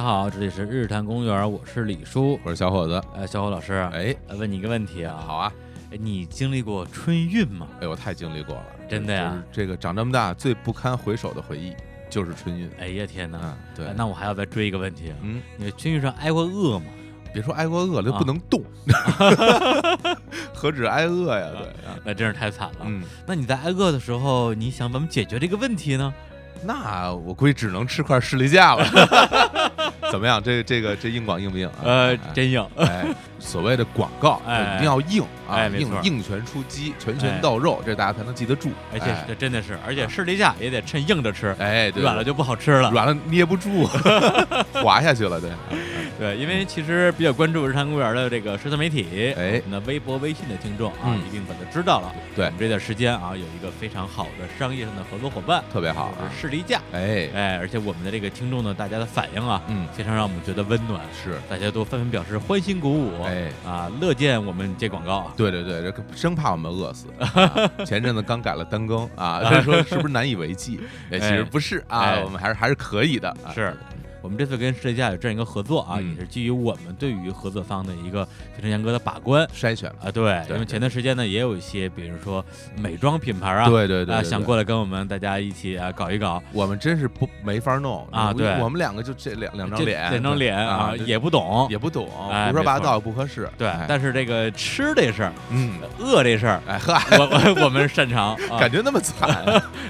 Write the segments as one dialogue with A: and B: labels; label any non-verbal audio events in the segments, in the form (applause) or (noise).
A: 好，这里是日坛公园，我是李叔，
B: 我是小伙子。
A: 呃，小伙老师，
B: 哎，
A: 呃问你一个问题啊，
B: 好啊，
A: 哎你经历过春运吗？
B: 哎呦，我太经历过了，
A: 真的呀
B: 就是这个长这么大最不堪回首的回忆就是春运。
A: 哎呀天哪！
B: 嗯，对
A: 呃，那我还要再追一个问题啊，
B: 嗯，
A: 你春运上挨过饿吗？
B: 别说挨过饿了，
A: 啊
B: 不能
A: (laughs)
B: 动，何止挨饿呀？
A: 啊
B: 对，啊
A: 那真是太惨了。
B: 嗯，
A: 那你在挨饿的时候，你想怎么解决这个问题呢？
B: 那我估计只能吃块士力架了。 (laughs) 怎么样？这这个这硬广硬不硬啊？
A: 呃，
B: 哎
A: 真硬。
B: 哎，所谓的广告
A: 哎
B: 一定要硬啊，
A: 哎没错
B: 硬硬拳出击，拳
A: 哎
B: 拳到肉，这大家才能记得住。
A: 而且
B: 哎
A: 这真的是，而且士力架也得趁硬着吃，
B: 哎，对
A: 软了就不好吃了。
B: 软了捏不
A: (laughs)
B: 住，滑下去了，对。
A: 对，因为其实比较关注日坛公园的这个社交媒体，
B: 哎
A: 我们的微博、微信的听众啊，
B: 嗯
A: 一定早就知道了。
B: 对
A: 我们这段时间啊，有一个非常好的商业上的合作伙伴，
B: 特别好啊
A: 就是士力架。
B: 哎，
A: 哎，而且我们的这个听众呢，大家的反应啊，
B: 嗯，
A: 非常让我们觉得温暖，
B: 是，
A: 大家都纷纷表示欢欣鼓舞，
B: 哎，
A: 啊，乐见我们接广告啊。
B: 对对对，这个生怕我们
A: (laughs)
B: 饿死。啊前阵子刚改了单更啊，这说是不是难以为
A: (laughs)
B: 继？哎，其
A: 哎
B: 实不是啊
A: 哎，
B: 我们还是还是可以的。啊
A: 是我们这次跟世界家有这样一个合作啊，
B: 嗯
A: 也是基于我们对于合作方的一个非常严格的把关
B: 筛选了，
A: 啊。对，
B: 对
A: 因为前段时间呢，也有一些比如说美妆品牌啊，
B: 对对对
A: 啊，
B: 对对
A: 想过来跟我们大家一起啊搞一搞。
B: 我们真是不没法弄
A: 啊
B: 我
A: 对
B: 我们两个就这两两张
A: 这
B: 脸，
A: 两张脸
B: 啊，这
A: 也不懂。
B: 也不懂，
A: 哎
B: 胡说八
A: 没错
B: 道也不合适。
A: 对
B: 哎，
A: 但是这个吃这事儿，
B: 嗯，
A: 饿这事儿，
B: 哎呵，
A: 我我我们 (laughs) 擅长啊
B: 感，觉那
A: (laughs)
B: 么惨，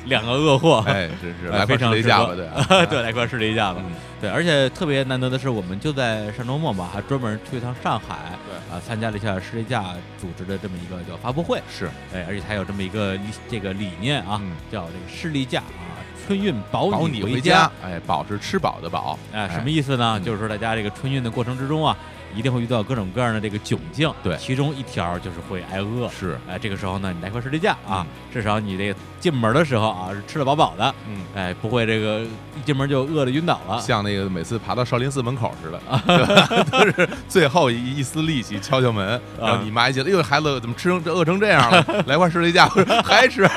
A: 两个饿货。
B: 哎，真是
A: 哎
B: 来
A: 非
B: 块
A: 常
B: 吃雷
A: 直
B: 架
A: 观
B: 吧，对
A: (laughs)
B: 啊
A: 对，来一块试了一下吧。
B: 嗯
A: 对，而且特别难得的是，我们就在上周末吧，还专门去一趟上海，
B: 嗯对
A: 啊，参加了一下世界架组织的这么一个叫发布会，
B: 是，
A: 哎，而且它有这么一个理这个理念啊，
B: 嗯
A: 叫这个士力架啊，春运保
B: 保你
A: 回
B: 回家，哎，饱是吃饱的饱，
A: 哎，什么意思呢？
B: 嗯
A: 就是说大家这个春运的过程之中啊，一定会遇到各种各样的这个窘境，
B: 对
A: 其中一条就是会挨饿。
B: 是，
A: 哎，这个时候呢，你来块士力架啊，至少你这个进门的时候啊是吃得饱饱的，
B: 嗯，
A: 哎，不会这个一进门就饿得晕倒了。
B: 像那个每次爬到少林寺门口似的，
A: 啊
B: 对吧 (laughs) 都是最后一一丝力气敲敲门，然后你妈一进来，哎哟，孩子怎么吃成这饿成这样
A: (laughs)
B: 了？来块士力架，我说还吃。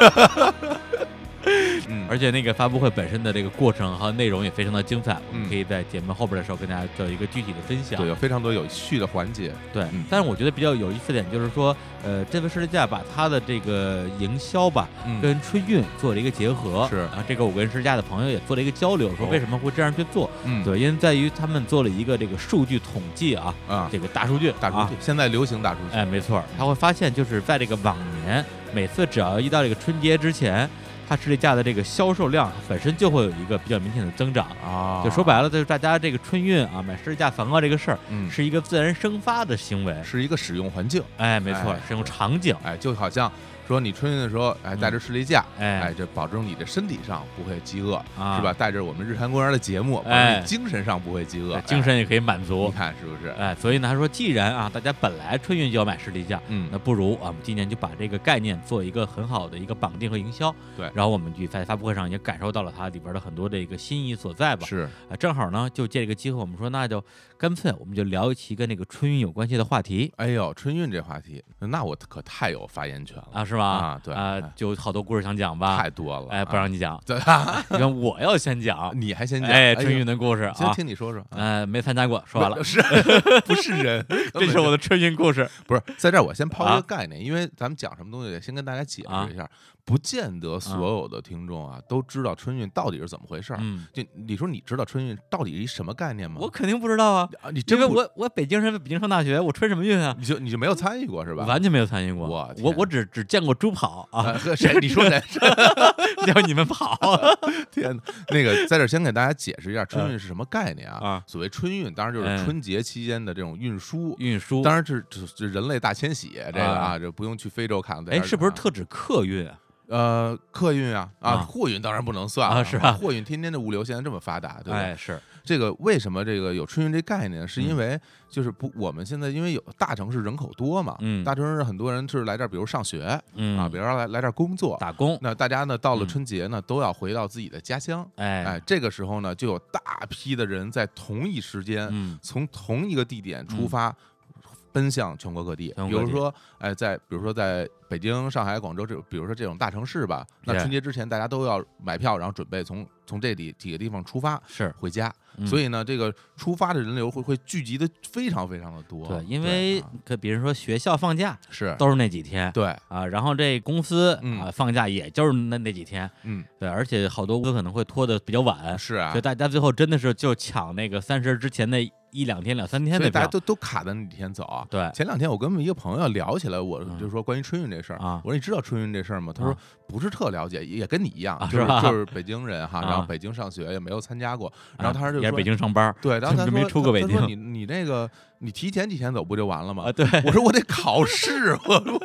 B: 嗯，
A: 而且那个发布会本身的这个过程和内容也非常的精彩，我们
B: 嗯
A: 可以在节目后边的时候跟大家做一个具体的分享。
B: 对，有非常多有趣的环节。
A: 对
B: 嗯
A: 但是我觉得比较有意思的点就是说，呃，这份世界架把它的这个营销吧，
B: 嗯，
A: 跟春运做了一个结合。
B: 是
A: 啊，这个我跟世家的朋友也做了一个交流，说
B: 哦
A: 为什么会这样去做？
B: 嗯，
A: 对，因为在于他们做了一个这个数据统计啊，
B: 啊，
A: 这个大数据，
B: 大
A: 啊
B: 数据现在流行大数据，
A: 哎，没错儿，他会发现就是在这个往年，每次只要一到这个春节之前，它士力架的这个销售量本身就会有一个比较明显的增长。
B: 啊，
A: 哎就说白了，就是大家这个春运啊，买士力架梵高这个事儿，
B: 嗯，
A: 是一个自然生发的行为。
B: 是一个使用环境，
A: 哎，没错儿
B: 哎，
A: 是用场景。
B: 哎，就好像说你春运的时候，哎，
A: 嗯
B: 带着士力架，
A: 哎
B: 哎，这保证你的身体上不会饥饿，
A: 啊
B: 是吧？带着我们日坛公园的节目，保
A: 哎
B: 证你精神上不会饥饿，
A: 哎精神也可以满
B: 哎，你
A: 足。
B: 看是不是？
A: 哎，所以呢，他说，既然啊，大家本来春运就要买士力架，
B: 嗯
A: 那，不如啊，我们今年就把这个概念做一个很好的一个绑定和营销。
B: 对
A: 然后我们就在发布会上也感受到了它里边的很多的一个新意所在吧。
B: 是，
A: 啊，正好呢，就借这个机会，我们说那就干脆我们就聊一期跟这个春运有关系的话题
B: 哎呦，春运这话题，那我可太有发言权了，
A: 啊，是吧？
B: 啊对
A: 啊
B: 哎，
A: 就好多故事想讲吧
B: 太。多了，
A: 哎，不让你讲，
B: 对啊，。
A: 你看我要先讲
B: (laughs) 你还先讲，
A: 哎，
B: 呦
A: 春运，的故事
B: 先
A: 啊，
B: 听你说说，啊
A: 呃，没参加过，说完了， (laughs)
B: 是不是人？
A: 这是我的春运故事。
B: 不是在这儿，我先抛
A: 啊
B: 一个概念，因为咱们讲什么东西，先跟大家解释一下，不见得所有的听众啊都知道春运到底是怎么回事儿。
A: 嗯，
B: 就你说你知道春运到底是一什么概念吗？
A: 我肯定不知道啊，
B: 啊，你
A: 因
B: 真
A: 为
B: 不，
A: 我我北京人，北京上大学，我春什么运啊？
B: 你就你就没有参与过是吧？
A: 完全没有参与过，
B: 我
A: 我
B: 天
A: 我只只见过猪跑啊，
B: (laughs) 啊，呵谁？你说谁？
A: 叫你们
B: (laughs)
A: 跑
B: 天哪！那个在这儿先给大家解释一下春运是什么概念啊？
A: 嗯啊
B: 所谓春运，当然就
A: 嗯
B: 是春节期间的这种运输。
A: 运输。
B: 当然是，这这人类大迁徙这个
A: 啊
B: 啊，这不用去非洲看。在
A: 哎，
B: 这儿
A: 是不是
B: 啊
A: 特指客运啊？
B: 呃客运啊啊
A: 啊
B: 货运当然不能算
A: 啊
B: 了
A: 是吧
B: 货运天天的物流现在这么发达，对吧？啊
A: 哎，是，
B: 这个为什么这个有春运这概念，是
A: 嗯
B: 因为就是不我们现在因为有大城市人口多嘛，
A: 嗯
B: 大城市很多人是来这儿，比如上学
A: 嗯
B: 啊，比如说来来这儿工作，
A: 打工，
B: 那大家呢到了
A: 嗯
B: 春节呢都要回到自己的家乡，
A: 哎，
B: 哎，这个时候呢就有大批的人在同一时间
A: 嗯，
B: 从同一个地点出发。奔向全国各地，
A: 全
B: 比
A: 国各地
B: 如说，哎，在比如说在北京、上海、广州这，比如说这种大城市吧，那
A: 对
B: 春节之前大家都要买票，然后准备从从这里几个地方出发
A: 是
B: 回家，
A: 嗯
B: 所以呢，这个出发的人流会会聚集的非常非常的多。
A: 对，因为
B: 啊
A: 可比如说学校放假
B: 是
A: 都是那几天，
B: 对，
A: 啊，然后这公司
B: 嗯
A: 啊放假也就是那那几天，
B: 嗯，
A: 对，而且好多都可能会拖得比较晚，
B: 是啊
A: 所以，大家最后真的是就抢那个三十之前的一两天、两三天
B: 所
A: 的
B: 以大
A: 票
B: 家，都都卡在那几天走啊。
A: 对
B: 前两天我跟一个朋友聊起来，我
A: 嗯
B: 就说关于春运这事儿
A: 啊
B: 我说你知道春运这事儿吗？他说
A: 啊
B: 不是特了解，也跟你一样
A: 啊，
B: 就是是
A: 吧
B: (laughs) 就是北京人哈，
A: 啊
B: 然后北京上学也没有参加过，
A: 啊
B: 然后当时就
A: 也是
B: 说
A: 北京上班
B: 对，然后他
A: 就
B: 说
A: 没出过北京
B: 他说你你那个你提前几天走不就完了吗
A: 啊，？对，
B: 我说我得考试， (laughs) 我说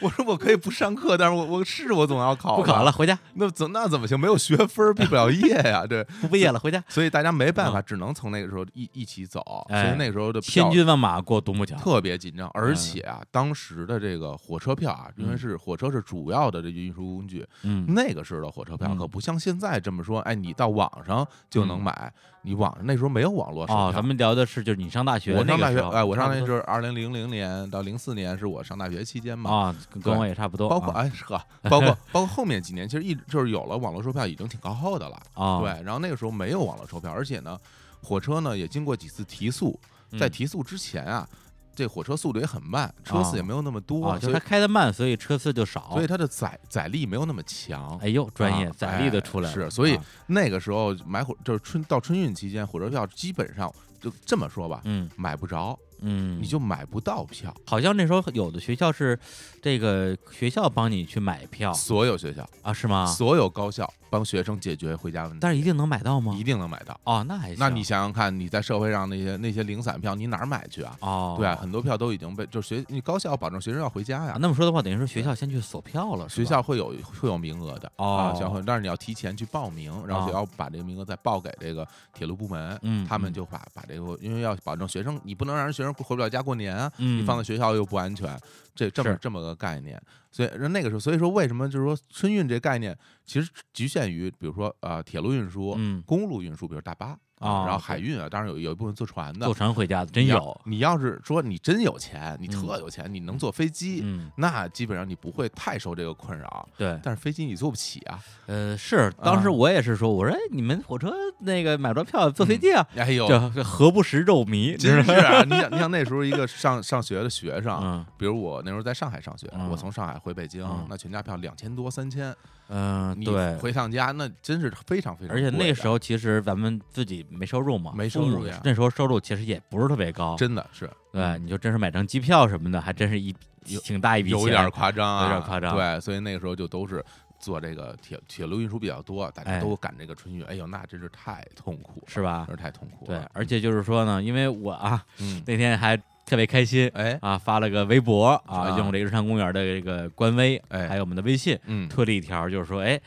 B: 我说我可以不上课，但是我我试我总要考，
A: 不考了，，回家，
B: 那怎那怎么行？没有学分儿毕不了业呀，对，
A: 不毕业了，回
B: (laughs)
A: 家。
B: 所以大家没办法，只能从那个时候一一起走，所
A: 啊哎
B: 以那个时候的票
A: 千军万马过独木桥，
B: 特别紧张，而且啊，当时的这个火车票啊，因为
A: 嗯
B: 是火车是主要的这运输工具，
A: 嗯，
B: 那个时候的火车票
A: 嗯
B: 可不像现在这么说，哎，你到网上就能买，你网上那时候没有网络售
A: 哦，咱
B: 票。
A: 们聊的是就是你上大学
B: 我
A: 那
B: 上大
A: 个
B: 学
A: 时，候，
B: 哎，我上那
A: 差不
B: 时
A: 多
B: 候二零零零年到零四年是我上大学期间嘛，
A: 啊，跟跟我也差不多，
B: 包括
A: 啊
B: 哎呵，包括包括后面几年，其实一直就是有了网络售票已经挺靠后的了，
A: 啊，
B: 对，然后那个时候没有网络售票，而且呢，火车呢也经过几次提速，
A: 嗯
B: 在提速之前啊，这火车速度也很慢，车次也没有那么多，
A: 啊，就
B: 所
A: 是它
B: 以
A: 开的慢，所以车次就少
B: 所以，它的载载力没有那么强。
A: 哎呦，专业
B: 啊
A: 载力的出来
B: 哎
A: 了
B: 是，所以
A: 啊
B: 那个时候买火就是春到春运期间，火车票基本上就这么说吧，
A: 嗯
B: 买不着，
A: 嗯，
B: 你就买不到票。
A: 好像那时候有的学校是这个学校帮你去买票
B: 所有学校、
A: 啊，是吗？
B: 所有高校帮学生解决回家问题，
A: 但是一定能买到吗
B: 一？定能买到。
A: 哦，那还行
B: 那你想想看，你在社会上那些那些零散票，你哪儿买去啊？
A: 哦，
B: 对啊，很多票都已经被就是学你高校保证学生要回家
A: 啊
B: 呀，
A: 那么说的话，等于说学校先去锁票了，是
B: 学
A: 吧
B: 校会有会有名额的
A: 哦
B: 啊，学校会，但是你要提前去报名，然后学校把这个名额再报给这个铁路部门，
A: 嗯
B: 他
A: 嗯
B: 们就把把这个，因为要保证学生，你不能让人学生回不了家过年啊，
A: 嗯，
B: 你放在学校又不安全，这这么
A: 是
B: 这么个概念。所以那个时候，所以说为什么就是说春运这概念其实局限于比如说呃铁路运输、
A: 嗯
B: 公路运输，比如大巴
A: 哦
B: 啊，然后海
A: 对
B: 运啊，当然有有一部分坐船的
A: 坐，船回家的真
B: 你要
A: 有，
B: 你要是说你真有钱，你特
A: 嗯
B: 有钱，你能坐飞机，
A: 嗯，
B: 那基本上你不会太受这个困扰。
A: 对，
B: 但是飞机你坐不起啊！
A: 呃，是，当时
B: 啊
A: 我也是说，我说哎你们火车那个买不着票，坐飞机啊，
B: 哎呦，
A: 这这何不食肉糜？
B: 真
A: 你
B: 是
A: 知道吗 (laughs)
B: 啊！你想，你想那时候一个上上学的学生，
A: 嗯
B: 比如我那时候在上海上学，
A: 嗯
B: 我从上海回北京
A: 嗯，
B: 那全家票两千多、三千，
A: 嗯，
B: 你
A: 对，
B: 回趟家那真是非常非
A: 而
B: 常贵
A: 且
B: 的。
A: 那时候其实咱们自己没收入嘛，
B: 没
A: 父
B: 收
A: 母
B: 入呀
A: 那时候收入其实也不是特别高，
B: 真的是
A: 对，你就真是买张机票什么的，还真是一笔
B: 有
A: 挺大一笔钱，
B: 有一点夸张啊，
A: 有点夸张
B: 对，所以那个时候就都是坐这个铁铁路运输比较多，大
A: 哎
B: 家都赶这个春运。哎呦，那真是太痛苦了，
A: 是吧
B: 真？是太痛苦啊
A: 对
B: 了。，
A: 而且就是说呢，因为我啊
B: 嗯，
A: 那天还特别开心
B: 哎，
A: 啊，发了个微博啊，
B: 啊
A: 用这个日常公园的这个官微，
B: 哎
A: 还有我们的微信，
B: 嗯，
A: 推了一条，就是说，哎，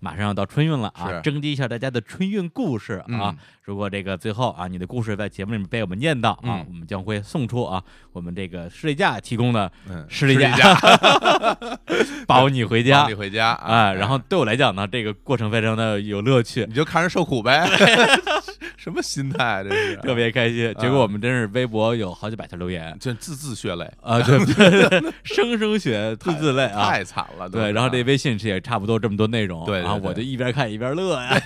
A: 马上要到春运了啊，
B: 是
A: 征集一下大家的春运故事啊
B: 嗯。
A: 如果这个最后啊，你的故事在节目里面被我们念到啊
B: 嗯，
A: 我们将会送出啊，我们这个士力架提供的
B: 嗯，
A: 士力架，
B: (laughs)
A: 保你回
B: 家
A: 家
B: 里。回家哎
A: 啊，然后对我来讲呢，这个过程非常的有乐趣，
B: 你就看人受苦呗， (laughs) 什么心态啊这是？
A: 特别开
B: 嗯
A: 心。结果我们真是微博有好几百条留言
B: 这字字血泪， (laughs)
A: 啊，对， (laughs) 对声声血，字字泪啊，
B: 太惨了。都是
A: 对，然后这微信是也差不多这么多内容，
B: 对对
A: 然后
B: 对
A: 我就一边看一边乐
B: (laughs)
A: 呀，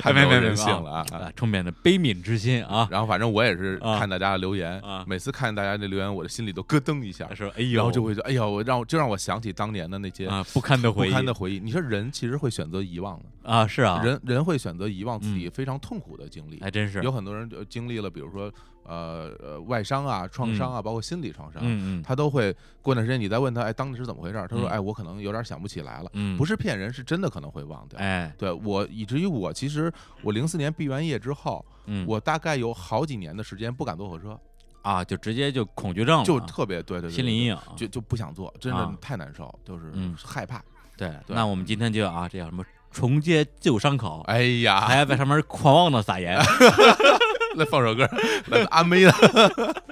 B: 太
A: 没
B: 没
A: 没
B: 有
A: 没
B: 人性了啊！啊
A: 啊，充满了悲悯之心啊，
B: 然后反正我也是
A: 啊
B: 看大家的留言
A: 啊，
B: 每次看大家这留言，我的心里都咯噔一下，
A: 说哎呦，
B: 然后就会觉得，哎呀，我让我就让我想起当年的那些
A: 啊不堪的
B: 不
A: 回忆
B: 堪的回忆。你说人其实会选择遗忘的，
A: 啊，是啊，
B: 人人会选择遗忘自己非常痛苦的经历。
A: 还真是，
B: 有很多人就经历了，比如说呃呃外伤啊、创伤啊，包括心理创伤，
A: 嗯嗯
B: 他都会过段时间你再问他，哎，当时怎么回事儿？他说，
A: 嗯
B: 哎，我可能有点想不起来了，
A: 嗯，
B: 不
A: 是，
B: 是骗人，是真的可能会忘掉。
A: 哎，
B: 对我，以至于我其实我零四年毕完业之后，
A: 嗯，
B: 我大概有好几年的时间不敢坐火车，
A: 啊就直接就恐惧症了，
B: 就
A: 啊
B: 特别对对对，
A: 心理阴影啊，
B: 就就不想坐，真
A: 啊
B: 的太难受，就是
A: 嗯
B: 害怕。
A: 对，
B: 对
A: 那我们今天就啊，这叫什么重接旧伤口，
B: 哎呀，
A: 还要在上面狂妄的撒盐，
B: (laughs) 来放首歌，来自阿妹的。 (laughs)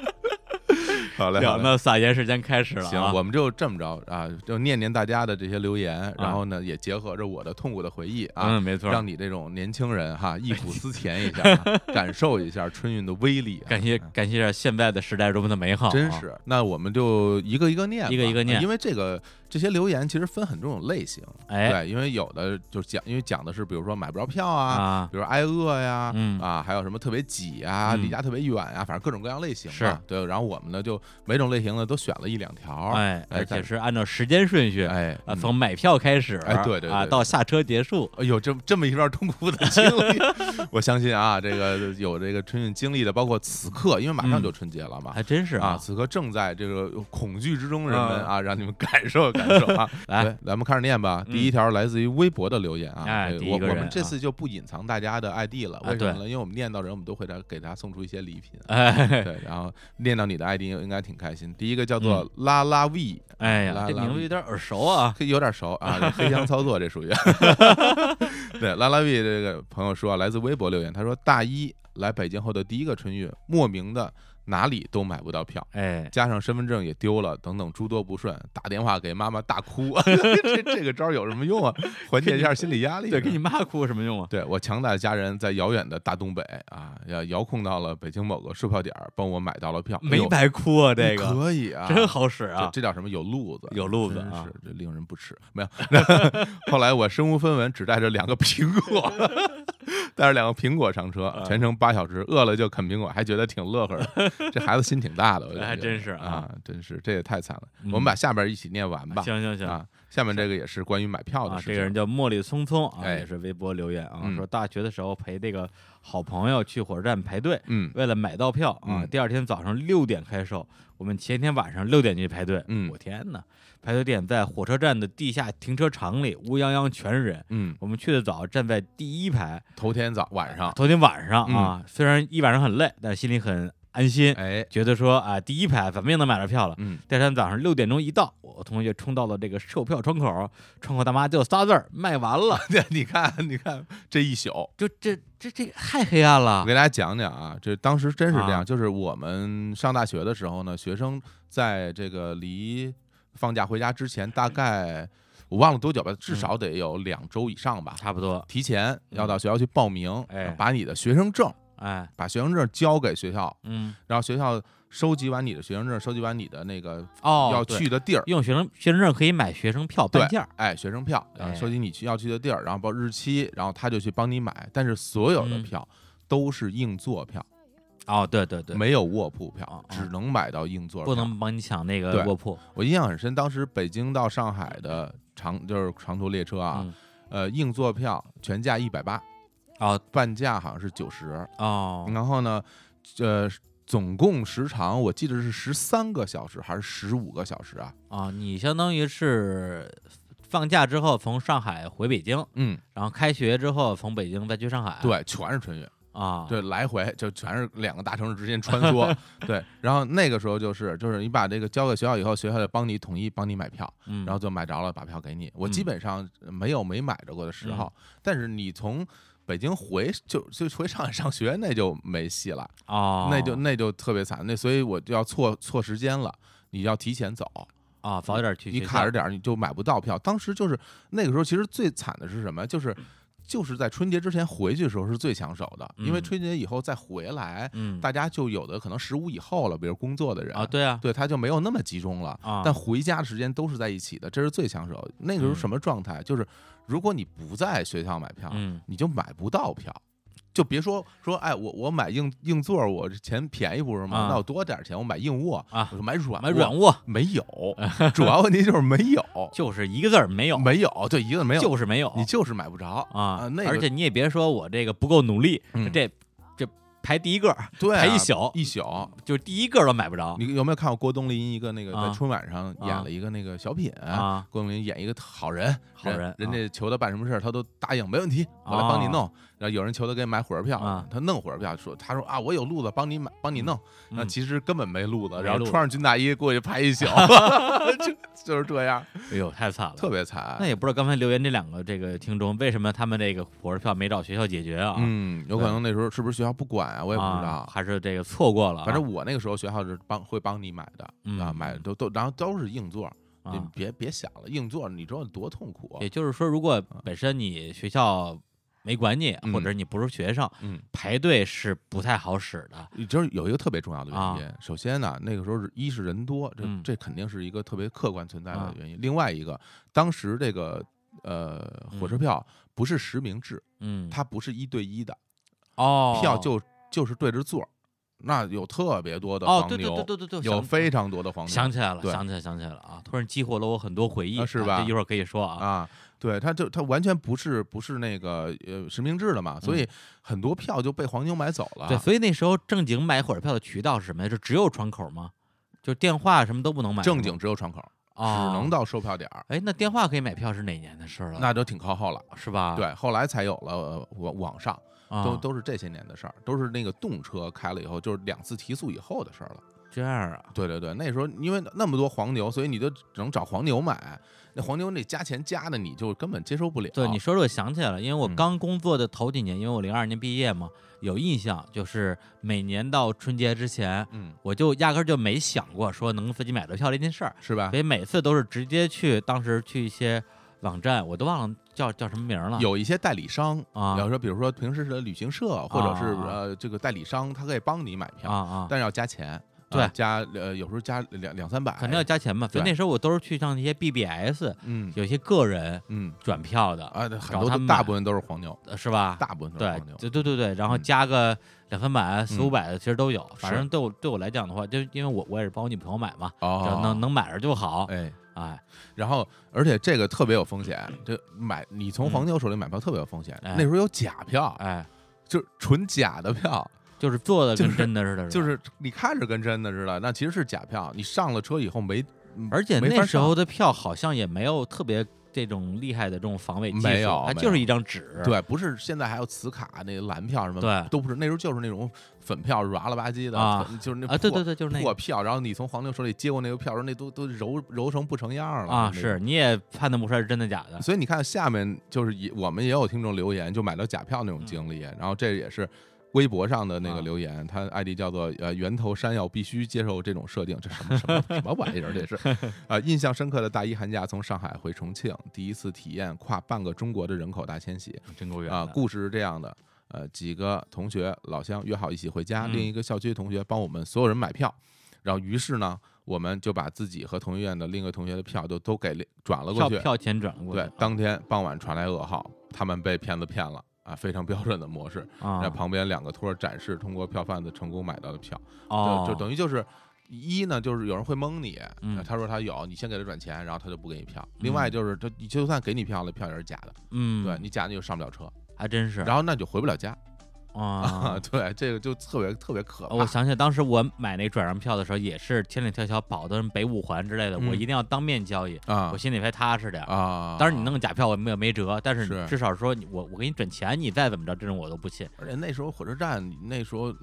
B: 好嘞，好
A: 行，
B: 嘞。
A: 那撒盐时间开始了、啊。
B: 行，我们就这么着啊，就念念大家的这些留言，然后呢，也结合着我的痛苦的回忆啊，
A: 嗯，没错。
B: 让你这种年轻人
A: (laughs)
B: 哈忆苦思甜一下啊，感受一下春运的威力啊。
A: 感谢感谢一下现在的时代多么的美好、啊，
B: 真是，那我们就一个一个念吧，
A: 一个一个念
B: 因为这个这些留言其实分很多种类型，
A: 哎
B: 对，因为有的就讲，因为讲的是比如说买不着票啊，
A: 啊，
B: 比如挨饿呀，
A: 嗯
B: 啊，还有什么特别挤啊，
A: 嗯
B: 离家特别远啊，反正各种各样类型吧
A: 是
B: 对。然后我们呢就每种类型呢都选了一两条，
A: 哎，而且
B: 但
A: 是按照时间顺序。
B: 哎
A: 啊，
B: 嗯
A: 从买票开始，
B: 哎对对
A: 啊，
B: 对
A: 到下车结束，
B: 哎呦，这这么一段痛苦的经历， (laughs) 我相信啊，这个有这个春运经历的，包括此刻，因为马上就春节了
A: 嗯
B: 嘛，
A: 还真是
B: 啊，
A: 啊，
B: 此刻正在这个恐惧之中的人们
A: 嗯
B: 啊，让你们感受感受啊。
A: (laughs) 来嗯
B: 对，咱们开始念吧。第一条来自于微博的留言啊，
A: 哎
B: 对
A: 第一
B: 我
A: 个
B: 我
A: 人
B: 们这
A: 啊
B: 次就不隐藏大家的 ID 了，
A: 啊
B: 为什
A: 对
B: 么呢？因为我们念到人，我们都会来给他送出一些礼品。啊
A: 哎
B: 对，然后念到你的 ID 应该挺开心。第一个叫
A: 嗯
B: 做拉拉 V，
A: 哎
B: 拉
A: 呀，这
B: 拉
A: 名字有点耳熟啊，
B: 有点熟啊，这黑箱操作这
A: (laughs)
B: 属于。对，拉拉 V 这个朋友说啊，来自微博留言，他说大一来北京后的第一个春运，莫名的哪里都买不到票。
A: 哎，
B: 加上身份证也丢了，等等诸多不顺，打电话给妈妈大哭， (laughs) 这这个招儿有什么用啊？缓解一下心理压力。
A: 对，跟你妈哭有什么用啊？
B: 对我强大的家人在遥远的大东北啊，要遥控到了北京某个售票点儿，帮我买到了票，哎
A: 没
B: 呦
A: 白哭啊，这个
B: 可以啊，
A: 真好使
B: 这
A: 啊，
B: 这叫什么？有路子，
A: 有路子
B: 真
A: 啊
B: 是这令人不齿。没有， (laughs) 后来我身无分文，只带着两个苹果， (laughs) 带着两个苹果上车，
A: 啊
B: 全程八小时，饿了就啃苹果，还觉得挺乐呵的。这孩子心挺大的，我觉得
A: 还真是啊
B: 啊，真是这也太惨了。
A: 嗯
B: 我们把下边一起念完吧。
A: 行行行，
B: 啊，下面这个也是关于买票的
A: 啊，
B: 事
A: 这个人
B: 情。
A: 叫茉莉匆匆啊，
B: 哎
A: 也是微博留言啊，
B: 嗯
A: 说大学的时候陪这个好朋友去火车站排队，
B: 嗯
A: 为了买到票啊，
B: 嗯
A: 第二天早上六点开售，我们前天晚上六点去排队，
B: 嗯
A: 我天呐，排队点在火车站的地下停车场里，乌泱泱全是人。
B: 嗯，
A: 我们去的早，站在第一排。
B: 头天早晚上，
A: 头天晚上啊，虽然一晚上很累，但是心里很安心，
B: 嗯哎，
A: 觉得说啊，第一排怎么也能买着票了。
B: 嗯，
A: 第二天早上六点钟一到，我同学冲到了这个售票窗口，窗口大妈就仨字儿卖完了， (laughs)
B: 你看，你看这一宿，
A: 就这这这太黑暗了
B: 我。给大家讲讲啊，这当时真是这
A: 啊
B: 样，就是我们上大学的时候呢，学生在这个离放假回家之前，大概我忘了多久吧，至少得有两周以上吧，
A: 差不多，
B: 提前要到学校去报名，
A: 嗯哎
B: 把你的学生证，
A: 哎，
B: 把学生证交给学校，
A: 嗯，
B: 然后学校收集完你的学生证，收集完你的那个
A: 哦，
B: 要
A: 对
B: 去的地儿，
A: 用学生学生证可以买学生票
B: 对
A: 半价儿，
B: 哎，学生票，然后
A: 哎
B: 收集你去要去的地儿，然后报日期，然后他就去帮你买，但是所有的
A: 嗯
B: 票都是硬座票。
A: 哦，对对对，
B: 没有卧铺票
A: 啊，啊
B: 只能买到硬座票。
A: 不能帮你抢那个
B: 对
A: 卧铺
B: 我印象很深，当时北京到上海的长就是长途列车啊，
A: 嗯
B: 呃，硬座票全价一百八，
A: 哦
B: 半价好像是九十。
A: 哦，
B: 然后呢，呃，总共时长我记得是十三个小时还是十五个小时啊？
A: 啊，你相当于是放假之后从上海回北京，
B: 嗯，
A: 然后开学之后从北京再去上海。
B: 对，全是春运，
A: 啊，
B: 对，来回就全是两个大城市之间
A: (laughs)
B: 穿梭。对，然后那个时候就是就是你把这个交给学校以后，学校就帮你统一帮你买票。
A: 嗯，
B: 然后就买着了，把票给你。我基
A: 嗯
B: 本上没有没买着过的时候，但是你从北京回就就回上海上学，那就没戏了，
A: 哦，
B: 那就那就特别惨。那所以我就要错错时间了，你要提前走，
A: 啊，早点去
B: 你
A: 学校。
B: 卡着点儿你就买不到票。当时就是那个时候，其实最惨的是什么？就是。就是在春节之前回去的时候是最抢手的，因为
A: 嗯
B: 春节以后再回来，
A: 嗯
B: 大家就有的可能十五以后了，比如工作的人
A: 啊，对啊，
B: 对，他就没有那么集中了。
A: 啊
B: 但回家的时间都是在一起的，这是最抢手。那个时候什么状态？就是如果你不在学校买票，
A: 嗯
B: 你就买不到票。就别说说，哎，我我买硬硬座儿，我这钱便宜不是吗
A: 啊？
B: 那我多点儿钱，我买硬卧
A: 啊
B: 我说买软
A: 买
B: 卧
A: 软卧
B: 没
A: (laughs)
B: 有，主要问题就是没有，
A: 就是一个字儿没有，
B: 没有，对，一个嗯没有，
A: 就是没有，
B: 你就是买不
A: (laughs)
B: 着
A: 啊，
B: 那
A: 而
B: 个
A: 且你也别说我这个不够努力，
B: 嗯
A: 这这排第一个儿
B: 对
A: 排
B: 啊
A: 一宿
B: 一宿。
A: 就是第一个儿都买不着
B: 你有没有看过郭冬临一个那个
A: 啊
B: 在春晚上演
A: 啊
B: 了一个那个小品
A: 啊
B: 郭冬临演一个好人，
A: 好人
B: 人
A: 啊
B: 家求他办什么事儿，他都答应，没问题，我来帮你弄。然后有人求他给买火车票，
A: 啊
B: 他弄火车票，说他说啊，我有路子，帮你买，帮你弄。
A: 嗯
B: 那其实根本没路子，
A: 没
B: 然后
A: 路子
B: 穿上军大衣过去排
A: (laughs)
B: 一宿， (laughs) 就就是这样，
A: 哎呦，太惨了，
B: 特别惨
A: 那。也不知道刚才留言这两个这个听众为什么他们这个火车票没找学校解决啊？
B: 嗯嗯，有可能那时候是不是学校不管呀、我也不知道。
A: 啊还是这个错过了啊。
B: 反正我那个时候学校是帮会帮你买的、
A: 嗯
B: 啊，买都都，然后都是硬座，你
A: 啊，
B: 别别想了，硬座你知道有多痛苦啊、
A: 也就是说，如果本身你学校没管你，
B: 嗯
A: 或者你不是学生，
B: 嗯，
A: 排队是不太好使的。
B: 你知道有一个特别重要的原因，首先呢，那个时候是一是人多，这
A: 啊嗯
B: 这肯定是一个特别客观存在的
A: 啊
B: 原因。另外一个，当时这个呃火车
A: 嗯
B: 票不是实名制，
A: 嗯，
B: 它不是一对一的，
A: 哦，
B: 票就就是对着座儿，那有特别多的
A: 哦
B: 黄，
A: 对对
B: 牛，
A: 对对对对，
B: 有
A: 想
B: 非常多的黄牛，
A: 想起来了，
B: 对
A: 想起来，想起来了啊！突然激活了我很多回忆，
B: 啊是吧
A: 啊这一会儿可以说啊，
B: 啊，对，它就它完全不是不是那个呃实名制的嘛，所以很多票就被黄牛买走
A: 嗯
B: 了。
A: 对，所以那时候正经买火车票的渠道是什么呀？就只有窗口吗？就电话什么都不能买，
B: 正经只有窗口，只
A: 啊，
B: 能。到售票点儿，
A: 哎，那电话可以买票是哪年的事儿了？
B: 那都挺靠后了。
A: 是吧？
B: 对，后来才有了呃网网上，
A: 啊，
B: 都都是这些年的事儿，都是那个动车开了以后，就是两次提速以后的事儿了。
A: 这样啊。
B: 对对对，那时候因为那么多黄牛，所以你就只能找黄牛买，那黄牛那加钱加的，你就根本接受不了。
A: 对，你说这我想起来了，因为我
B: 嗯
A: 刚工作的头几年，因为我零二年毕业嘛，有印象，就是每年到春节之前，
B: 嗯，
A: 我就压根儿就没想过说能自己买到票这件事儿，
B: 是吧
A: 所？以每次都是直接去当时去一些网站，我都忘了叫叫什么名儿了，
B: 有一些代理商，
A: 啊
B: 要说比如说平时的旅行社或者是
A: 啊啊啊
B: 呃这个代理商，他可以帮你买
A: 啊
B: 票，
A: 啊，
B: 但是要加钱，
A: 对
B: 啊加呃有时候加两两三百，
A: 肯定要加钱嘛，所以
B: 对
A: 那时候我都是去像那些 BBS，
B: 嗯
A: 有些个人
B: 嗯
A: 转票的，
B: 啊，很
A: 找
B: 多
A: 他
B: 都
A: 们
B: 大
A: 买
B: 部分都是黄牛，
A: 呃是吧？
B: 大部分都是
A: 对
B: 黄牛，
A: 对对对对，然后
B: 嗯
A: 加个两三百、四
B: 嗯
A: 五百的，其实都有。反
B: 是
A: 正对我对我来讲的话，就因为我我也是帮我女朋友买嘛，只要
B: 哦，
A: 能能买着就好。
B: 哎。
A: 哎，
B: 然后，而且这个特别有风险，这买你从
A: 嗯
B: 黄牛手里买票特别有风险。
A: 哎
B: 那时候有假票，
A: 哎，
B: 就是纯假的票，
A: 就是做的
B: 就
A: 跟
B: 是
A: 真的似的，
B: 就
A: 吧。
B: 是你看着跟真的似的，那其实是假票。你上了车以后没，嗯
A: 而且
B: 没法
A: 那时候
B: 上
A: 的票好像也没有特别这种厉害的这种防伪技术，
B: 没有
A: 它
B: 没
A: 就是
B: 有
A: 一张纸。
B: 对，不是现在还有磁卡那蓝票什么，
A: 对
B: 都不是。那时候就是那种粉票，软了吧唧的
A: 啊
B: 粉就是那
A: 啊，对
B: 破
A: 对对，就是那
B: 破
A: 个
B: 票。然后你从黄牛手里接过那个票的时候，那都都揉揉成不成样了
A: 啊，
B: 那
A: 是
B: 种。
A: 你也判断不出来是真的假的。
B: 所以你看，下面就是也我们也有听众留言，就买到假票那
A: 嗯
B: 种经历。然后这也是微博上的那个
A: 啊
B: 留言，他 ID 叫做呃源头山药必须接受这种设定，这什么什么什么玩意儿？这是啊，印象深刻的大一寒假从上海回重庆，第一次体验跨半个中国的人口大迁徙。
A: 真够远
B: 啊，
A: 的
B: 故事是这样的，呃，几个同学老乡约好一起回家，
A: 嗯
B: 另一个校区的同学帮我们所有人买票，然后于是呢，我们就把自己和同学院的另一个同学的票就都给转了过
A: 票
B: 去。
A: 票钱转了过去
B: 对
A: 啊，，
B: 当天傍晚传来噩耗，他们被骗子骗了。啊，非常标准的模式。那
A: 啊，
B: 旁边两个托儿展示通过票贩子成功买到的票，
A: 哦，
B: 就就等于就是一呢，就是有人会蒙你，
A: 嗯
B: 他说他有，你先给他转钱，然后他就不给你票。另
A: 嗯
B: 外就是他，你就算给你票了，票也是假的，
A: 嗯，
B: 对，你假的你就上不了车，
A: 还真是
B: 然后那你就回不了家。 (laughs)
A: 啊哦
B: 啊，。对，这个就特别特别可怕。
A: 我想起来当时我买那转让票的时候，也是千里迢迢跑到北五环之类的，
B: 嗯
A: 我一定要当面交易，
B: 啊
A: 我心里才踏实点儿。
B: 啊，
A: 当然你弄个假票我没有没辙，但是
B: 是
A: 至少说你我我给你转钱，你再怎么着，这种我都不信。
B: 而且那时候火车站，那时候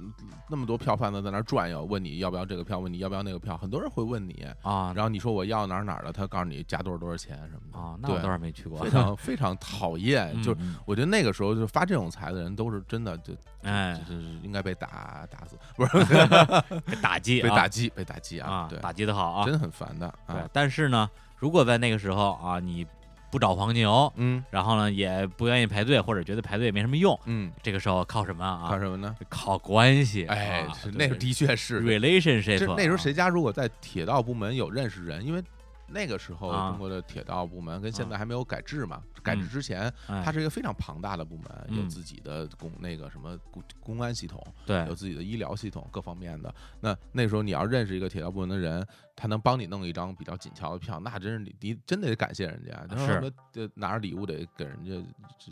B: 那么多票贩子在那儿转悠，问你要不要这个票，问你要不要那个票，很多人会问你，
A: 啊
B: 然后你说我要哪儿哪儿的，他告诉你加多少多少钱什么的，
A: 啊，那我
B: 对
A: 倒是没去过 (laughs)
B: 非。常非常讨厌。
A: 嗯
B: 就是
A: 嗯
B: 我觉得那个时候就发这种财的人都是真的就，就
A: 哎
B: 就就是应该被打打死，
A: (laughs)
B: 不是
A: 被打击
B: 被
A: 啊
B: 打击被打击啊
A: 啊，，
B: 对，
A: 打击的好啊。
B: 真很烦的
A: 对
B: 啊，，
A: 但是呢，如果在那个时候啊，你不找黄牛，
B: 嗯
A: 然后呢也不愿意排队，或者觉得排队也没什么用，
B: 嗯，
A: 这个时候靠什么
B: 看
A: 啊？
B: 什么呢？
A: 靠关系。
B: 哎
A: 啊，
B: 是
A: 对
B: 那
A: 对
B: 的确是
A: relationship
B: 这
A: 啊
B: 那时候谁家如果在铁道部门有认识人，因为那个时候
A: 啊嗯
B: 中国的铁道部门跟现在还没有改制嘛，改制之前
A: 哎
B: 它是一个非常庞大的部门，有
A: 嗯
B: 自己的公那个什么公公安系统，
A: 对
B: 有自己的医疗系统各方面的。那那时候你要认识一个铁道部门的人，他能帮你弄一张比较紧俏的票，那真是你你真得感谢人家，他
A: 是
B: 说呃拿着礼物得给人家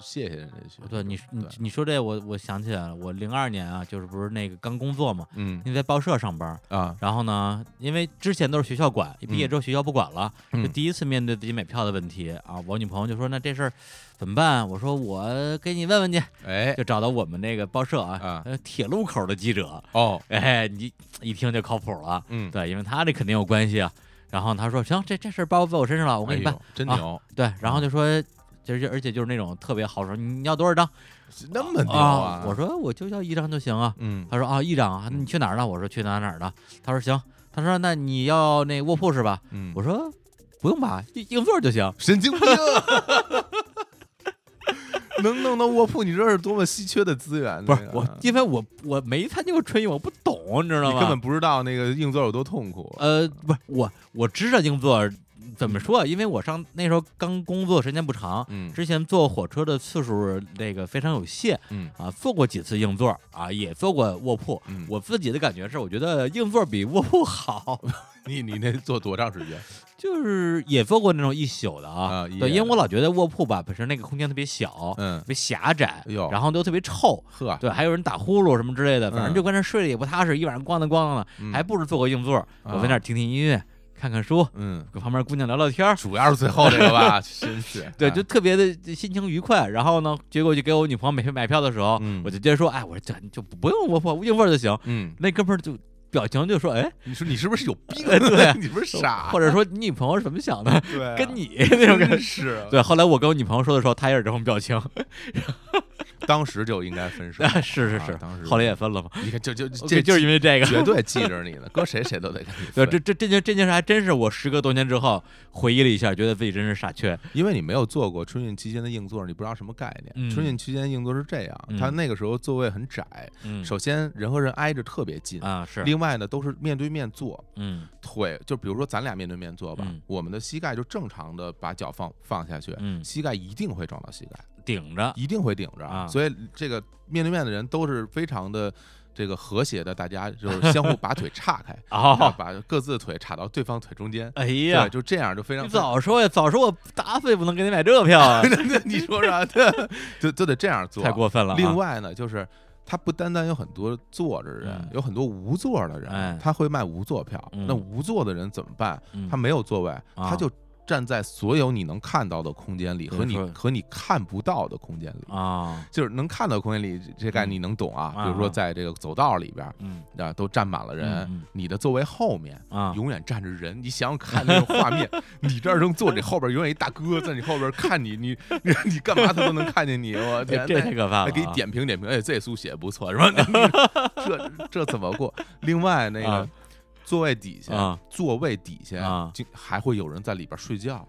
B: 谢谢人家去。
A: 哦对，你你
B: 对
A: 你说这我我想起来了，我零二年啊，就是不是那个刚工作嘛，
B: 嗯
A: 因为在报社上班，
B: 啊
A: 然后呢，因为之前都是学校管，一毕业
B: 嗯
A: 之后学校不管了，就
B: 嗯
A: 第一次面对自己买票的问题啊。我女朋友就说：“那这事儿怎么办？”我说：“我给你问问去。”
B: 哎
A: 就找到我们那个报社啊
B: 啊，
A: 呃铁路口的记者，
B: 哦
A: 哎，你一听就靠谱了，
B: 嗯，
A: 对，因为他这肯定有关系啊。然后他说：“行，这这事儿包在我身上了，我
B: 我
A: 给你办。
B: 哎真
A: 啊
B: 牛
A: 对，然后就说。就是而且就是那种特别豪爽，你要多少张
B: 那么牛
A: 啊
B: 啊？
A: 我说我就要一张就行啊。
B: 嗯
A: 他说啊一张啊，那你去哪儿呢？我说去哪儿哪儿的。他说行。他说那你要那卧铺是吧？
B: 嗯，
A: 我说不用吧，硬硬座就行。
B: 神经病。啊 (laughs) 能弄到卧铺，你这是多么稀缺的资源！
A: 不
B: 这
A: 是
B: 个啊
A: 我，因为我我没参加过春运，我不懂，你知道
B: 你
A: 吗？
B: 根本不知道那个硬座有多痛苦。啊
A: 呃，不是我，我知道硬座怎么说，因为我上那时候刚工作时间不长，
B: 嗯
A: 之前坐火车的次数那个非常有限
B: 嗯
A: 啊，坐过几次硬座啊，也坐过卧铺。
B: 嗯，
A: 我自己的感觉是，我觉得硬座比卧铺
B: (laughs)
A: 好，
B: 你你那坐多长时
A: (laughs)
B: 间？
A: 就是也坐过那种一宿的啊
B: 啊。一
A: 对，
B: 夜
A: 因为我老觉得卧铺吧本身那个空间特别小，
B: 嗯
A: 特，别狭窄
B: 哎呦，
A: 然后都特别臭。
B: 呵，
A: 对，还有人打呼噜什么之类的，反正
B: 嗯
A: 就跟那睡得也不踏实，一晚上咣当咣当的，
B: 嗯啊
A: 还不如坐个硬座，我在那儿听听音乐，看看书，
B: 嗯，
A: 跟旁边姑娘聊聊天儿，
B: 主要是最后这个
A: (laughs)
B: 吧，真是嗯
A: 对，就特别的心情愉快。然后呢，结果就给我女朋友买票买票的时候，
B: 嗯
A: 我就直接说，哎，我说这就不用我我硬味儿就行。
B: 嗯，
A: 那哥们儿就表情就说，哎，
B: 你说你是不是有病？
A: 对 (laughs)
B: 你不是傻？
A: 或者说你女朋友是怎么想的，
B: 对啊，
A: 跟你那种感
B: 真
A: 觉。
B: 是，啊
A: 对，后来我跟我女朋友说的时候，她也是这种表情。
B: 当时就应该分手。
A: (laughs) 是是
B: 啊当
A: 是，
B: 时
A: 后来也分了嘛。
B: 你看，就就
A: 这
B: 这
A: 就是因为这个。
B: 绝对记着你呢，搁谁谁都得跟你
A: 对，
B: 分。
A: 这这这件这件事还真是我时隔多年之后回忆了一下，觉得自己真是傻缺。
B: 因为你没有坐过春运期间的硬座，你不知道什么概念。
A: 嗯
B: 春运期间硬座是这样，
A: 嗯
B: 它那个时候座位很窄，
A: 嗯，
B: 首先人和人挨着特别近，
A: 啊是，
B: 另外呢都是面对面坐，
A: 嗯
B: 腿就比如说咱俩面对面坐吧，
A: 嗯
B: 我们的膝盖就正常的把脚放放下去，
A: 嗯，
B: 膝盖一定会撞到膝盖，
A: 顶 (laughs) 着，
B: 一定会顶着。
A: 啊，
B: 所以这个面对面的人都是非常的这个和谐的，大家就是相互把腿岔开
A: (laughs) 哦
B: 然后把各自的腿插到对方腿中间。
A: 哎
B: 对，
A: 呀，
B: 就这样就非常，
A: 你。早说呀，早说我打死也不能给你买这票啊
B: (laughs) 你
A: (laughs)
B: 说啥？对，就就得这样做。
A: 太过分了啊。
B: 另外呢，就是它不单单有很多坐着人，
A: 嗯
B: 有很多无座的人，
A: 哎
B: 他会卖无座票。
A: 嗯
B: 那无座的人怎么办？
A: 嗯，
B: 他没有座位，
A: 啊
B: 他就站在所有你能看到的空间里
A: 对
B: 和你
A: 说
B: 和你看不到的空间里。
A: 啊，
B: 就是能看到空间里，这概念你能懂啊？
A: 嗯
B: 比如说，在这个走道里边
A: 嗯
B: 啊，都站满了
A: 嗯
B: 人
A: 嗯，
B: 你的座位后面
A: 啊，
B: 永远站着人。你想想看那个
A: (laughs)
B: 画面，你这儿正坐着，你后边永远一大哥在你后边看你，你你你干嘛他都能看见你。
A: (laughs)
B: 我
A: 哎
B: 天，
A: 这
B: 那
A: 太可怕了
B: 还
A: 啊，
B: 给你点评点评，哎，这书写不错是吧？ (laughs) 这这怎么过？另外那个
A: 啊
B: 座位底下
A: 啊，
B: 座位底下
A: 啊
B: 竟还会有人在里边睡觉，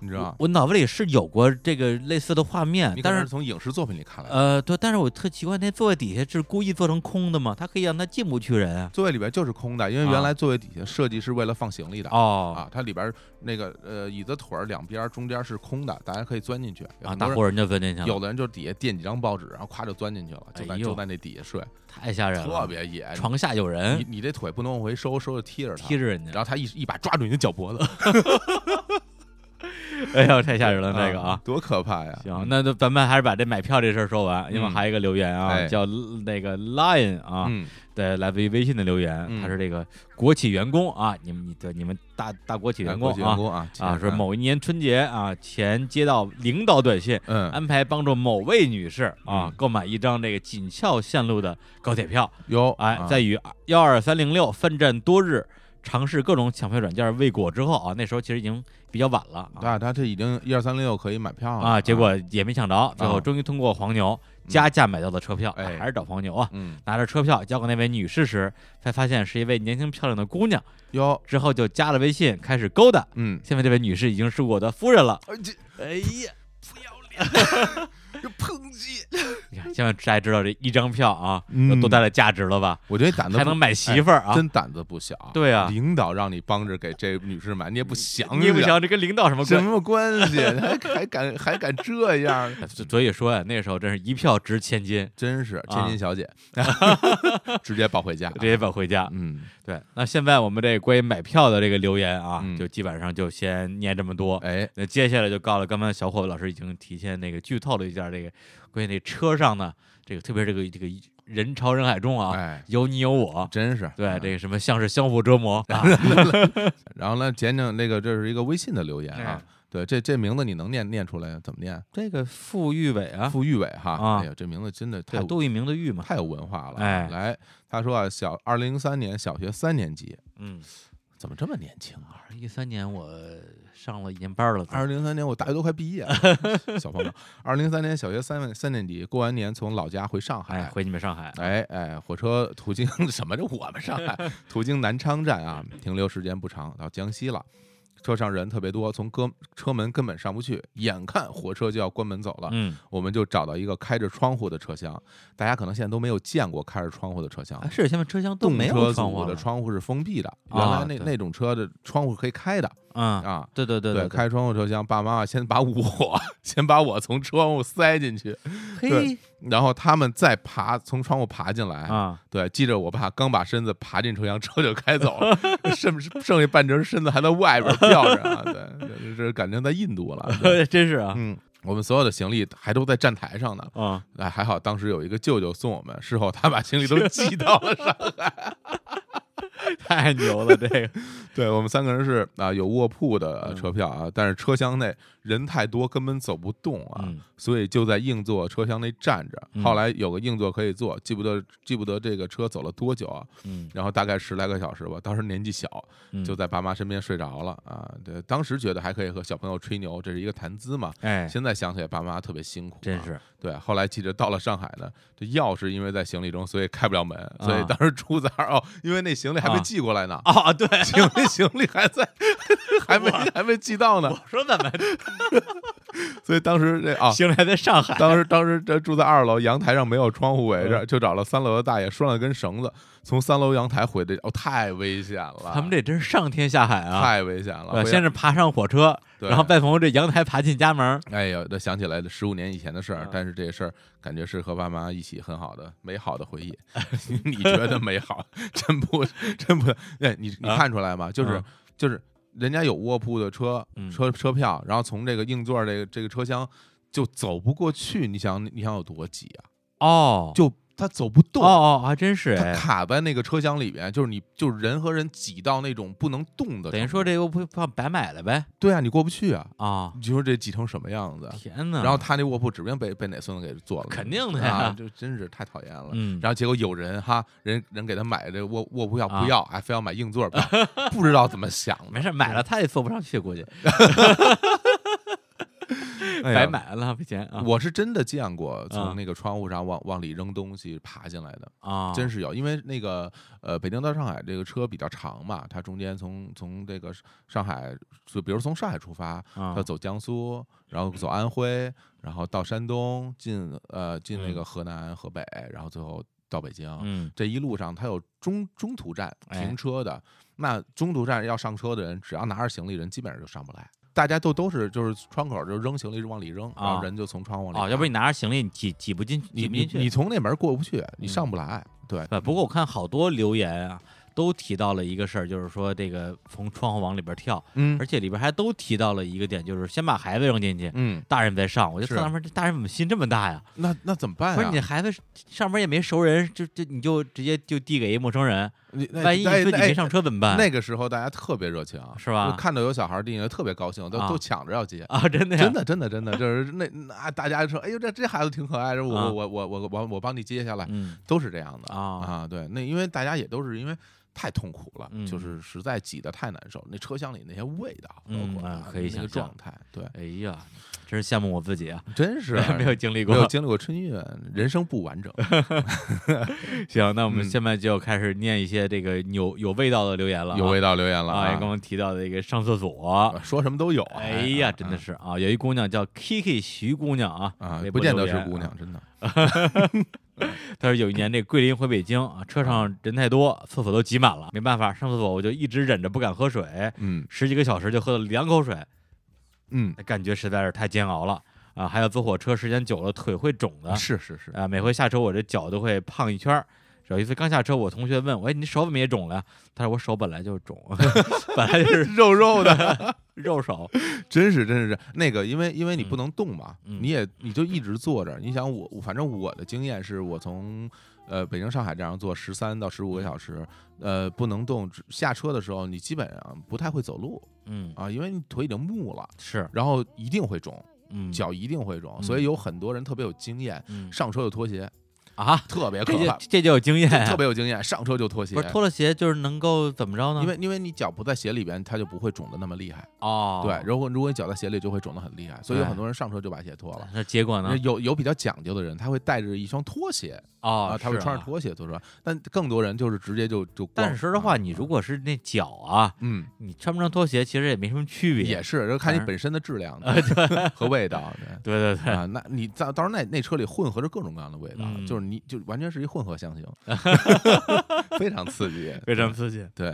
B: 你知
A: 我
B: 道？
A: 我脑子里是有过这个类似的画面
B: 你，可
A: 但
B: 能是
A: 是。
B: 从影视作品里看来的，
A: 呃，对，但是我特奇怪，那座位底下是故意做成空的吗？他可以让他进不去人啊。
B: 座位里边就是空的，因为
A: 啊
B: 原来座位底下设计是为了放行李的。
A: 哦，
B: 啊，它里边那个呃椅子腿儿两边儿中间是空的，大家可以钻进去。有
A: 啊，
B: 很
A: 大
B: 多人
A: 户人就分进去了，
B: 有的人就底下垫几张报纸，然后咵就钻进去了，就在
A: 哎呦
B: 就在那底下睡，
A: 太吓人了，
B: 特别野。你
A: 床下有人
B: 你你这腿不能往回收，收着踢着它
A: 踢，着人家
B: 然，后他一一把抓住你的脚脖子，
A: 哎呦，太吓人了这个啊！
B: 多可怕呀！
A: 行，那就咱们还是把这买票这事儿说完，因为
B: 嗯
A: 还有一个留言啊，
B: 哎
A: 叫那个 Lion 啊，
B: 嗯，
A: 对，来自于微信的留言，
B: 嗯
A: 他是这个国企员工啊，你们你对你们大大国企员工
B: 国际员
A: 啊
B: 工啊
A: 啊，说
B: 嗯
A: 某一年春节啊前接到领导短信，
B: 嗯，
A: 安排帮助某位女士啊
B: 嗯
A: 购买一张这个锦校线路的高铁票，
B: 有
A: 哎，
B: 啊
A: 在与幺二三零六奋战多日，尝试各种抢票软件未果之后啊，那时候其实已经比较晚了啊。
B: 那他这已经一二三六可以买票了
A: 啊，结果也没抢着，最后
B: 啊嗯
A: 终于通过黄牛加价买到了车票，
B: 哎
A: 还是找黄牛啊。
B: 嗯，
A: 拿着车票交给那位女士时，才发现是一位年轻漂亮的姑娘，
B: 有
A: 之后就加了微信开始勾搭。
B: 嗯，
A: 现在这位女士已经是我的夫人了。
B: 哎这
A: 哎呀，
B: 不要脸，这抨击，
A: 你看，现在大家知道这一张票啊，
B: 嗯
A: 有多大的价值了吧？
B: 我觉得胆子
A: 还
B: 不
A: 能买媳妇儿啊？
B: 真胆子不小。
A: 对啊嗯
B: 领导让你帮着给这女士买，你也不想
A: 你也不
B: 想
A: 想这跟领导什么
B: 什
A: 关系？啊
B: 么关系，还还敢还敢
A: (laughs)
B: 这样，
A: 所以说呀、那时候真是一票值千 (laughs) 金，
B: 真是
A: 哎啊
B: 天津小
A: (laughs)
B: 姐，直接抱回家。
A: 直接本回家。
B: 嗯，
A: 对，那现在我们这关于买票的这个留言啊，
B: 嗯
A: 就基本上就先念这么多。
B: 哎，
A: 那接下来就告了，刚才小伙子老师已经提前那个剧透了一下这个关于那车上呢，这个特别是这个这个人潮人海中啊，
B: 哎
A: 有你有我，
B: 真是
A: 对这个什么像是相互折磨啊，
B: (laughs) 然后呢，简简那个这是一个微信的留言啊
A: 哎，
B: 对，这这名字你能念念出来？怎么念？
A: 这个傅玉伟啊，
B: 傅玉伟哈，
A: 啊
B: 哎呀，这名字真的太
A: 对杜聿明的玉嘛，
B: 太有文化了。
A: 哎
B: 来，他说啊，小二零零三年小学三年级，
A: 嗯，
B: 怎么这么年轻啊？
A: 二零一三年我上了一年班了，
B: 二零零三年我大学都快毕业了，小朋友。二零零三年小学三三年级，过完年从老家回上海
A: 哎，回你们上海，
B: 哎哎，火车途经 (laughs) 什么？这我们上 (laughs) 海途经南昌站啊，停留时间不长，到江西了。车上人特别多，从哥车门根本上不去，眼看火车就要关门走了，
A: 嗯，
B: 我们就找到一个开着窗户的车厢。大家可能现在都没有见过开着窗户的车厢
A: 啊，是现在车厢都
B: 动
A: 没
B: 车
A: 有窗户
B: 组
A: 了
B: 的，窗户是封闭的，原
A: 啊
B: 来那
A: 对
B: 那种车的窗户是可以开的
A: 嗯，
B: 啊。
A: 对对对对，
B: 开窗户车厢，爸妈妈先把我 (laughs) 先把我从窗户塞进去，
A: 嘿
B: 对然后他们再爬从窗户爬进来
A: 啊，
B: 对，记着我爸刚把身子爬进车厢，车就开
A: (laughs)
B: 走了，剩剩下半截身子还在外边吊着啊！对，这这感觉在印度
A: (laughs)
B: 了。对
A: 真是啊
B: 嗯，我们所有的行李还都在站台上呢。
A: 啊，
B: 哎，还好当时有一个舅舅送我们，事后他把行李都寄到了上。
A: (laughs) 太牛了这 (laughs) 个，
B: 对我们三个人是啊，有卧铺的
A: 嗯
B: 车票啊，但是车厢内人太多，根本走不动啊。
A: 嗯
B: 所以就在硬座车厢内站着。
A: 嗯
B: 后来有个硬座可以坐，记不得记不得这个车走了多久啊？
A: 嗯
B: 然后大概十来个小时吧。当时年纪小，
A: 嗯，
B: 就在爸妈身边睡着了啊。对，当时觉得还可以和小朋友吹牛，这是一个谈资嘛。
A: 哎，
B: 现在想起来，爸妈特别辛苦、啊
A: 真。是
B: 对，后来记着到了上海呢，这钥匙因为在行李中，所以开不了门，所以当时出子儿哦，因为那行李还没
A: 啊
B: 寄过来呢，
A: 啊， (laughs) 对，
B: 行 (laughs) 李行李还在，还没还没寄到呢，
A: 我说怎么
B: 所以当时这啊，
A: 行李还在上海，
B: 当时当时这住在二楼阳台上没有窗户围着，
A: 嗯
B: 就找了三楼的大爷拴了根绳子，从三楼阳台回的，哦，太危险了，
A: 他们这真是上天下海啊，
B: 太危险了，
A: 呃
B: 回
A: 先是爬上火车，
B: 对
A: 然后再从这阳台爬进家门，
B: 哎呀，这想起来十五年以前的事儿
A: 嗯，
B: 但是这事儿感觉是和爸妈一起很好的、美好的回
A: (laughs)
B: 忆。你觉得美好？ (laughs) 真不，真不，哎，你你
A: 啊
B: 看出来吗？就是
A: 嗯
B: 就是，人家有卧铺的车
A: 嗯
B: 车车票，然后从这个硬座儿这个这个车厢就走不过去，你想你想有多挤啊？
A: 哦，
B: 就他走不
A: 哦
B: 动，
A: 哦，还真是
B: 他
A: 哎。
B: 卡在那个车厢里边，就是你就是人和人挤到那种不能动的程度，
A: 等于说这个不怕白买了呗？
B: 对啊，你过不去啊。
A: 啊，
B: 你说这挤成什么样子啊？
A: 天哪！
B: 然后他那卧铺指不定被被哪孙子给做了，
A: 嗯肯定的呀
B: 啊，就真是太讨厌了。
A: 嗯，
B: 然后结果有人哈，人人给他买这卧卧铺要
A: 啊
B: 不要，还非要买硬座票，不知道怎么想的
A: 没，事，买了他也坐不上去，估计
B: 哎呀
A: 白。买了，浪费钱啊！
B: 我是真的见过
A: 啊
B: 从那个窗户上往往里扔东西爬进来的，
A: 啊，
B: 真是有。因为那个呃，北京到上海这个车比较长嘛，它中间从从这个上海，就比如从上海出发，
A: 啊
B: 要走江苏，然后走安徽，然后到山东，进呃进那
A: 嗯
B: 个河南、河北，然后最后到北京。
A: 嗯，
B: 这一路上，它有中中途站
A: 哎
B: 停车的，那中途站要上车的人，只要拿着行李，人基本上就上不来。大家都都是就是窗口就扔行李往里扔，然
A: 啊
B: 后人就从窗户里爬。
A: 哦，要不然你拿着行李，你挤挤不进，挤
B: 你
A: 不进
B: 你
A: 去。
B: 你从那门过不去，你
A: 嗯
B: 上不来。对，
A: 呃不过我看好多留言啊，都提到了一个事儿，就是说这个从窗户往里边跳，
B: 嗯
A: 而且里边还都提到了一个点，就是先把孩子扔进去，
B: 嗯，
A: 大人再上。我就是侧旁边，这大人怎么心这么大呀？
B: 那那怎么办
A: 不是
B: 哎呀
A: 你？这孩子上边也没熟人，就就你就直接就递给一陌生人，
B: 你那
A: 万一
B: 哎
A: 你自己
B: 哎
A: 没上车怎么办？
B: 那个时候大家特别热情，
A: 啊是吧
B: 就看到有小孩儿进来特别高兴，都
A: 啊
B: 都抢着要
A: (laughs)
B: 接。
A: 啊，真的呀
B: 真的，真的，真的，就是那那大家说，哎呦，这这孩子挺可爱的，
A: 啊
B: 我我我我我我帮你接下来，
A: 嗯
B: 都是这样的
A: 啊
B: 啊。对，那因为大家也都是因为太痛苦了
A: 嗯，
B: 就是实在挤得太难受，那车厢里那些味道，包
A: 嗯
B: 括
A: 啊
B: 啊
A: 可以
B: 那
A: 想
B: 个
A: 象
B: 状态，
A: (laughs)
B: 对，
A: 哎呀，真是羡慕我自己啊，
B: 真是
A: (laughs) 没有经历过
B: (laughs) 没。有经历过春运，人生
A: (laughs)
B: 不完整。
A: 行，那我们
B: 嗯
A: 现在就开始念一些这个有有味道的留言了啊，
B: 有味道留言了
A: 啊，也
B: 啊
A: 刚刚提到的一个上厕所，
B: (laughs) 说什么都有。
A: 哎呀，真的
B: 是
A: 是啊，有一姑娘叫 Kiki 徐姑娘啊，
B: 啊
A: 微，博
B: 不见得
A: 留
B: 是
A: 言
B: 姑
A: 啊
B: 娘，真的。
A: 她说有一年这桂林回北京啊，车上人太多，厕所都挤满了，没办法上厕所，我就一直忍着不敢喝水，
B: 嗯
A: 十几个小时就喝了两口水，
B: 嗯，
A: 感觉实在是太煎熬了啊！还有坐火车时间久了腿会肿的，
B: 是是是，
A: 啊，每回下车我这脚都会胖一圈儿。有一次刚下车，我同学问我：“哎，你手怎么也肿了？”他说：“我手本来就肿， (laughs) 本来就是
B: (laughs) 肉肉的，
A: (laughs) 肉手。
B: 真是真是是那个，因为因为你不能动嘛，
A: 嗯
B: 你也你就一直坐着。你想我，我反正我的经验是我从呃北京上海这样坐十三到十
A: 嗯
B: 五个小时，呃不能动，只下车的时候你基本上不太会走路”
A: 嗯，
B: 啊，因为你腿已经木了，
A: 是，
B: 然后一定会肿，
A: 嗯，
B: 脚一定会肿，
A: 嗯
B: 所以有很多人特别有经验，
A: 嗯
B: 上车就脱鞋。
A: 啊，
B: 特别可
A: 这就
B: 怕， (laughs)
A: 这就有经验啊，
B: 特别有经验，上车就脱鞋
A: 不。是脱了鞋就是能够怎么着呢？
B: 因为因为你脚不在鞋里边，它就不会肿的那么厉害。
A: 哦，
B: 对，如果如果你脚在鞋里，就会肿的很厉害。所以有
A: 对
B: 很多人上车就把鞋脱了。
A: 那结果呢？
B: 有有比较讲究的人，他会带着一双拖鞋
A: 哦
B: 啊，，他会
A: 是
B: 穿着
A: 啊。
B: 拖鞋脱车。但更多人就是直接就就光。
A: 但是说实话，你如
B: 果
A: 果是那脚啊，
B: 嗯
A: 你穿不穿拖鞋其实也没什么区别。嗯
B: 也是，这看
A: 反
B: 你
A: 正
B: 本身的
A: (laughs)
B: 质量和味道。对
A: 对对对，
B: 啊，那你到到时候那那车里混合着各种各样的味道，
A: 嗯
B: 就是你就完全是一混
A: (laughs)
B: 合香型，非常刺激，
A: 非常刺激。
B: 对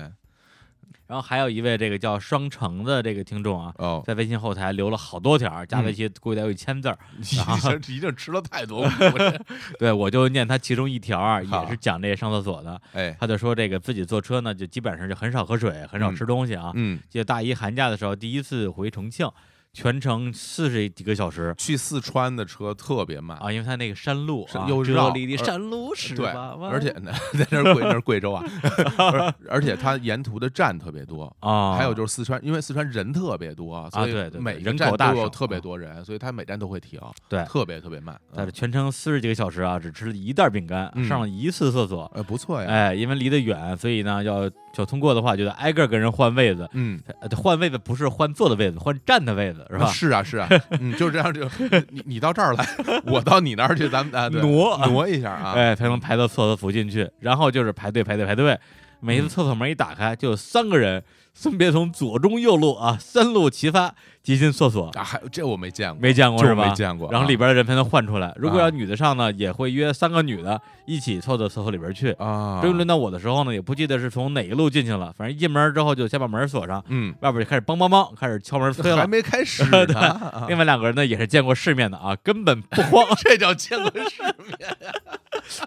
A: 然后还有一位这个叫双城的这个听众啊， (laughs)
B: 哦，
A: 在微信后台留了好多条，加在
B: 嗯
A: 一起估计得有一千字儿。
B: 你 (laughs) 这一定吃了太多苦了，
A: 对，我就念他其中一条啊，
B: 好
A: 也是讲这上厕所的。
B: (laughs) 哎，
A: 他就说这个自己坐车呢，就基本上就很少喝水，很少吃东西啊。
B: 嗯，
A: 记得大一寒假的时候，第一次回重庆，全程四十几个小时
B: 去四川的车特别慢，
A: 啊，因为他那个山路啊，
B: 是又
A: 只
B: 绕
A: 有离离
B: 而
A: 山路十
B: 对，
A: 八弯
B: 而且呢， (laughs) 在那儿贵那是
A: (laughs)
B: 贵州啊，不是而且它沿途的站特别多。
A: 啊，
B: 还有就是四川，因为四川人特别多，啊所以
A: 对对对
B: 每个
A: 人
B: 站
A: 口大
B: 都有
A: 省
B: 特别
A: 啊
B: 多人，所以它每站都会停，
A: 对
B: 特别特别慢。
A: 但
B: 嗯
A: 是全程四十几个小时啊，只吃了一袋饼干，
B: 嗯
A: 上了一次厕所。
B: 呃，不错呀，
A: 哎，因为离得远，所以呢，要要通过的话，就得挨个跟人换位子。
B: 嗯，
A: 呃换位子不是换坐的位子，换站的位子是吧？
B: 是啊，是啊，嗯，就是这样，就你你到这儿来， (laughs) 我到你那儿去，咱们啊对
A: 挪
B: 挪一下啊，
A: 哎，才能排到厕所附近去。然后就是排队排队排队，每
B: 嗯
A: 次厕所门一打开，就有三个人分别从左中右路啊三路齐发挤进厕所，
B: 啊，还这我没见过，
A: 没见过
B: 就是
A: 吧？
B: 没见过啊。
A: 然后里边的人才能换出来。如果
B: 啊
A: 要女的上呢，也会约三个女的一起凑到厕所里边去。
B: 啊，
A: 终于轮到我的时候呢，也不记得是从哪一路进去了，反正一进门之后就先把门锁上， (laughs)
B: 嗯，
A: 外边就开始梆梆梆开始敲门催
B: 还
A: 了。
B: 没开始呢啊，
A: 另外两个人呢也是见过世面的啊，根本不慌 (laughs)
B: 这叫见过世面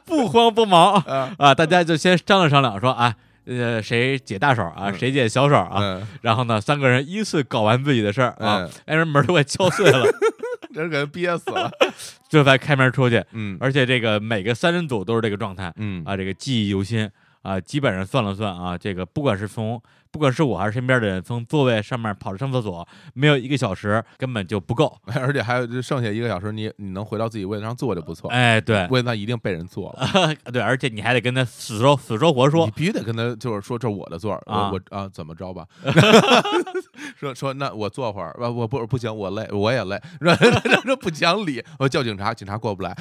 A: 不慌不忙
B: 啊，
A: (laughs) 啊，大家就先商量商量说啊，呃，谁解大手啊，谁解小手啊，
B: 嗯，
A: 然后呢三个人依次搞完自己的事儿啊
B: 嗯，
A: 哎，人门都快敲碎了， (laughs)
B: 这是给人憋死了，
A: 这才开门出去，
B: 嗯
A: 而且这个每个三人组都是这个状态
B: 嗯
A: 啊，这个记忆犹新。啊，基本上算了算啊，这个不管是从不管是我还是身边的人，从座位上面跑着上厕所，没有一个小时根本就不够。
B: (laughs) 而且还有就剩下一个小时，你你能回到自己位置上坐就不错，
A: 哎，对，
B: 位子上一定被人坐了。
A: (laughs) 对，而且你还得跟他死说死说活说
B: 你，必须得跟他就是说这是我的座儿，
A: 啊
B: 我我啊怎么着吧， (laughs) 说说那我坐会儿，啊我不不行，我累，我也累，说 (laughs) 这这不讲理，我叫警察，警察过不来，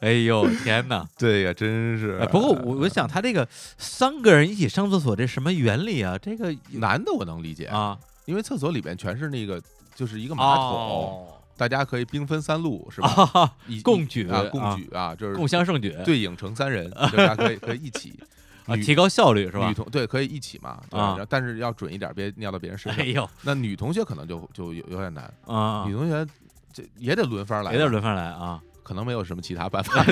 A: 哎呦天哪！
B: 对嗯呀，真是
A: 哎，。不过我我想他这个三个人一起上厕所这什么原理啊？这个
B: 男的我能理解，
A: 啊，
B: 因为厕所里边全是那个就是一个马桶，
A: 哦
B: 大家可以兵分三路是吧？
A: (laughs) 啊，
B: 一
A: 共举
B: 啊，
A: 啊
B: 共举啊，就是
A: 共襄盛举
B: 对影成三
A: (laughs)
B: 人，就大家可以可以一起
A: 啊，
B: 女
A: 提高效率是吧
B: 女？同对可以一起嘛，对
A: 啊
B: 然后但是要准一点，别尿到别人身
A: 哎
B: 上。 (laughs)
A: 呦
B: 那女同学可能就就有有点难。
A: 啊
B: 女，同学这也得轮番来，
A: 别再，轮番来啊，
B: 可能没有什么其他办
A: (laughs)
B: 法。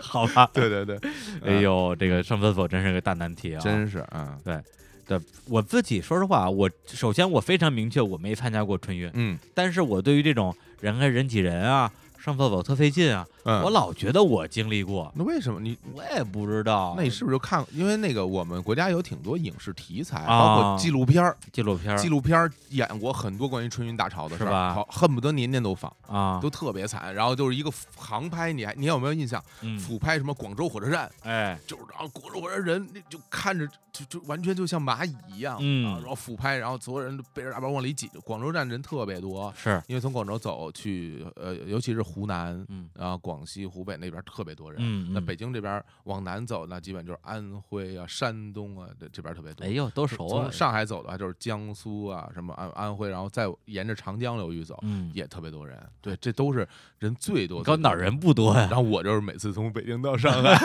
A: 好吧？
B: 对对对，
A: (laughs) 哎呦，这个上厕所真是个大难题啊！
B: 嗯真是啊，
A: 对，我自己说实话，我首先我非常明确，我没参加过春运，
B: 嗯
A: 但是我对于这种人跟人挤人啊，上厕所特费劲啊，
B: 嗯，
A: 我老觉得我经历过，
B: 那为什么你？
A: 我也不知道。
B: 那你是不是就看？因为那个我们国家有挺多影视题材，
A: 啊
B: 包括纪录片儿，
A: 纪录片儿
B: 纪录片儿演过很多关于春运大潮的事
A: 是
B: 儿，
A: 吧
B: 好恨不得年年都放，
A: 啊？
B: 都特别惨。然后就是一个航拍，你还你还有没有印象？
A: 嗯，
B: 俯拍什么广州火车站，
A: 哎，
B: 就是啊然后广州火车站人那就看着就就完全就像蚂蚁一样，
A: 嗯
B: 啊然后俯拍，然后所有人都背着大包往里挤。广州站人特别多，
A: 是，
B: 因为从广州走去，呃，尤其是湖南，
A: 嗯
B: 然后广西、湖北那边特别多人。
A: 嗯，
B: 那
A: 嗯
B: 北京这边往南走，那基本就是安徽啊、山东啊，这这边特别多。
A: 哎呦，都熟啊
B: 从，上海走的话就是江苏啊，什么安安徽，然后再沿着长江流域走，
A: 嗯，
B: 也特别多人。对，这都是人最多。
A: 高哪儿？人不多呀
B: 然？后我就是每次从北京到上海，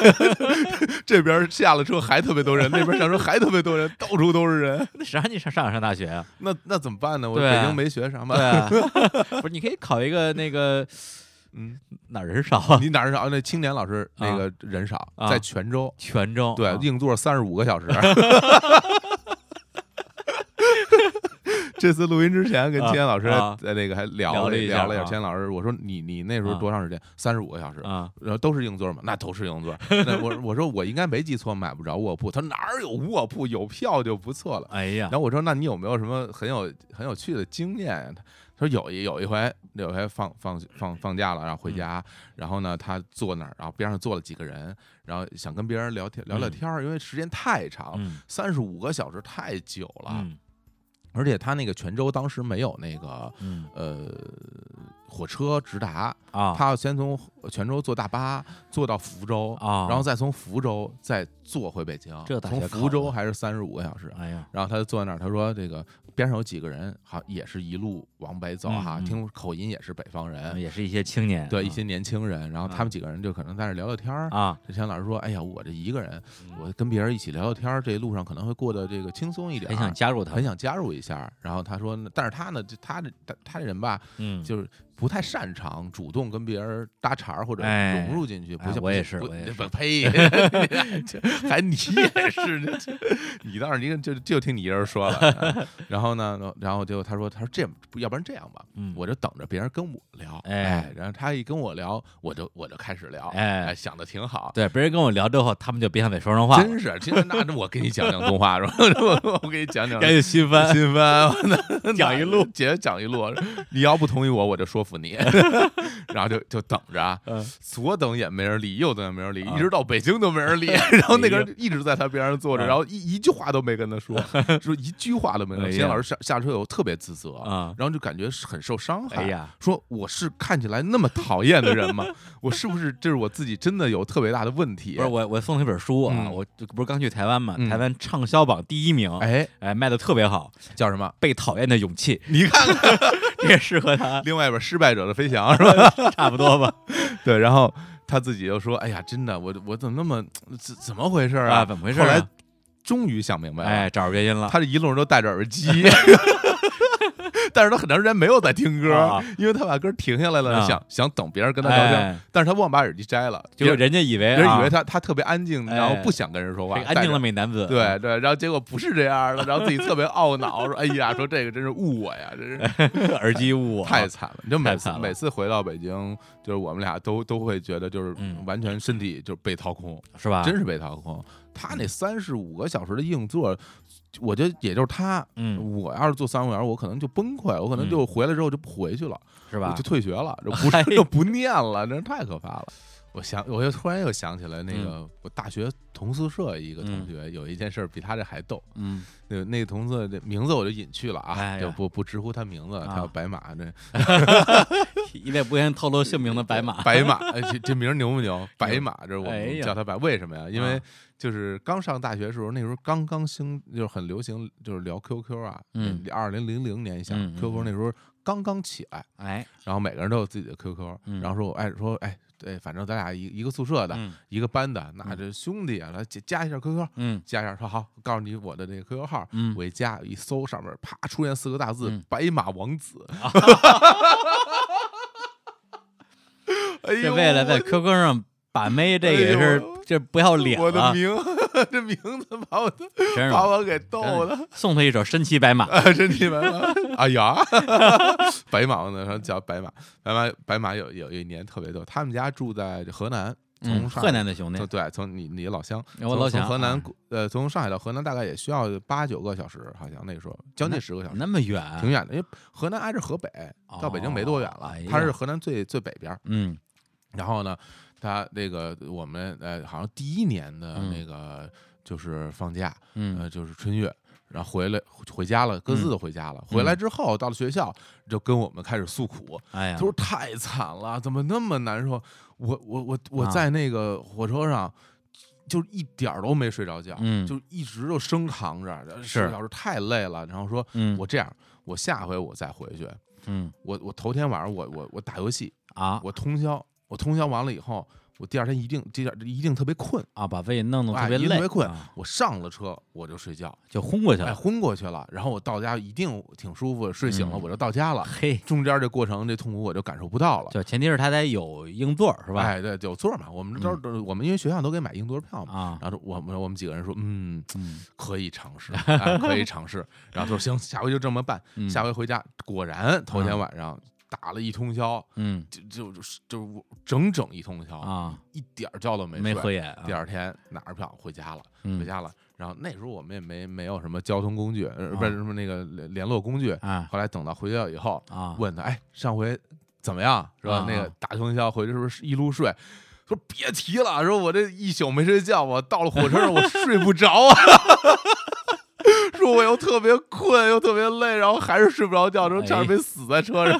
B: (laughs) 这边下了车还特别多人，那边上车还特别多人，到处都是人。
A: (laughs) 那谁让你上上海上大学啊？
B: 那那怎么办呢？我
A: 对
B: 北
A: 啊
B: 京没学啥嘛
A: 对。啊， (laughs) 不是，你可以考一个那个
B: (laughs) 嗯，
A: 哪儿人少啊？
B: 你哪儿少？那青年老师那个人少，
A: 啊
B: 在泉州。
A: 泉州
B: 对
A: 啊，
B: 硬座三十五个
A: (laughs)
B: 小时。这次录音之前跟
A: 啊
B: 千老师
A: 啊
B: 在那个还聊
A: 聊了
B: 了
A: 一下
B: 聊了一下，
A: 啊
B: 千老师，我说你你那时候
A: 啊
B: 多长时间？三十五个小时。
A: 啊，
B: 然后都是硬座嘛，那都是硬座。那我 (laughs) 我说我应该没记错，买不着卧铺。他说哪儿有卧铺，有票就不错了。
A: 哎呀
B: 然，后我说那你有没有什么很有很有趣的经验呀？他他说有一有一回，有一回放放放放假了，然后回家，
A: 嗯
B: 然后呢，他坐那儿，然后边上坐了几个人，然后想跟别人聊天聊聊天儿，因为时间太长，
A: 嗯
B: 三十五个小时太久了，
A: 嗯
B: 而且他那个泉州当时没有那个
A: 嗯
B: 呃火车直达，
A: 啊
B: 他要先从泉州坐大巴坐到福州，
A: 啊，
B: 然后再从福州再坐回北京，
A: 这大学
B: 从
A: 考
B: 福
A: 的
B: 州还是三十五个小时，
A: 哎呀，
B: 然后他就坐在那儿，他说这个边上有几个人，好也是一路往北走哈，
A: 嗯嗯
B: 听口音也是北方人，
A: 也是一些青年，
B: 对
A: 嗯
B: 一些年轻人，然后他们几个人就可能在那儿聊聊天儿。
A: 啊，嗯
B: 这钱老师说：“哎呀，我这一个人，我跟别人一起聊聊天儿，这路上可能会过得这个轻松一点儿，
A: 很想加入他
B: 啊很
A: 们，
B: 想加入一下。”然后他说：“但是他呢，就他这他他这人吧，
A: 嗯，
B: 就是不太擅长主动跟别人搭茬儿或者
A: 哎
B: 融入进去，不
A: 哎
B: 像
A: 我也是
B: 不
A: 我也
B: 不
A: 是 (laughs)
B: 呸，这还你也是，这你倒是你就就听你一人说了。哎 (laughs) 然后呢，然后就他说他说这不要不然这样吧，
A: 嗯
B: 我就等着别人跟我聊，
A: 哎
B: 哎，然后他一跟我聊，我就我就开始聊，
A: 哎
B: 哎，想的挺好。
A: 对别人跟我聊之后，他们就别想再说上话了，
B: 真是，今天那我给你讲讲动画是吧？ (laughs) 我我给你
A: (laughs)
B: 讲讲
A: 赶紧新番
B: 新番，我
A: 讲一路，
B: 姐讲一路。你要不同意我，我就说服
A: (laughs)
B: 你，然后就就等着啊
A: 嗯，
B: 左等也没人理，右等也没人理，
A: 啊
B: 一直到北京都没人理。然后那个
A: 哎
B: 人一直在他边上坐着，
A: 啊
B: 然后一一句话都没跟
A: (laughs)
B: 他说，说一句话都没跟
A: 哎
B: 他说。
A: 呀
B: 谢老师下下车以后特别自责
A: 啊
B: 然后就感觉是很受伤
A: 哎
B: 害。
A: 呀，
B: 说我是看起来那么讨厌的人吗？ (laughs) 我是不是这是我自己真的有特别大的问题？
A: 不是我我送了一本书啊，
B: 嗯
A: 我这不是刚去台湾嘛，
B: 嗯
A: 台湾畅销榜第一名，
B: 哎，
A: 哎，卖的特别好，《
B: 叫什
A: (laughs)
B: 么？
A: 被讨厌的勇气》 (laughs)
B: 你看看
A: 这也适合他，
B: 另外一本《失败者的飞翔》是吧？
A: 差不多吧？
B: (laughs) 对，然后他自己又说：“哎呀，真的，我我怎么那么怎怎么回事儿
A: 啊，
B: 啊？”
A: 怎么回事啊？
B: 后来终于想明白了，
A: 哎，找着原因了，
B: 他这一路都戴着耳
A: (laughs)
B: 机，但是他很长时间没有在听歌，
A: 啊
B: 因为他把歌停下来了，
A: 啊
B: 想想等别人跟他聊天，
A: 哎
B: 但是他忘把耳机摘了，
A: 结果
B: 别人
A: 人家以为
B: 别人
A: 啊
B: 以为他他特别安静，然后
A: 哎
B: 不想跟人说话，
A: 这个安静嗯的
B: 戴着。
A: 美男子，
B: 对对，然后结果不是这样的，然后自己特别懊恼，说：“哎呀，说这个真是误我呀，真是。”
A: 对， (laughs) 耳机啊误
B: 太惨了，就每
A: 太
B: 次
A: 惨了
B: 每次回到北京，就是我们俩都都会觉得就是
A: 嗯啊
B: 完全身体就被掏空，
A: 是吧？
B: 真是被掏空。他
A: 嗯
B: 那三十五个小时的硬座，我觉得也就是他，
A: 嗯，
B: 我要是做三五小时，我可能就崩溃，我可能
A: 嗯
B: 就回来之后就不回去了，
A: 是
B: 我
A: 吧
B: 就？退学了，
A: (laughs)
B: 就不
A: 哎
B: 是就不念了，真是太可怕了。
A: (laughs)
B: 我想，我又突然又想起来那个我大学同宿舍一个同
A: 嗯
B: 学，有一件事儿比他这还逗。
A: 嗯，
B: 那个那个同事的名字我就隐去了
A: 哎
B: 啊，
A: 呀
B: 就不不直呼他名字，他叫
A: 啊
B: 白马这
A: 一位不愿意透露姓名的白 (laughs) 马，
B: 白马，哎这这名儿牛不
A: (laughs)
B: 牛？白马，这是我
A: 哎
B: 们
A: 呀
B: 叫他白，为什么呀？因为
A: 啊
B: 就是刚上大学的时候，那时候刚刚兴，就是很流行，就是聊 QQ 啊。
A: 嗯，
B: 二零零零年，你想
A: 嗯嗯
B: QQ
A: 嗯
B: 那时候刚刚起来，
A: 哎，
B: 然后每个人都有自己的 QQ，
A: 嗯
B: 然后说，哎，说，哎，对，反正咱俩一一个宿舍的，
A: 嗯
B: 一个班的，那
A: 嗯
B: 这兄弟啊，来加加一下 QQ，
A: 嗯
B: 加一下，说好，告诉你我的这个 QQ 号，
A: 嗯，
B: 我一加一搜，上面啪出现四个大字
A: 嗯
B: “白马
A: (laughs)
B: 王子”，哎
A: 这
B: 呦，
A: 为了在
B: 我
A: QQ 上把妹，这也
B: 哎
A: 是
B: 呦
A: 这不要脸啊
B: 我的
A: 了，
B: 名 (laughs) 这名字把我的
A: 真是
B: 把我给逗
A: 真
B: 的，
A: 送他一首《身骑白马》，
B: 啊， (laughs) 真你们了，哎呀，白马呢，然后叫白马，白马白马有有一年特别逗，他们家住在河南，
A: 嗯，
B: 从上
A: 河南的兄弟
B: 从，对，从你你老乡，
A: 我
B: 从
A: 老
B: 从
A: 想
B: 河南
A: 啊
B: 呃从上海到河南大概也需要八九个小时，好像那时候将近十个小时。
A: 那么
B: 挺
A: 远，
B: 远的，因为河南挨着河北，到北京没多远
A: 哦
B: 了
A: 哎。
B: 它
A: 呀
B: 是河南最最北边儿。
A: 嗯
B: 然后呢，它那个我们呃，好像第一年的
A: 嗯
B: 那个就是放假，
A: 嗯
B: 呃，就是春运，然后回来回家了，各自都回家了。回
A: 嗯
B: 来之后到了学校，就跟我们开始诉苦，
A: 哎呀
B: 他，说太惨了，怎么那么难受？我我我我
A: 啊
B: 在那个火车上。就一点儿都没睡着觉，
A: 嗯
B: 就一直就生扛着，
A: 是
B: 小时太累了。然后说，
A: 嗯
B: 我这样，我下回我再回去，
A: 嗯
B: 我我头天晚上我我我打游戏，
A: 啊
B: 我通宵，我通宵完了以后，我第二天一定第二一定特别困，
A: 啊，把自己弄得
B: 哎
A: 特别
B: 一定
A: 累，
B: 特别困
A: 啊，
B: 我上了车我就睡觉，
A: 就昏过去
B: 哎
A: 了，
B: 昏过去了，然后我到家一定挺舒服，睡醒了
A: 嗯
B: 我就到家了，
A: 嘿，
B: 中间这过程这痛苦我就感受不到了。
A: 就前提是他得有硬座是吧？嗯
B: 哎，对，有座嘛，我们这都是我们因为学校都给买硬座票嘛。
A: 啊，
B: 然后我们我们几个人说，嗯， (laughs)
A: 嗯
B: 可以尝
A: (laughs)
B: 试，哎可以尝试。然后说行，下回就这么办。
A: 嗯
B: 下回回家果然头天晚上打了一通宵，
A: 嗯
B: 就就就是就整整一通宵，
A: 啊，
B: 一点儿觉都哦没
A: 没
B: 睡。
A: 合眼啊，
B: 第二天拿着票回家了，回
A: 嗯
B: 家了。然后那时候我们也没没有什么交通工具，呃不是什么那个联联络工具。
A: 啊
B: 后来等到回学校以后，
A: 啊，
B: 问他，哎，上回怎么样？是吧？
A: 啊
B: 那个
A: 啊
B: 打通宵回去是不是一路睡？说别提了，说我这一宿没睡觉，我到了火车上我睡不着啊。 (laughs) 说我又特别困，又特别累，然后还是睡不着觉，说
A: 哎
B: 差点没死在车上，
A: (laughs)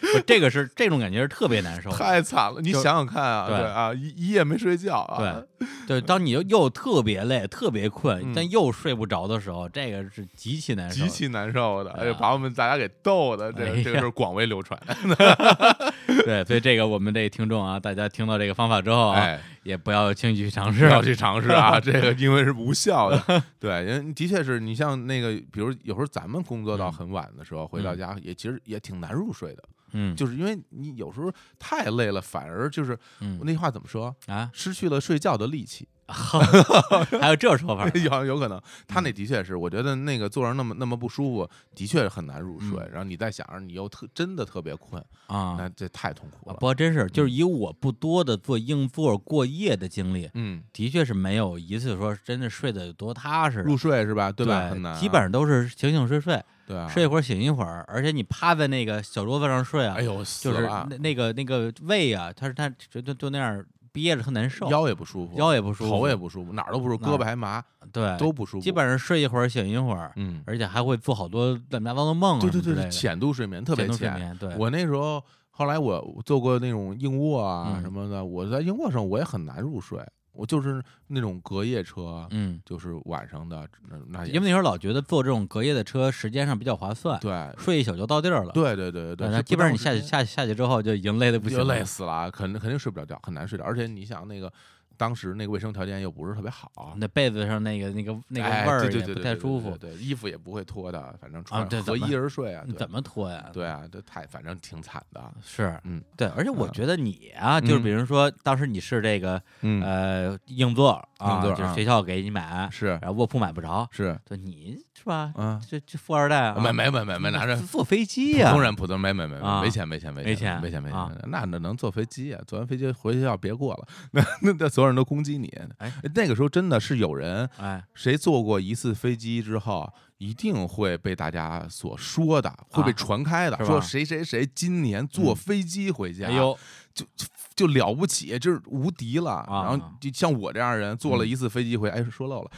A: 不是这个是这种感觉是特别难受的，
B: 太惨了。你
A: 就是
B: 想想看啊，
A: 对
B: 对啊，一一夜没睡觉啊，
A: 对，就是当你又又特别累、特别
B: 嗯
A: 困，但又睡不着的时候，这个是极其难受
B: 极
A: 的。
B: 其难受的，哎
A: 对
B: 呀
A: 啊，
B: 把我们大家给逗的，这
A: 哎
B: 个
A: 呀
B: 这个事儿广为流传。
A: 对，所以这个我们这听众啊，大家听到这个方法之后啊，
B: 哎，
A: 也不要轻易去尝试
B: 不。要去尝试
A: (laughs)
B: 啊，这个因为是无效的。对，因为的确是你像那个，比如有时候咱们工作到很晚的时候，回到家也其实也挺难入睡的，
A: 嗯，
B: 就是因为你有时候太累了，反而就是
A: 嗯
B: 那句话怎么说，
A: 啊，
B: 失去了睡觉的力气， (laughs)
A: 还有这说法呢
B: 有有可能他
A: 嗯
B: 那的确是，我觉得那个坐着那么那么不舒服，的确很难入睡。
A: 嗯
B: 然后你再想着你又特真的特别困，
A: 啊
B: (laughs) 那。这太痛苦
A: 啊
B: 了嗯
A: 不。过真是，就是以我不多的做硬座过夜的经历，
B: 嗯，
A: 的确是没有一次说真的睡得有多踏实的，
B: 入睡是吧？对
A: 对
B: 吧？很难啊，
A: 基本上都是醒醒睡睡，
B: 对啊。
A: 睡一会儿醒一会儿，而且你趴在那个小桌子上睡啊，
B: 哎呦，
A: 就
B: 死
A: 是
B: 了啊
A: 那那个那个胃啊，它是它就就就那样憋着，特难受，
B: 腰也不舒服，
A: 腰也不舒服，
B: 头也不舒服，哪儿都不舒服，
A: 哪
B: 胳
A: 儿
B: 膊还麻，
A: 对，
B: 都不舒服。
A: 基本上睡一会儿醒一会儿，
B: 嗯，
A: 而且还会做好多乱七八糟的梦啊
B: 对
A: 什
B: 对
A: 么之
B: 对
A: 类
B: 对，
A: 的，
B: 浅度睡眠特别
A: 浅度睡
B: 浅。
A: 眠，对，
B: 我那时候后来我我做过那种硬卧啊
A: 嗯
B: 什么的，我在硬卧上我也很难入睡，我就是那种隔夜车，
A: 嗯，
B: 就是晚上的那那也
A: 因为那时候老觉得坐这种隔夜的车时间上比较划算，
B: 对
A: 睡一宿就到地儿了，
B: 对对对对对，
A: 嗯那
B: 是
A: 基
B: 不
A: 本上
B: 耽误
A: 你
B: 时
A: 下去
B: 间
A: 下去下去之后就已经累得不行
B: 就
A: 了，
B: 累死了，肯肯定睡不着觉，很难睡着，而且你想那个当时那个卫生条件又不是特别好。
A: 那被子上那个那个那个
B: 哎
A: 味儿
B: 对对
A: 也
B: 对
A: 不
B: 对
A: 太
B: 对
A: 舒
B: 对
A: 服，
B: 对，衣服也不会脱的，反正
A: 啊
B: 穿
A: 对
B: 合
A: 怎么
B: 一而睡啊，
A: 你
B: 对
A: (laughs) 怎么脱呀？
B: 对啊，这太反正挺惨的。
A: 是，
B: 嗯，
A: 对，而且我
B: 啊
A: 觉得你啊，就是
B: 嗯
A: 比如说当时你是这个
B: 嗯
A: 呃硬座儿啊，
B: 硬座儿
A: 就是
B: 啊
A: 学校给你买，
B: 是
A: 然后卧铺买不着，
B: 是，
A: 就你是吧？
B: 嗯，
A: 这这富二代啊，
B: 没没没没没拿着。
A: 坐飞机
B: 普
A: 呀，
B: 通人，普通人没没没
A: 啊
B: 没钱没钱没
A: 没
B: 钱
A: 钱
B: 没钱没
A: 啊
B: 钱，那那能坐飞机啊？坐完飞机回学校别过了， (laughs) 那那那所有人都攻击你
A: 哎。
B: 那个时候真的是有人
A: 哎，
B: 谁坐过一次飞机之后，一定会被大家所说的，会被
A: 啊
B: 传开的，
A: 是吧嗯
B: 说谁谁谁今年坐飞机回家，
A: 哎呦，
B: 就就就了不起，就是无敌了。
A: 啊嗯
B: 然后就像我这样的人，坐了一次飞机回，哎，说
A: (laughs)
B: 漏了，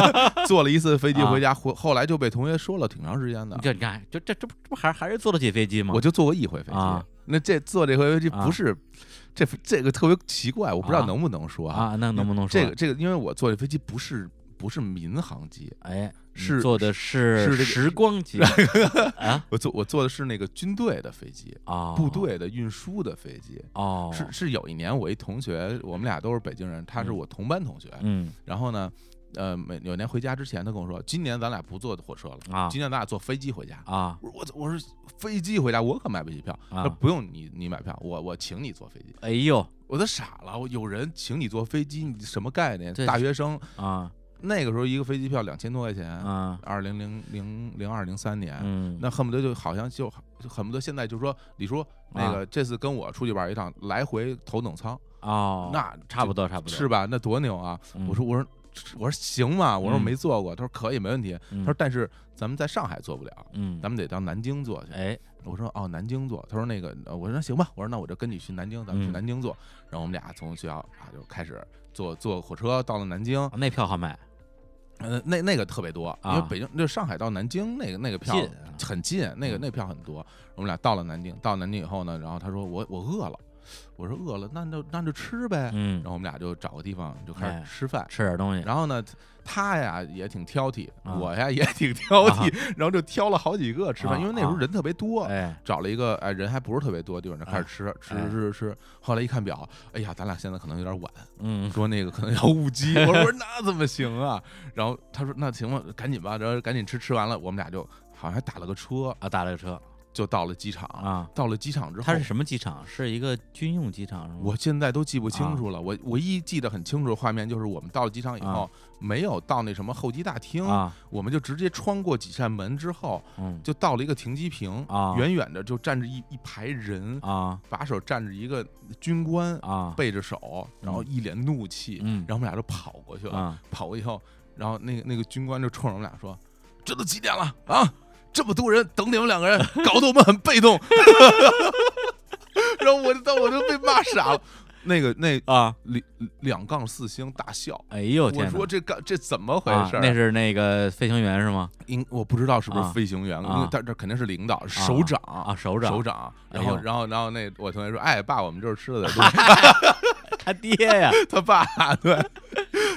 B: (laughs) 坐了一次飞机回家，后后来就被同学说了挺长时间的
A: 啊你。这你看，就这这不这不还还是坐得起飞机吗？
B: 我就坐过一回飞机
A: 啊，
B: 那这坐这回飞机不
A: 啊
B: 是这这个特别奇怪，我不知道
A: 啊
B: 能不能说啊。
A: 啊，那能不能说
B: 这个这个，因为我坐这飞机不是不是民航机，
A: 哎，你
B: 是
A: 坐的
B: 是
A: 是
B: 这个
A: 时光
B: (laughs)
A: 机啊
B: 我坐我坐的是那个军队的飞机，
A: 啊，
B: 部队的运输的飞机。
A: 哦，
B: 是是有一年我一同学，我们俩都是北京人，他是
A: 嗯
B: 我同班同学，
A: 嗯
B: 然后呢，呃，每有年回家之前，他跟我说，今年咱俩不坐火车了，
A: 啊
B: 今年咱俩坐飞机回家。
A: 啊
B: 我说我我说飞机回家，我可买不起票。他
A: 啊
B: 说，不用你你买票，我我请你坐飞机。
A: 哎呦
B: 我都傻了，我有人请你坐飞机，你什么概念？
A: 对
B: 大学生
A: 啊
B: 那个时候一个飞机票两千多块钱，
A: 啊
B: 二零零零零二零三年，
A: 嗯，
B: 呃那恨不得就好像就就恨不得现在就说李叔
A: 啊
B: 那个这次跟我出去玩一趟，来回头等舱，
A: 哦，
B: 那
A: 差不
B: 多
A: 多差不多
B: 是吧？那多牛啊！
A: 嗯
B: 我说我说我说行吗？我说
A: 嗯
B: 没做过，他说可以没问题，他
A: 嗯
B: 说但是咱们在上海做不了，
A: 嗯
B: 咱，们得到南京做去。
A: 哎
B: 我说哦，南京做。他说那个，呃我说那行吧，我说那我就跟你去南京，咱们去
A: 嗯
B: 南京做。然后我们俩从学校啊就开始坐坐火车到了南京，
A: 那票好买
B: 呃，那那个特别多，因为
A: 啊
B: 北京就上海到南京那个那个票
A: 近啊
B: 很近，那个
A: 嗯
B: 那票很多。我们俩到了南京，到南京以后呢，然后他说我我饿了，我说饿了，那就那就吃呗。
A: 嗯
B: 然，后我们俩就找个地方就开
A: 哎
B: 始吃饭。
A: 吃点东西
B: 然后呢，他呀也挺挑剔，
A: 啊
B: 我呀也挺挑剔，然后就挑了好几个吃饭，
A: 啊
B: 因为那时候
A: 啊
B: 人特别多。
A: 哎。
B: 找了一个哎人还不是特别多的地方，就开始
A: 哎
B: 吃吃
A: 哎
B: 吃吃吃。后来一看表，哎呀，咱俩现在可能有点晚，
A: 嗯，
B: 说那个可能要误
A: (laughs)
B: 机。我说那怎么行啊？然后他说那行吧，赶紧吧，然后赶紧吃，吃完了我们俩就好像还打了个车，
A: 啊，打了个车
B: 就到了机场。
A: 啊，
B: 到了机场之后，
A: 它是什么机场？是一个军用机场是吗？
B: 我现在都记不清楚了。我唯一记得很清楚的画面就是，我们到了机场以后，
A: 啊
B: 没有到那什么候机大厅，
A: 啊，
B: 我们就直接穿过几扇门之后，
A: 嗯
B: 就到了一个停机坪。
A: 啊
B: 远远的就站着一一排人，
A: 啊
B: 把手站着一个军官，
A: 啊，
B: 背着手，然后一脸怒气，
A: 嗯
B: 然后我们俩就跑过去了。
A: 啊
B: 跑过以后，然后那个那个军官就冲着我们俩说：“这都几点了啊？这么多人等你们两个人， (laughs) 搞得我们很被动。” (laughs) 然后我就当我就被骂傻了。那个那
A: 啊，
B: 两两杠四星大笑，
A: 哎呦天哪！
B: 我说这干这怎么回
A: 啊
B: 事儿啊？
A: 那是那个飞行员是吗？
B: 应我不知道是不
A: 啊
B: 是飞行员，
A: 啊
B: 因为但这肯定是领导首长
A: 啊，
B: 啊
A: 手掌，
B: 首长，
A: 哎呦
B: 然后，然后，然后那我同学说：“哎，爸，我们这儿吃的点东西。”
A: 他爹
B: (laughs)
A: 呀！
B: 他爸，对，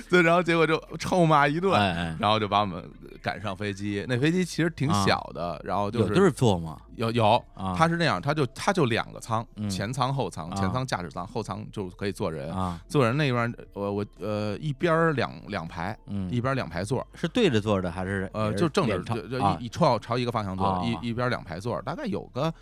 B: 对，然后结果就臭骂一顿，
A: 哎哎，
B: 然后就把我们赶上飞机。那飞机其实挺小的，然后就
A: 啊有
B: 是
A: 对坐吗？
B: 有有，
A: 啊
B: 它是那样，它就它就两个舱，
A: 嗯
B: 前舱后舱，
A: 啊
B: 前舱驾驶舱，后舱就可以坐人。
A: 啊，
B: 坐人那边，我我呃一边儿两两排，一
A: 嗯，
B: 边儿两排座，
A: 是对着坐着还是
B: 呃就正着
A: 脸朝
B: 就就
A: 啊
B: 一一朝朝一个方向坐
A: 啊
B: 的，一一边儿两排座，大概有个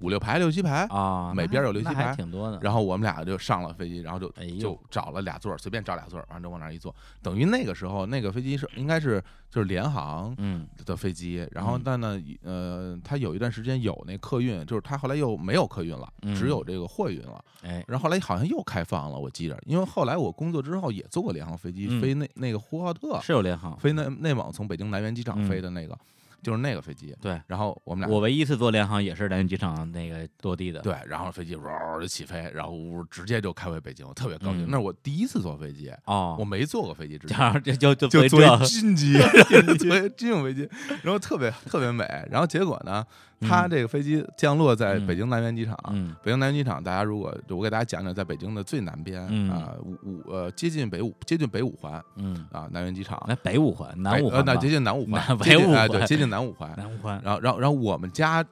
B: 五六排六七排。
A: 啊，
B: 每
A: 那
B: 边
A: 还
B: 有留
A: 那
B: 机
A: 还
B: 牌
A: 挺多的。
B: 然后我们俩就上了飞机，然后就
A: 哎呦
B: 就找了俩座儿，随便找俩座儿，然后就往那儿一坐。等于那个时候，那个飞机是应该是就是联航
A: 嗯
B: 的飞机，然后
A: 嗯
B: 但呢，呃，它有一段时间有那客运，就是它后来又没有客运了，
A: 嗯
B: 只有这个货运了。
A: 哎
B: 然后后来好像又开放了，我记着，因为后来我工作之后也坐过联航飞机，
A: 嗯
B: 飞那那个呼和浩特，
A: 是有联航，
B: 飞内内蒙从北京南苑机场
A: 嗯
B: 飞的那个，就是那个飞机。
A: 对
B: 然后我们俩
A: 我唯一一次坐联航也是南京机场那个落地的。
B: 对，然后飞机嗖就起飞，然后呜直接就开回北京，我特别高兴。
A: 嗯
B: 那是我第一次坐飞机，
A: 哦，
B: 我没坐过飞机之前，
A: 然后就就就
B: 就
A: 飞
B: 坐一
A: 这 (laughs)
B: 军机， (laughs) 坐一军用飞机，然后特别特别美。然后结果呢，它
A: 嗯
B: 这个飞机降落在
A: 嗯
B: 北京南苑机场。
A: 嗯
B: 北京南苑机场，大家如果我给大家讲讲，在北京的最南边
A: 嗯
B: 啊，五五呃接近北五接近北五环
A: 嗯，
B: 啊，南苑机场，
A: 来北五环、南五
B: 呃
A: 环吧
B: 那，接近南五环，
A: 南
B: 接
A: 北
B: 近
A: 五
B: 哎对，
A: 环
B: 接近南五环。
A: 南五环。
B: 然后然后然后我们家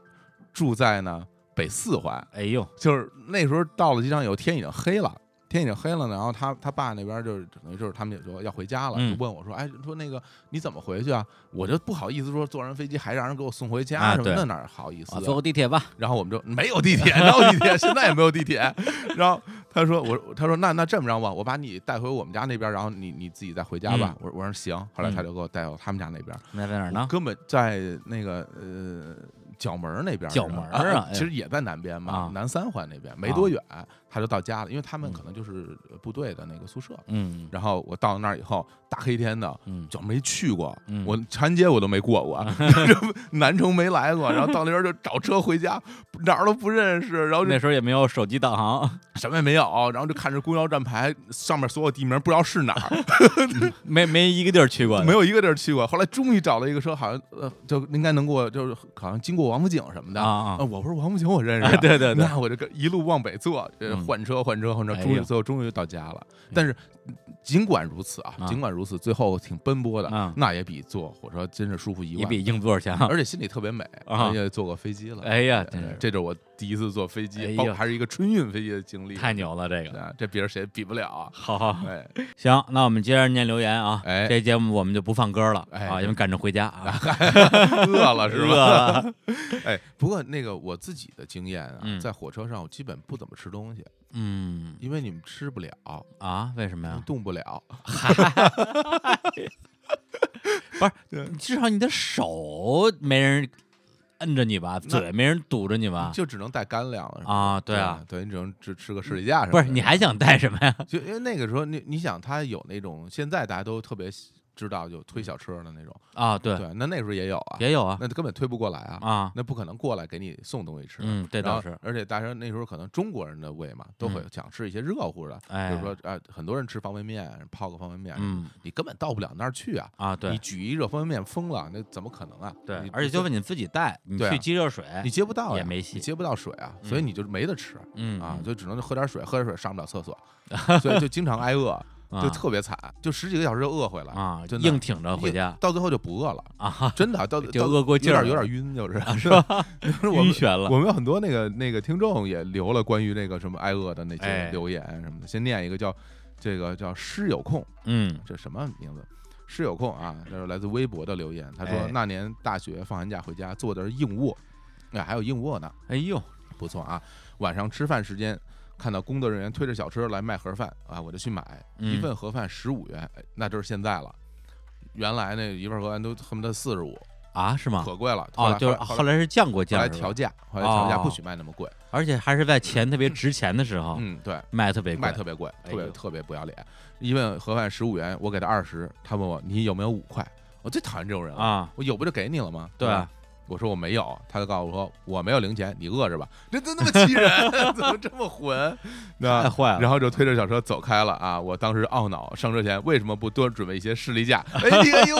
B: 住在呢北四环，
A: 哎呦，
B: 就是那时候到了机场以后，天已经黑了，天已经黑了呢。然后他他爸那边就是等于就是他们也就要回家了，
A: 嗯
B: 就问我说：“哎，说那个你怎么回去啊？”我就不好意思说坐人飞机还让人给我送回家
A: 啊
B: 什么
A: 对
B: 的，哪好意思
A: 啊，
B: 啊？
A: 坐个地铁吧。
B: 然后我们就没有地铁，哪有地铁？现在也没有地铁。然后他说我他说那那这么着吧，我把你带回我们家那边，然后你你自己再回家吧。我说我说行。后来他就给我带到他们家那边，
A: 你嗯在哪儿
B: 我
A: 呢？
B: 根本在那个呃角门儿那边儿，
A: 角门儿啊
B: 啊
A: 哎
B: 其实也在南边
A: 啊
B: 嘛，南三环那边没
A: 啊
B: 多远，他就到家了，因为他们
A: 嗯
B: 可能就是呃部队的那个宿舍。
A: 嗯
B: 然后我到那儿以后，大黑天的
A: 嗯
B: 就没去过
A: 嗯，
B: 我长安街我都没过过，
A: (laughs)
B: 南城没来过，然后到那边就找车回家，哪儿都不认识，然后就
A: 那时候也没有手机导航，
B: 什么也没有，然后就看着公交站牌上面所有地名不知道是哪
A: (laughs)
B: 儿，
A: 没没一个地儿去过的。
B: 没有一个地儿去过。后来终于找了一个说，好像呃，就应该能过，就是好像经过王府井什么的
A: 啊啊
B: 啊我不是王府井，我认识、
A: 啊对对对
B: (laughs) 那我就跟一路往北坐，呃
A: 嗯
B: 换车换车换车，
A: 哎
B: 终于
A: 呀嗯
B: 最后终于到家了。但是尽管如此啊
A: 啊，
B: 尽管如此，最后挺奔波的，
A: 啊
B: 那也比坐火车真是舒服一
A: 你
B: 万，
A: 比硬座强。
B: 而且心里特别美。
A: 啊
B: 而且坐过飞机了，
A: 哎呀，
B: 对
A: 真是
B: 这就是我第一次坐飞
A: 哎
B: 机，
A: 呀
B: 包括还是一个春运飞机的经历。
A: 太牛了，这个。
B: 啊，这别人谁也比不
A: (laughs)
B: 了啊！
A: 好好好
B: 哎，
A: 行，那我们接着念留言啊。
B: 哎
A: 这节目我们就不放歌了
B: 哎
A: 啊，因为赶着回家啊，
B: 饿了是
A: 饿
B: 吧？
A: 了。
B: (laughs) 哎，不过那个我自己的经验啊，
A: 嗯
B: 在火车上我基本不怎么吃东西，
A: 嗯
B: 因为你们吃不了，
A: 啊，为什么呀？
B: 动不了。
A: 至少你的手没人摁着你吧，嘴没人堵着你吧？
B: 就只能带干粮了。是吧
A: 啊，对
B: 对
A: 啊，，
B: 对你只能只吃个士力架什么
A: 不
B: 的。
A: 是你还想带什么呀？
B: 就因为那个时候，你你想，他有那种现在大家都特别知道就推小车的那种，
A: 啊，嗯对，
B: 对，那那时候也有啊，
A: 也有啊
B: 那根本推不过来啊，
A: 啊，
B: 那不可能过来给你送东西吃。
A: 嗯，这
B: 然
A: 倒
B: 后
A: 是，嗯
B: 而且大家那时候可能中国人的胃嘛，都会想吃一些热乎的，
A: 哎
B: 比如说啊，很多人吃方便面，泡个方便面，
A: 嗯
B: 你根本到不了那儿去啊。
A: 啊，
B: 你
A: 对
B: 举一热方便面疯了，那怎么可能啊？
A: 对
B: 你，
A: 而且就问你自己带，你
B: 对啊
A: 去接热水，
B: 你接不到呀，
A: 也没戏
B: 你接不到水啊，所以你就没得吃。
A: 嗯
B: 啊
A: 嗯，
B: 就只能喝点水，喝点水上不了
A: (laughs)
B: 厕所，所以就经常挨饿，就
A: 啊
B: 特别惨，就十几个小时就饿回来
A: 啊，
B: 真的
A: 硬挺着回家
B: 到最后就不饿了，
A: 啊，
B: 真的到
A: 就
B: 到
A: 饿过劲儿
B: 有点
A: 了啊
B: 有点晕，就是
A: 是吧？
B: (laughs) 就是我
A: 晕
B: 们
A: 眩了，
B: 我们有很多那个那个听众也留了关于那个什么挨饿的那
A: 哎
B: 些留言什么的，先念一个叫这个叫师有空，
A: 嗯
B: 这什么名字？师有空啊，这是来自微博的留言，他说
A: 哎
B: 那年大学放寒假回家坐的是硬卧，哎，还有硬卧呢，
A: 哎呦，
B: 不错啊。晚上吃饭时间，看到工作人员推着小车来卖盒饭啊，我就去买
A: 嗯
B: 一份盒饭十五元，哎那就是现在了。原来那一份盒饭都恨不得四十五，
A: 啊，是吗？
B: 可贵了。后
A: 哦，
B: 来
A: 就是
B: 后
A: 后
B: 来
A: 来是降过
B: 后
A: 价
B: 来
A: 是吧，
B: 调价，后来调价
A: 哦
B: 不许卖那么贵。
A: 而且还是在钱特别值钱的时候
B: 嗯，对，
A: 卖特别贵
B: 卖特别贵，
A: 哎
B: 特别
A: 呦
B: 特别不要脸。一份盒饭十五元，我给他二十，他问我你有没有五块？我最讨厌这种人了。
A: 啊，
B: 我有不就给你了吗？
A: 对
B: 吧
A: 啊，
B: 我说我没有，他就告诉我说我没有零钱，你饿着吧。这都那么气人， (laughs) 怎么这么混？
A: 太
B: 那
A: 坏了。
B: 然后就推着小车走开了啊！我当时懊恼，上车前为什么不多准备一些士力架？哎，你看又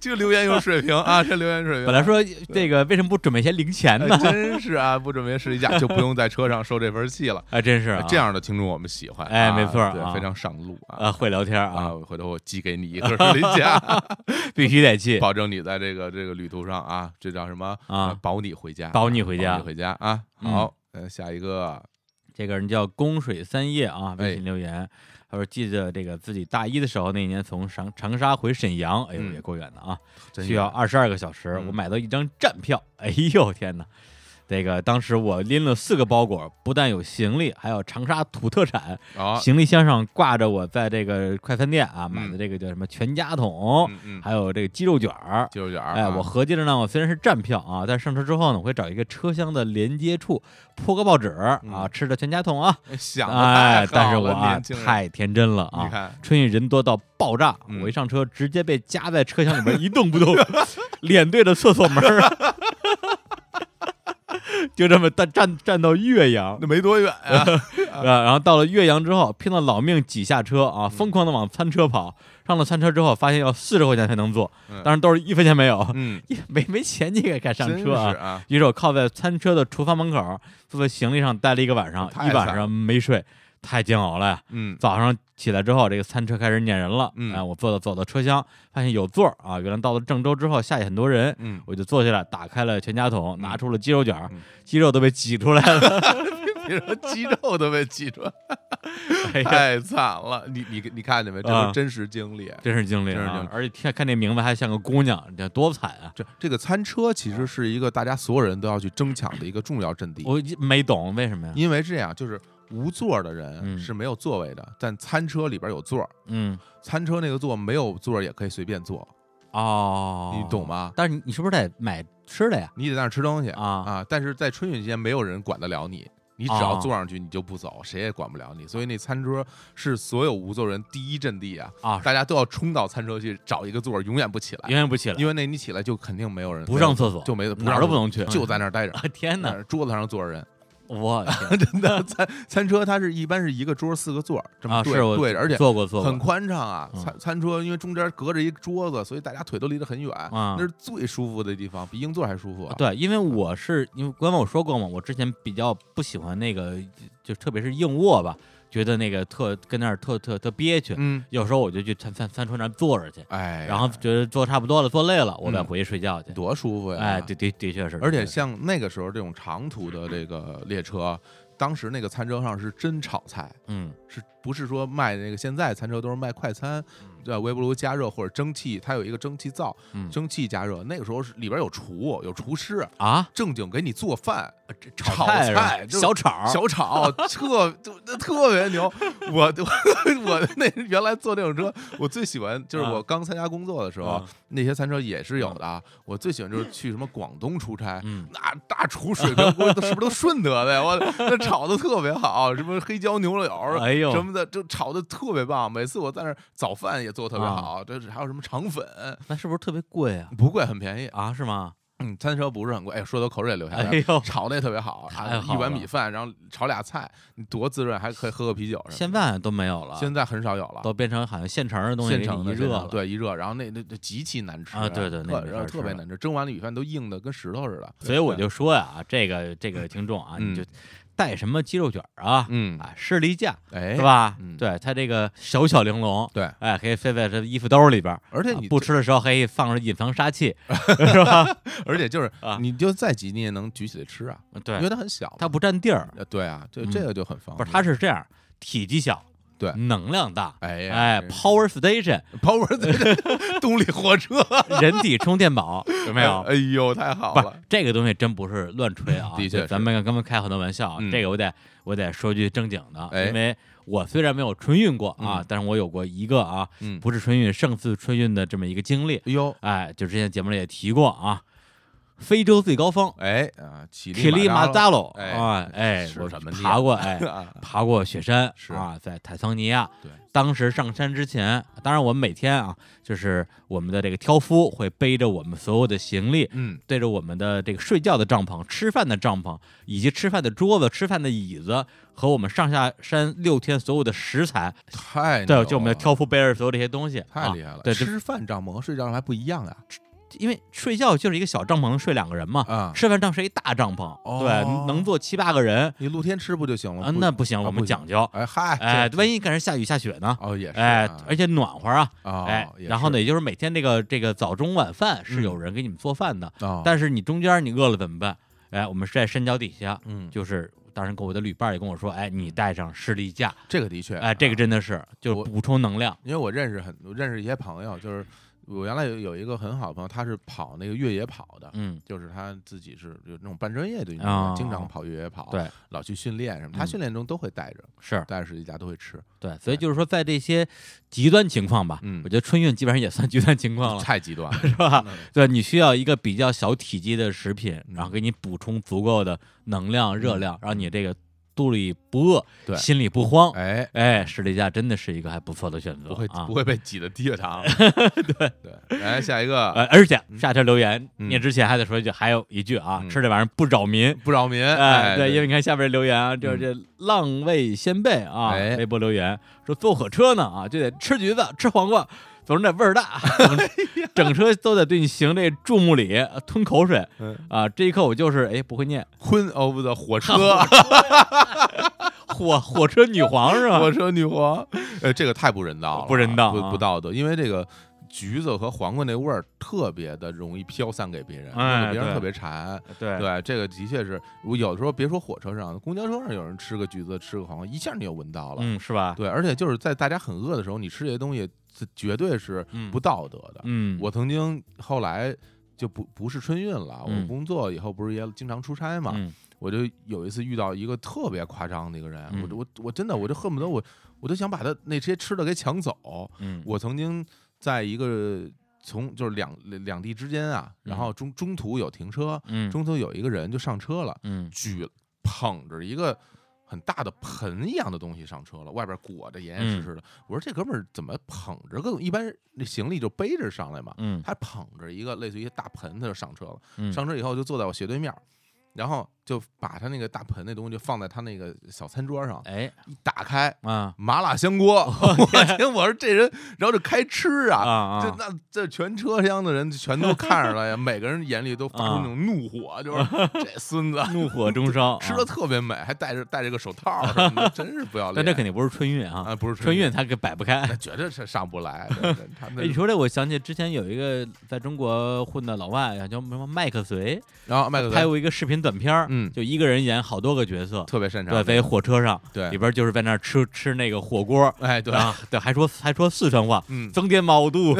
B: 这个留言有水平啊！这留言水平，
A: 本来说这个为什么不准备些零钱呢
B: 哎？真是啊，不准备士力架就不用在车上受这份气了。
A: 哎，真是啊
B: 这样的听众我们喜欢啊，
A: 哎没错儿
B: 对，
A: 啊
B: 非常上路啊
A: 啊，会聊天
B: 啊！
A: 啊，
B: 回头我寄给你
A: (laughs)
B: 一个士力架。
A: 必须得啊去
B: 保证你在这个这个旅途上啊，这叫什么
A: 啊
B: 呃保你回家，
A: 保你回家
B: 保你回家啊！
A: 嗯
B: 好，呃，下一个，
A: 这个人叫宫水三叶啊，
B: 哎
A: 微信留言，他说记着这个自己大一的时候，那一年从长长沙回沈阳，哎呦
B: 嗯
A: 也够远的啊，
B: 真
A: 需要
B: 远
A: 二十二个小时，
B: 嗯
A: 我买到一张站票，哎呦天哪！这个当时我拎了四个包裹，不但有行李，还有长沙土特产。
B: 哦，
A: 行李箱上挂着我在这个快餐店啊买的这个叫什么全家桶，
B: 嗯啊嗯，
A: 还有这个鸡肉卷儿。
B: 九九
A: 哎，我合计着呢，我虽然是站票啊，但是上车之后呢，我会找一个车厢的连接处铺个报纸啊
B: 嗯，
A: 吃着全家桶啊，
B: 想的
A: 哎，但是我啊
B: 年轻人，
A: 太天真了
B: 你
A: 啊！
B: 看，
A: 春运人多到爆炸，
B: 嗯
A: 我一上车直接被夹在车厢里边一动不动， (laughs) 脸对着厕所门儿 (laughs) 啊，就这么站站站到岳阳。
B: 那没多远啊，
A: (laughs) 啊，然后到了岳阳之后，拼了老命挤下车
B: 嗯
A: 啊，疯狂的往餐车跑。上了餐车之后，发现要四十块钱才能坐
B: 嗯，
A: 当然都是一分钱没有，
B: 嗯，
A: 也 (laughs) 没没钱你也敢上
B: 真是
A: 车啊？
B: 啊，
A: 于是我靠在餐车的厨房门口，坐在行李上待了一个晚上，
B: 太
A: 一晚
B: 惨
A: 上没睡，太煎熬了呀。
B: 嗯，
A: 早上起来之后，这个餐车开始撵人了。
B: 嗯
A: 哎，我坐到走到车厢，发现有座儿啊。原来到了郑州之后，下去很多人， (laughs)
B: 嗯，
A: 我就坐下来，打开了全家桶，拿出了鸡肉卷儿
B: 嗯，
A: 鸡肉都被挤出来
B: (laughs)
A: 了。
B: 别说肌肉都被
A: (laughs)
B: 挤出来，
A: 哎呀，
B: 太惨了。你你你看见没？这都
A: 啊
B: 是真实经历。
A: 真是经历
B: 真是经历
A: 啊！而且看看这名字还像个姑娘，这多惨啊！
B: 这这个餐车其实是一个大家所有人都要去争抢的一个重要阵地。
A: 我一没懂为什么呀？
B: 因为这样，就是无座儿的人
A: 嗯
B: 是没有座位的，但餐车里边有座儿，
A: 嗯，
B: 餐车那个座没有座儿也可以随便坐，
A: 哦，
B: 你懂？吗？
A: 但是你你是不是得买吃的呀？
B: 你得在那儿吃东西
A: 啊
B: 但是在春运期间，没有人管得了你，你只要
A: 哦
B: 坐上去，你就不走，谁也管不了你。所以那餐车是所有无座人第一阵地啊，
A: 啊，
B: 大家都要冲到餐车去找一个座儿，永远不起来，
A: 永远不起来，
B: 因为那你起来就肯定没有人
A: 不上厕所
B: 就没
A: 哪儿都不
B: 能
A: 能去，
B: 就在那儿待着。
A: 啊！ (laughs) 天哪，
B: 桌子上坐着人，
A: 我天
B: (laughs) 真
A: (laughs)
B: 的餐餐车它是一般是一个桌儿四个座儿这么
A: 啊，
B: 对
A: 是我
B: 对着，而且
A: 坐过坐
B: 很
A: 过，
B: 宽敞啊，
A: 嗯
B: 餐餐车因为中间隔着一桌子，所以大家腿都离得很远，
A: 啊
B: 那是最舒服的地方，比硬座还舒服啊。
A: 对，因为我是因为官方我说过嘛，我之前比较不喜欢那个，就特别是硬卧吧，觉得那个特跟那儿特特特憋屈，
B: 嗯，
A: 有时候我就去餐餐餐桌那儿坐着去，
B: 哎，
A: 然后觉得坐差不多了，坐累了，我再
B: 嗯
A: 回去睡觉去。
B: 多舒服呀！
A: 哎，的，的的确是，
B: 而且
A: 的确是
B: 像那个时候这种长途的这个列车，当时那个餐车上是真炒菜，
A: 嗯，
B: 是不是说卖那个现在餐车都是卖快餐，叫微波炉加热或者蒸汽，它有一个蒸汽灶
A: 嗯，
B: 蒸汽加热。那个时候是里边有厨有厨师，
A: 啊，
B: 正经给你做饭，呃炒
A: 炒菜是吧
B: 菜就
A: 小炒儿，
B: 小炒特就那特别牛。我我我那原来坐那种车，我最喜欢就是
A: 啊
B: 我刚参加工作的时候
A: 啊，
B: 那些餐车也是有的啊。我最喜欢就是去什么广东出差
A: 嗯，
B: 那大厨水平锅都是不是都顺德的呀？我那炒的特别好，什么黑椒牛柳儿
A: 哎呦
B: 什么的，就炒的特别棒。每次我在那儿早饭也做得特
A: 啊
B: 别好，这是还有什么肠粉，
A: 那是不是特别贵啊？
B: 不贵，很便宜。
A: 啊，是吗？
B: 嗯，餐车不是很贵，哎，说的口水也流下来了。
A: 哎呦，
B: 炒的也特别好，
A: 太
B: 啊
A: 好
B: 一碗
A: 了
B: 米饭，然后炒俩菜，你多滋润，还可以喝个啤酒什么
A: 现在都没有了
B: 的。，现在很少有了，
A: 都变成好像现成的东西，
B: 现成的
A: 一
B: 现
A: 热
B: 成
A: 了，
B: 对，一热，然后那那那极其难吃
A: 啊对对那
B: 特
A: 没
B: 然后
A: 法
B: 特
A: 吃
B: 别
A: 了
B: 难吃，蒸完了米饭都硬的跟石头似的。
A: 所以我就说呀，这个这个听众啊，
B: 嗯
A: 你就带什么鸡肉卷儿啊，
B: 嗯，
A: 啊，士力架
B: 哎
A: 是，吧
B: 嗯？
A: 对，它这个小巧玲珑，
B: 对，
A: 哎，可以塞在这衣服兜里边儿。
B: 而且
A: 啊
B: 你
A: 不
B: 这，
A: 吃的时候可以放着隐藏杀气，是吧？
B: 而且就是
A: 啊
B: 你就再急你也能举起来吃啊，因为
A: 对，
B: 它很小嘛，
A: 它不占地儿，
B: 呃对啊，这
A: 嗯
B: 这个就很方
A: 不
B: 便。
A: 是，它是这样，体积小，
B: 对
A: 能量大，
B: 哎呀
A: 哎，Power
B: (laughs)
A: Station，
B: ，power 在 (laughs) 动力火车，
A: 人体充电宝，有没有？
B: 哎呦，太好
A: 不
B: 了，，
A: 这个东西真不是乱吹啊！
B: (laughs) 的确
A: 对
B: 是
A: 咱们刚刚开很多玩笑啊，
B: 嗯
A: 这个我得我得说句正经的，
B: 哎
A: 因为我虽然没有春运过啊，但是我有过一个啊，
B: 嗯
A: 不是春运，胜似春运的这么一个经历。
B: 哎呦，
A: 哎，就之前节目里也提过啊，非洲最高峰
B: 哎啊，乞
A: 乞力
B: 力
A: 马
B: 扎
A: 扎罗
B: 哎
A: 啊，哎，
B: 是
A: 我
B: 什么地，
A: 爬过哎
B: (laughs) 啊，
A: 爬过雪山
B: 是
A: 啊，在坦桑尼亚。
B: 对，
A: 当时上山之前，当然我们每天啊，就是我们的这个挑夫会背着我们所有的行李，
B: 嗯，
A: 对着我们的这个睡觉的帐篷、吃饭的帐篷，以及吃饭的桌子、吃饭的椅子和我们上下山六天所有的食材，
B: 太
A: 对，
B: 牛
A: 就我们
B: 了
A: 的挑夫背着所有这些东西，
B: 哎太厉害了
A: 啊、，对，这
B: 吃饭帐篷和睡帐篷还不一样啊，
A: 因为睡觉就是一个小帐篷能睡两个人嘛，
B: 啊
A: 吃饭帐是一大帐篷，
B: 哦
A: 对，能坐七八个人
B: 你露天吃不就行了？
A: 啊，
B: 不
A: 那不行，
B: 啊
A: 我
B: 不
A: 们
B: 行
A: 讲究，
B: 哎嗨，
A: 哎，
B: (laughs) 这
A: 万一赶上下雨下雪呢？
B: 哦也 (laughs) 是啊，
A: 哎，而且暖和啊，
B: 哦
A: 哎，
B: 也
A: 然后
B: 是
A: 呢，也就是每天这个这个早中晚饭是
B: 嗯
A: 有人给你们做饭的，
B: 哦
A: 但是你中间你饿了怎么办？哎，我们是在山脚底下，
B: 嗯，
A: 就是当时跟我的旅伴也跟我说，哎，你带上士力架，
B: 这个的确，
A: 哎，这个真的是就是
B: 啊我啊
A: 补充能量，
B: 因为我认识很我认识一些朋友，就是我原来有有一个很好的朋友，他是跑那个越野跑的，
A: 嗯，
B: 就是他自己是有那种半专业的运动
A: 啊
B: 员，经常跑越野跑，
A: 对，
B: 老去训练什么，他
A: 嗯
B: 训练中都会带着，
A: 是
B: 带着十几家都会吃，
A: 对，所以就是说在这些极端情况吧，
B: 嗯啊
A: 我觉得春运基本上也算极端情
B: (laughs)
A: 况了，
B: 太
A: (laughs)
B: 极端了，
A: 是吧？对，你需要一个比较小体积的食品，然后给你补充足够的能量、热量，让你这个肚里不饿，
B: 嗯对
A: 心里不慌。
B: 哎，
A: 哎，士力架真的是一个还不错的选择，
B: 不会
A: 啊
B: 不。会被挤得低
A: (laughs)
B: 血糖，对对，来下一个
A: 呃，而且下条留言
B: 嗯
A: 念之前还得说一句，还有一句啊，
B: 嗯
A: 吃这玩意儿不扰民，
B: 不扰民，
A: 哎，
B: 哎，嗯
A: 对，因为你看下边留言啊，就是这浪味先辈啊，
B: 哎
A: 微博留言说坐火车呢啊，就得吃橘子、吃黄瓜，总之那味儿
B: (laughs)
A: 大，整整车都得对你行这注目礼，吞口水
B: 嗯
A: 啊，这一刻我就是哎不会念
B: ，Queen of the 火
A: (laughs)
B: 车，
A: 火 (laughs) 火车女皇是吧
B: 火？车女皇，呃，这个太不人道了啊，
A: 不人道
B: 不
A: 啊
B: 不道德，因为这个橘子和黄瓜那味儿特别的容易飘散给别人，
A: 哎
B: 弄得别人
A: 对
B: 特别馋。
A: 对
B: 对，这个的确是，我有的时候别说火车上，公交车上有人吃个橘子，吃个黄瓜，一下你就闻到了。
A: 嗯，是吧？
B: 对，而且就是在大家很饿的时候，你吃这些东西，这绝对是
A: 嗯
B: 不道德的。
A: 嗯，
B: 我曾经后来就不不是春运了，
A: 嗯
B: 我工作以后不是也经常出差嘛，
A: 嗯
B: 我就有一次遇到一个特别夸张的一个人，
A: 嗯
B: 我就我我真的我就恨不得我我都想把他那些吃的给抢走。
A: 嗯，
B: 我曾经在一个从就是两两地之间啊，
A: 嗯
B: 然后中中途有停车，
A: 嗯
B: 中途有一个人就上车了，
A: 嗯
B: 举捧着一个。很大的盆一样的东西上车了，外边裹着严严
A: 嗯
B: 实实的。我说这哥们儿怎么捧着个？一般人那行李就背着上来嘛，
A: 嗯
B: 他捧着一个类似于一个大盆，他就上车了。
A: 嗯
B: 上车以后就坐在我斜对面儿，然后就把他那个大盆那东西就放在他那个小餐桌上，
A: 哎
B: 一打开
A: 啊
B: 麻辣香锅， (laughs) 我天！我说这人，然后就开吃
A: 啊
B: 啊。这
A: 啊，
B: 那这全车厢的人全都看着了呀，每个人眼里都发出那
A: 啊
B: 种怒火，就是
A: (laughs)
B: 这孙子
A: 怒火中烧，
B: 吃的
A: 啊，
B: 特别美，还戴着戴着个手套什么的，真是
A: (laughs)
B: 不要脸。
A: 但这肯定不是春运啊，
B: 啊，不是
A: 春
B: 运
A: 运，他给摆不开。
B: 那绝对是上不来。对对他
A: 哎，你
B: 们
A: 说这，我想起之前有一个在中国混的老外啊，叫什么麦克隋，
B: 然后麦克
A: 拍
B: 德
A: 过一个视频短片儿，
B: 嗯
A: 就一个人演好多个角色，
B: 特别擅长
A: 对，在
B: 这
A: 一
B: 个，
A: 火车上，
B: 对
A: 里边就是在那儿吃吃那个火锅，
B: 哎对，
A: 啊，对，还说还说四川话，
B: 嗯，
A: 增添毛
B: (laughs)
A: 肚，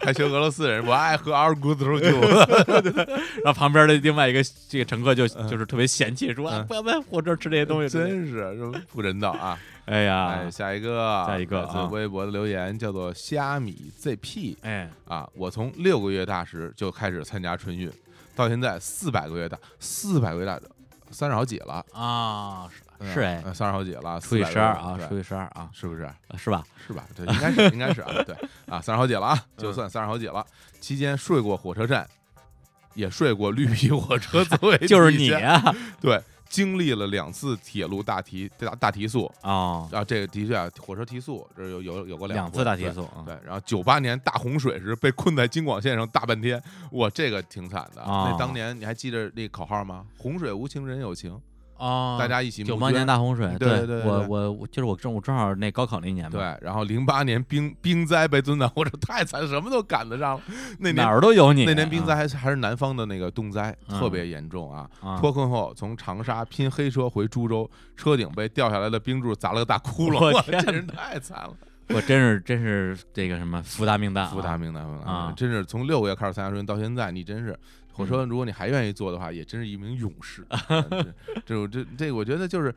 B: 还学俄罗斯人，我爱喝
A: (laughs)
B: 二锅头酒。
A: 然后旁边的另外一个这个乘客就就是特别嫌弃，说啊，不要在火车吃这些东西，
B: 嗯 (laughs) 真是这不人道啊！
A: 哎呀
B: 哎，，下一个，
A: 下一个
B: 来自
A: 啊
B: 微博的留言叫做虾米 ZP
A: 哎，
B: 啊，我从六个月大时就开始参加春运，到现在四百个月大，四百个月大，三十好几了，
A: 啊，是是哎，
B: 嗯，三十好几了，
A: 除以
B: 400
A: 十二啊，
B: 个月大
A: 除
B: 对
A: 以十二啊，
B: 是不是？
A: 是吧？
B: 是吧？对，应该是，应该是啊，对啊，三十好几了啊，
A: 嗯
B: 就算三十好几了。期间睡过火车站，也睡过绿皮火车作为
A: (laughs) 就是
B: 底
A: 你
B: 线， (laughs)
A: 啊，
B: 对，经历了两次铁路大提大大提速，
A: 哦，
B: 啊，这个的确啊，火车提速这有有有过
A: 两
B: 回
A: 次大提
B: 对
A: 速啊，
B: 对，然后九八年大洪水时被困在京广线上大半天，哇，这个挺惨的。
A: 啊
B: 那当年你还记得那口号吗？洪水无情人有情，
A: 啊，
B: 大家一起募
A: 九八年
B: 捐
A: 大洪水，
B: 对对对
A: 我我我就是我正我正好那高考那年嘛，
B: 对，然后零八年冰冰灾被尊倒，我这太惨，什么都赶得上了。那
A: 哪
B: 年
A: 儿都有你。
B: 那年冰灾
A: 啊
B: 还是还是南方的那个冻灾，
A: 嗯
B: 特别严重啊！
A: 啊
B: 脱困后从长沙拼黑车回株洲，车顶被掉下来的冰柱砸了个大窟窿，
A: 我
B: 哇
A: 天
B: 这人太惨了。
A: 我真是真是这个什么福大命大啊，
B: 福大命大命大
A: 啊
B: 真是从六个月开始参加春运到现在，你真是火车，如果你还愿意坐的话，也真是一名勇士。啊
A: 嗯
B: 这这这这，我觉得就是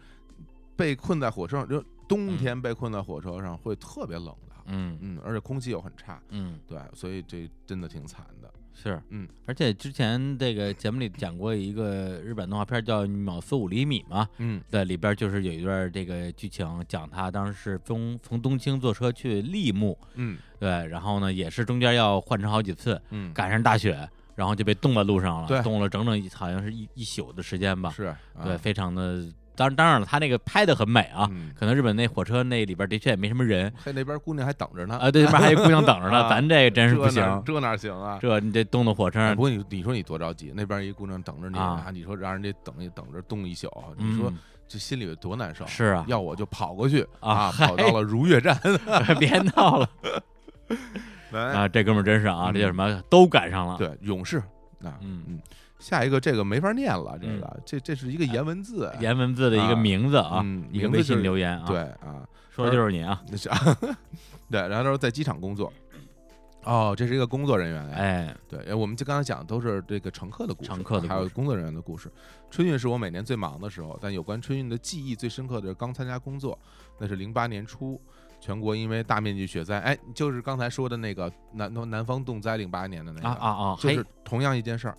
B: 被困在火车上，就冬天被困在火车上会特别冷的，
A: 嗯
B: 嗯，而且空气又很差，
A: 嗯
B: 对，所以这真的挺惨的。
A: 是
B: 嗯，
A: 而且之前这个节目里讲过一个日本动画片叫《秒速五厘米》嘛，
B: 嗯
A: 对，里边就是有一段这个剧情，讲他当时是从从东京坐车去立木，
B: 嗯
A: 对，然后呢也是中间要换乘好几次，
B: 嗯，
A: 赶上大雪，然后就被冻在路上了，
B: 对
A: 冻了整整一好像是一一宿的时间吧，
B: 是，啊
A: 对，，非常的，当当然了，他那个拍的很美啊，
B: 嗯
A: 可能日本那火车那里边的确也没什么人
B: 嘿，那边姑娘还等着呢，
A: 啊，对，那边还有姑娘等着呢，
B: 啊
A: 咱这个真是
B: 这
A: 不
B: 哪
A: 行，
B: 这哪行啊？
A: 这你这冻的火车
B: 哎
A: 上
B: 不过你你说你多着急，那边一姑娘等着你
A: 嗯啊
B: 啊，你说让人家等一等着冻一宿，你
A: 嗯
B: 说这心里有多难受？
A: 是啊，
B: 要啊我就跑过去
A: (laughs) 啊
B: 啊，跑到了如月
A: (laughs)
B: 站，
A: 别闹了
B: 来，
A: 啊！这哥们儿真是啊，
B: 哎嗯
A: 这叫什么？都赶上了。
B: 对，勇士啊，
A: 嗯
B: 嗯，下一个这个没法念了，这个这这是一个颜文字，
A: 哎颜文字的一个
B: 啊
A: 名字啊，
B: 嗯
A: 一个
B: 名
A: 微
B: 字是
A: 信留言啊，
B: 对啊，
A: 说的就是你啊，
B: 那是 (laughs) 对，然后他说在机场工作，哦，这是一个工作人员呀，
A: 哎，
B: 对，呃我们就刚才讲的都是这个乘客的故事，
A: 乘客的
B: 还有
A: 故事
B: 工作人员的故事。春运是我每年最忙的时候，但有关春运的记忆最深刻的是刚参加工作，那是零八年初，全国因为大面积雪灾，哎，就是刚才说的那个南南南方冻灾零八年的那个，
A: 啊啊啊，
B: 哎就
A: 嘿
B: 是同样一件事儿。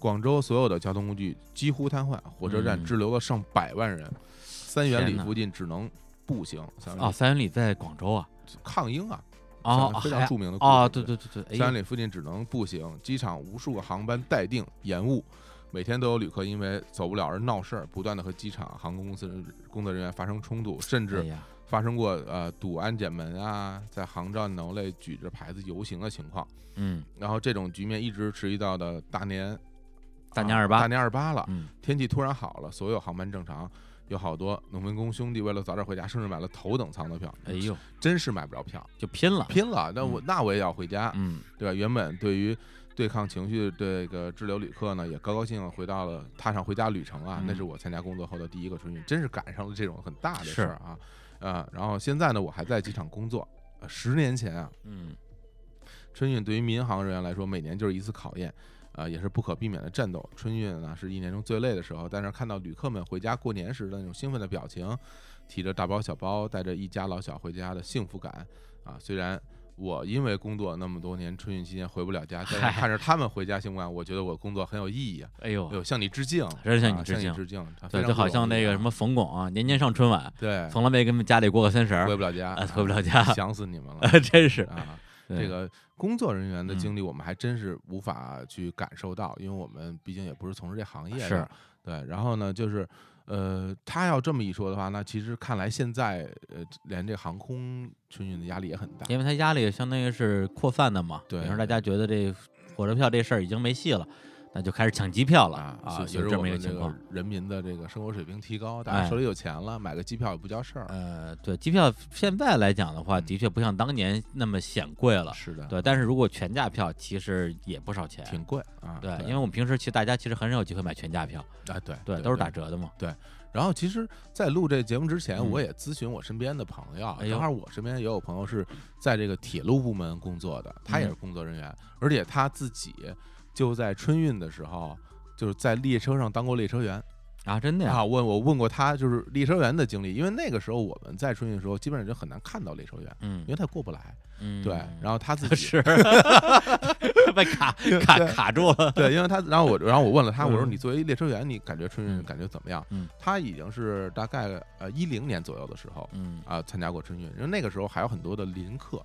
B: 广州所有的交通工具几乎瘫痪，火车站
A: 嗯
B: 滞留了上百万人，三元
A: 天
B: 里
A: 哪
B: 附近只能步行。三元
A: 哦，
B: 里
A: 三元里在广州啊，
B: 抗英啊，
A: 哦
B: 非
A: 还
B: 常著名的故事
A: 哦，对对对对，
B: 三
A: 哎
B: 元
A: 呦，
B: 里附近只能步行，机场无数个航班待定延误，每天都有旅客因为走不了而闹事儿，不断的和机场、航空公司工作人员发生冲突，甚
A: 哎
B: 至
A: 呀，
B: 发生过呃堵安检门啊，在航站楼内举着牌子游行的情况。
A: 嗯，
B: 然后这种局面一直持续到的大年
A: 大年
B: 啊
A: 二十八
B: 大年二八了，
A: 嗯，
B: 天气突然好了，所有航班正常。有好多农民工兄弟为了早点回家，甚至买了头等舱的票，
A: 哎呦，
B: 真是买不着票，
A: 就拼了，
B: 拼了！那我
A: 嗯
B: 那我也要回家，
A: 嗯，
B: 对吧？原本对于对抗情绪的这个滞留旅客呢，也高高兴兴回到了踏上回家旅程啊。
A: 嗯
B: 那是我参加工作后的第一个春运，真是赶上了这种很大的事儿啊。呃，然后现在呢，我还在机场工作。呃十年前啊，
A: 嗯，
B: 春运对于民航人员来说，每年就是一次考验，呃，也是不可避免的战斗。春运呢，是一年中最累的时候，但是看到旅客们回家过年时的那种兴奋的表情，提着大包小包，带着一家老小回家的幸福感啊，虽然。我因为工作那么多年，春运期间回不
A: (laughs)
B: 了家，但
A: 嗨
B: 是看着他们回家幸福感，我觉得我工作很有意义啊！
A: 哎呦，
B: 有向你致敬，
A: 真是向你
B: 啊
A: 致敬
B: 致敬，啊
A: 对，
B: 非常
A: 就好
B: 不
A: 像
B: 容
A: 那
B: 易
A: 个
B: 啊
A: 什么冯巩啊，年年上春晚，
B: 对，
A: 从来没跟家里过过三十儿
B: 回，不了家
A: 啊，
B: 啊，
A: 回不了家，
B: 想死你们
A: (laughs)
B: 了
A: 真是
B: 啊！
A: 对
B: 这个工作人员的
A: 嗯
B: 经历，我们还真是无法去感受到，因为我们毕竟也不是从事这行业的。
A: 是，
B: 对。然后呢，就是呃，他要这么一说的话，那其实看来现在呃，连这航空春运的压力也很大。
A: 因为他压力相当于是扩散的嘛。
B: 对
A: 比如说大家觉得这火车票这事儿已经没戏了，那就开始抢机票了
B: 啊
A: 啊
B: 随，随
A: 有
B: 着
A: 这
B: 我
A: 么一个
B: 们这
A: 情况
B: 个。人民的这个生活水平提高，大家
A: 哎
B: 手里有钱了，买个机票也不叫事儿。
A: 呃，对，机票现在来讲的话，
B: 嗯
A: 的确不像当年那么显贵了。
B: 是的，
A: 对，但是如果全价票，其实也不少钱。
B: 挺贵啊。
A: 对，因为我们平时其实大家其实很少有机会买全价票，
B: 啊，对
A: 对，都是打折的嘛。
B: 然后其实，在录这节目之前，
A: 嗯
B: 我也咨询我身边的朋友，啊
A: 哎呦
B: 正好我身边也有朋友是在这个铁路部门工作的，
A: 嗯
B: 他也是工作人员，而且他自己就在春运的时候。就是在列车上当过列车员
A: 啊，真的呀，
B: 啊，问我问过他就是列车员的经历，因为那个时候我们在春运的时候，基本上就很难看到列车员，
A: 嗯
B: 因为他过不来。
A: 嗯，
B: 对，然后他自
A: (laughs)
B: 己 (laughs)
A: 是被卡卡卡住了。
B: 对，因为他，然后我，然后我问了他，我说
A: 嗯
B: 你作为列车员，你感觉春运
A: 嗯
B: 感觉怎么样？
A: 嗯
B: 他已经是大概呃一零年左右的时候，
A: 嗯，
B: 啊参加过春运，因为那个时候还有很多的临客，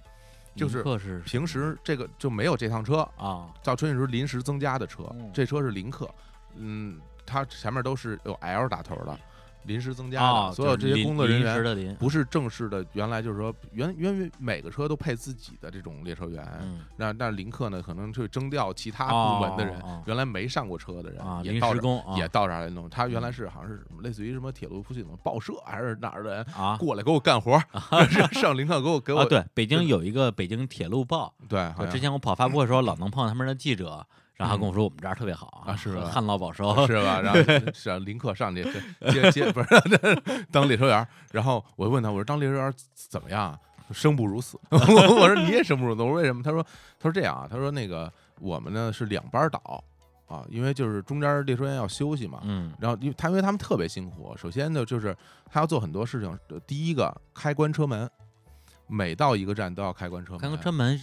B: 就是
A: 旅客是
B: 平时这个就没有这趟车，
A: 啊，
B: 到春运时候临时增加的车
A: 嗯，
B: 这车是临客，嗯，它前面都是有 L 打头的，临时增加的，
A: 啊，
B: 所有
A: 就是
B: 这些
A: 临
B: 工作人
A: 临时
B: 员哎
A: 的临，
B: 不是正式的，原来就是说原原原每个车都配自己的这种列车员，
A: 嗯
B: 那那林克呢可能就征调其他部门的人，
A: 哦哦哦
B: 原来没上过车的人、
A: 啊，
B: 也
A: 临
B: 到
A: 时
B: 这儿。
A: 工啊嗯
B: 也到这儿来弄，他原来是好像是什么类似于什么铁路部系统报社还是哪儿的人
A: 啊
B: 过来给我干活儿，上林克给我给
A: 啊，
B: 我
A: 对，北京
B: 对
A: 有一个北京铁路报，
B: 对，好
A: 我之
B: 像
A: 前我跑发布会的时候老能碰到他们的记者，然后他跟我说我们这儿特别好
B: 啊是啊吧
A: 旱涝保收，
B: 是吧？然后让林克上去接接不是当列车员儿，然后我问他，我说当列车员儿怎么样啊？生不如死。我我说你也生不如死，我说为什么？他说他说这样啊，他说那个我们呢是两班儿倒啊，因为就是中间儿列车员要休息嘛。
A: 嗯
B: 然后，因为他因为他们特别辛苦，首先呢，就是他要做很多事情。呃第一个，开关车门，每到一个站都要开关车门，
A: 看看专门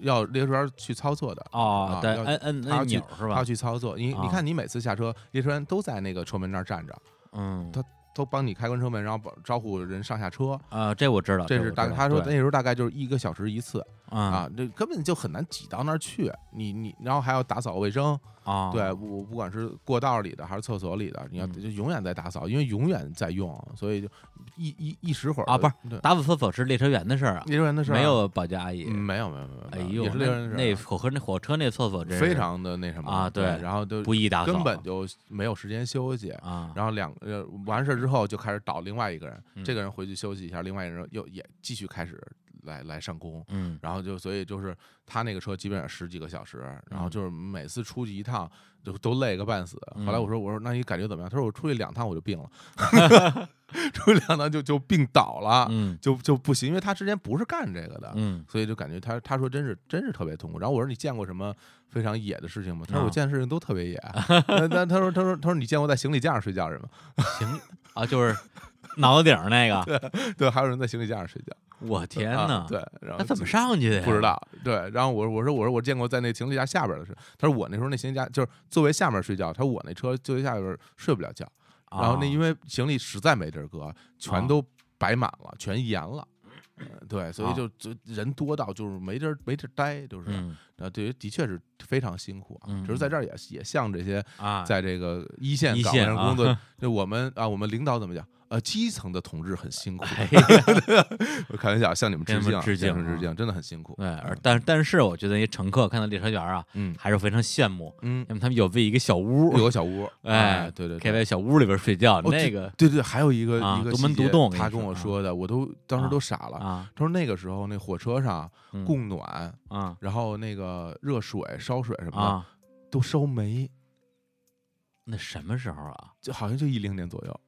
B: 要列车员儿去操作的。
A: 哦
B: 啊，
A: 对，
B: 要
A: 摁摁
B: 他要
A: 摁
B: 去
A: 钮儿是
B: 他要
A: 吧？
B: 去操作，你
A: 啊
B: 你看，你每次下车，列车员都在那个车门那儿站着，
A: 嗯
B: 他都帮你开关车门，然后把招呼人上下车。
A: 啊，这我知道，
B: 这是
A: 我
B: 大
A: 知道
B: 他说那
A: 对
B: 时候大概就是一个小时一次
A: 啊
B: 啊，这根本就很难挤到那儿去。你你然后还要打扫卫生，
A: 啊，
B: 对我不管是过道里的还是厕所里的，你要
A: 嗯
B: 就永远在打扫，因为永远在用，所以就一一一时会儿
A: 啊不是
B: 对
A: 打扫厕所是列车员的事儿啊，
B: 列车员的事儿啊
A: 没有保洁阿姨
B: 嗯。没有没有没有，
A: 哎
B: 没
A: 呦
B: 有也，是列车
A: 那
B: 员的事
A: 那
B: 儿
A: 火车那火车那厕所真
B: 啊
A: 是
B: 非常的那什么
A: 啊对
B: 然后就
A: 不易打扫，
B: 根本就没有时间休息。
A: 啊，
B: 然后两呃完事儿之后就开始倒另外一个人，
A: 嗯
B: 这个人回去休息一下，另外一个人又也继续开始来来上工，
A: 嗯
B: 然后就所以就是他那个车基本上十几个小时，然后
A: 嗯
B: 就是每次出去一趟就都累个半死。后来
A: 嗯
B: 我说我说那你感觉怎么样？他说我出去两趟我就病了， (laughs) 出去两趟就就病倒了，
A: 嗯
B: 就就不行，因为他之前不是干这个的。
A: 嗯
B: 所以就感觉他他说真是真是特别痛苦。然后我说你见过什么非常野的事情吗？他说我
A: 啊
B: 见的事情都特别野。 (laughs) 但但他说他说他说你见过在行李架上睡觉是吗？
A: 啊，就是脑袋顶儿那个，
B: (laughs) 对，还有人在行李架上睡觉。
A: 我天
B: 啊
A: 哪，
B: 对，然
A: 他
B: 后
A: 怎么
B: 就
A: 上去的呀？
B: 不知道？对，然后我我说我说我见过在那行李架下边的是，他说我那时候那行李架就是座位下面睡觉，他说我那车座位下边睡不了觉，
A: 啊，
B: 然后那因为行李实在没地儿搁，全都摆满了，全严了。呃对，所以
A: 啊
B: 就就人多到就是没地儿没地儿待，就是，
A: 嗯
B: 啊，对，的确是非常辛苦啊。
A: 嗯
B: 只是在这儿也也向这些
A: 啊，
B: 在这个一线
A: 一
B: 岗位
A: 线
B: 上
A: 啊
B: 工作，就我们啊，我们领导怎么讲？呃，基层的同志
A: (laughs)
B: 很辛苦，
A: 哎呀
B: 我开玩笑，向你们
A: 跟
B: 致
A: 你们
B: 敬啊，
A: 致
B: 向你
A: 敬
B: 们致
A: 啊
B: 敬，真的很辛苦。
A: 对，而但但是我觉得那乘客看到列车员啊，
B: 嗯
A: 还是非常羡慕，
B: 嗯，
A: 因为他们有自己一个小屋，
B: 有个小屋，
A: 哎，
B: 对对
A: 可以
B: 对。
A: 在小屋里边睡觉，
B: 哦
A: 那
B: 这
A: 个
B: 对对，还有一个
A: 啊
B: 一个
A: 独门
B: 细节
A: 独栋我跟你
B: 他跟
A: 说
B: 我
A: 啊
B: 说的，我都当时都傻了。
A: 啊，
B: 他说那个时候那火车上
A: 嗯
B: 供暖，
A: 啊
B: 然后那个热水、烧水什么
A: 啊，
B: 的都烧没，
A: 那什么时候啊？
B: 就好像就一零年左右，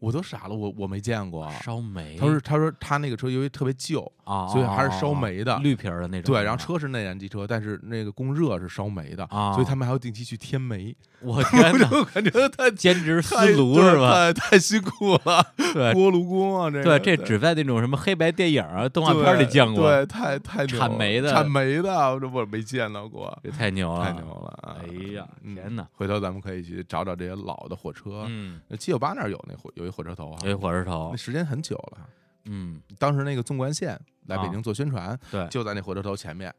B: 我都傻了，我我没见过。
A: 烧煤，
B: 啊他说他说他那个车因为特别旧，
A: 啊，
B: 所以还是烧
A: 哦哦哦
B: 煤的
A: 绿皮儿的那种，
B: 对，然后
A: 是吧
B: 车是内燃机车，但是那个供热是烧煤的，
A: 啊
B: 所以他们还要定期去添煤。
A: (laughs)
B: (laughs)
A: 我天
B: 我
A: 哪，
B: 就感觉太
A: 兼职
B: 太
A: 私炉
B: 对
A: 是吧？
B: 太太辛苦
A: (laughs)
B: 了，
A: 对
B: 锅炉工啊，这
A: 对，
B: 个
A: 这只在那种什么黑白电影啊、动画片儿里见过，
B: 对，太太牛了
A: 产煤的
B: 产煤的，我这我没见到过，
A: 这太牛了，
B: 太牛了！啊
A: 哎呀
B: 嗯
A: 天哪
B: 回头咱们可以去找找这些老的火车，
A: 嗯，
B: 七九八那儿有那火有一火车头啊，
A: 有一火车头
B: 那，时间很久了。
A: 嗯，
B: 当时那个纵贯线来北
A: 啊
B: 京做宣传，
A: 对，
B: 就在那火车头前面。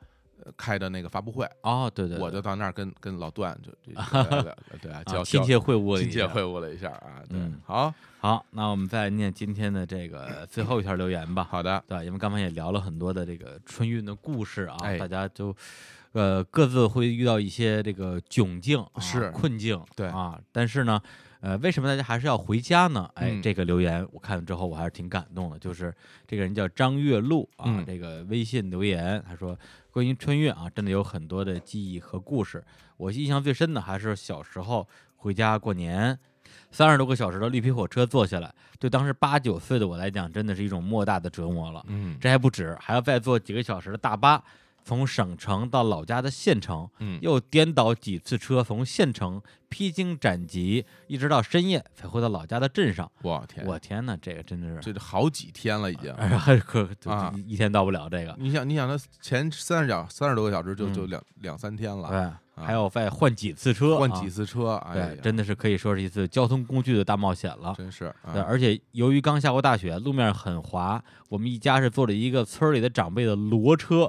B: 呃开的那个发布会，
A: 哦，对对，
B: 我
A: 对
B: 就到那儿跟跟老段
A: (laughs)
B: 就就对对啊，
A: 啊
B: 交
A: 亲
B: 交
A: 切会晤了
B: 亲
A: 一
B: 切
A: 下
B: 会晤了一下啊。对
A: 嗯，
B: 好
A: 好，那我们再念今天的这个最后一条留言吧。
B: 好的，
A: 对，因为刚才也聊了很多的这个春运的故事啊，
B: 哎
A: 大家就呃各自会遇到一些这个窘境、啊、
B: 是
A: 困境，
B: 对
A: 啊。但是呢，呃，为什么大家还是要回家呢？哎，
B: 嗯
A: 这个留言我看了之后，我还是挺感动的。就是这个人叫张月露啊，
B: 嗯
A: 这个微信留言，他说关于春运啊，真的有很多的记忆和故事。我印象最深的还是小时候回家过年。三十多个小时的绿皮火车坐下来，对当时八九岁的我来讲，真的是一种莫大的折磨了。
B: 嗯
A: 这还不止，还要再坐几个小时的大巴，从省城到老家的县城，
B: 嗯
A: 又颠倒几次车，从县城披荆斩棘，一直到深夜才回到老家的镇上。
B: 我天，
A: 我天哪，这个真的是，
B: 这都好几天了已
A: (laughs)
B: 经。
A: 哎呀，可
B: 啊
A: 一一天到不了这个。
B: 你想，你想，他前三十小三十多个小时就就
A: 嗯
B: 两两三天了，
A: 对，哎还要再换几次车，
B: 嗯啊换几
A: 次，
B: 次车，哎
A: 啊对，
B: 呀，
A: 真的是可以说是一次交通工具的大冒险了。
B: 真是，
A: 对，
B: 啊
A: 而且由于刚下过大雪，路面很滑，我们一家是坐了一个村儿里的长辈的骡车，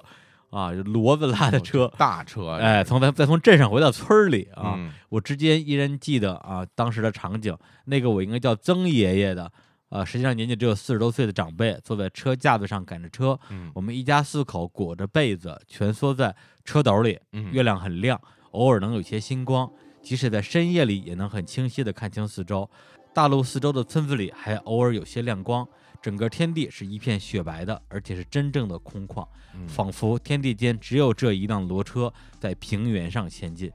A: 啊、啊，就骡子
B: 哦
A: 拉的车，
B: 大车，
A: 哎，从咱再从镇上回到村儿里啊，
B: 嗯，
A: 我至今依然记得啊当时的场景，那个我应该叫曾爷爷的。啊，实际上年纪只有四十多岁的长辈坐在车架子上赶着车，
B: 嗯
A: 我们一家四口裹着被子蜷缩在车斗里，
B: 嗯，
A: 月亮很亮，偶尔能有些星光，即使在深夜里也能很清晰地看清四周。大路四周的村子里还偶尔有些亮光，整个天地是一片雪白的，而且是真正的空旷，
B: 嗯
A: 仿佛天地间只有这一辆骡车在平原上前进。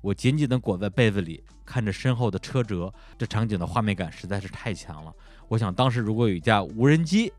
A: 我紧紧地裹在被子里，看着身后的车辙，这场景的画面感实在是太强了。我想，当时如果有一架无人机，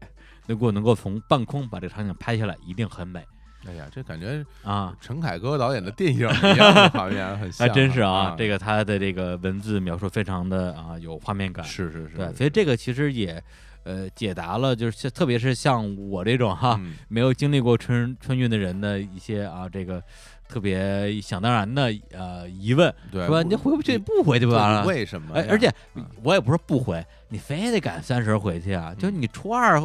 A: 能够能够从半空把这个场景拍下来，一定很美
B: 哎呀，这感觉
A: 啊！
B: 陈凯歌导演的电影一样的画面，很
A: (laughs)
B: 像
A: 还
B: 啊，
A: 真是啊，这
B: 个
A: 个他的这个文字描述非常的啊有画面感，
B: 是是是，
A: 对，所以这个其实也呃解答了，就是像特别是像我这种哈、
B: 嗯
A: 没有经历过春春运的人的一些啊这个特别想当然的呃疑问，
B: 对，
A: 说你回不去不回去不完
B: 对
A: 了。
B: 为什么
A: 哎
B: 呀？，
A: 而且
B: 嗯
A: 我也不是不回，你非得赶三十回去啊？就是你初二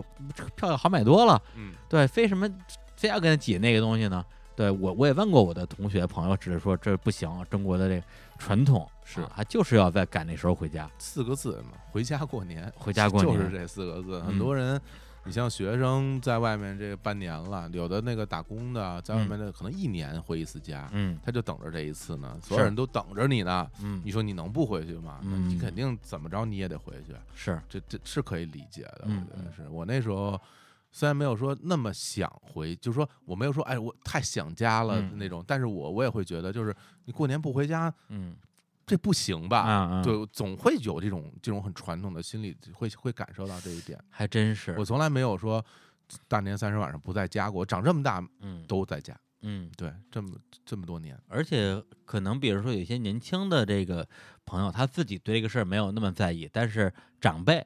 A: 票好买多了，
B: 嗯
A: 对，非什么非要跟他挤那个东西呢？对我我也问过我的同学朋友，只是说这不行，中国的这个传统
B: 是
A: 啊他、就是要在赶那时候回家。
B: 四个字嘛，回家过年，
A: 回家过
B: 就是
A: 年
B: 这四个字。
A: 嗯
B: 很多人，你像学生在外面这半年了，有的那个打工的在外面的可能一年回一次家，
A: 嗯
B: 他就等着这一次呢，所有人都等着你呢。
A: 嗯
B: 你，说你能不回去吗？那你
A: 嗯
B: 肯定怎么着你也得回去，
A: 是
B: 这这是可以理解的。我
A: 嗯
B: 觉得
A: 嗯
B: 是我那时候。虽然没有说那么想回，就是说我没有说哎我太想家了
A: 嗯
B: 那种，但是我我也会觉得就是你过年不回家
A: 嗯
B: 这不行吧？
A: 啊，嗯，
B: 对，总会有这种这种很传统的心理，会会感受到这一点。
A: 还真是
B: 我从来没有说大年三十晚上不在家过，我长这么大
A: 嗯
B: 都在家，
A: 嗯，
B: 对，这么这么多年，
A: 而且可能比如说有些年轻的这个朋友，他自己对这个事儿没有那么在意，但是长辈。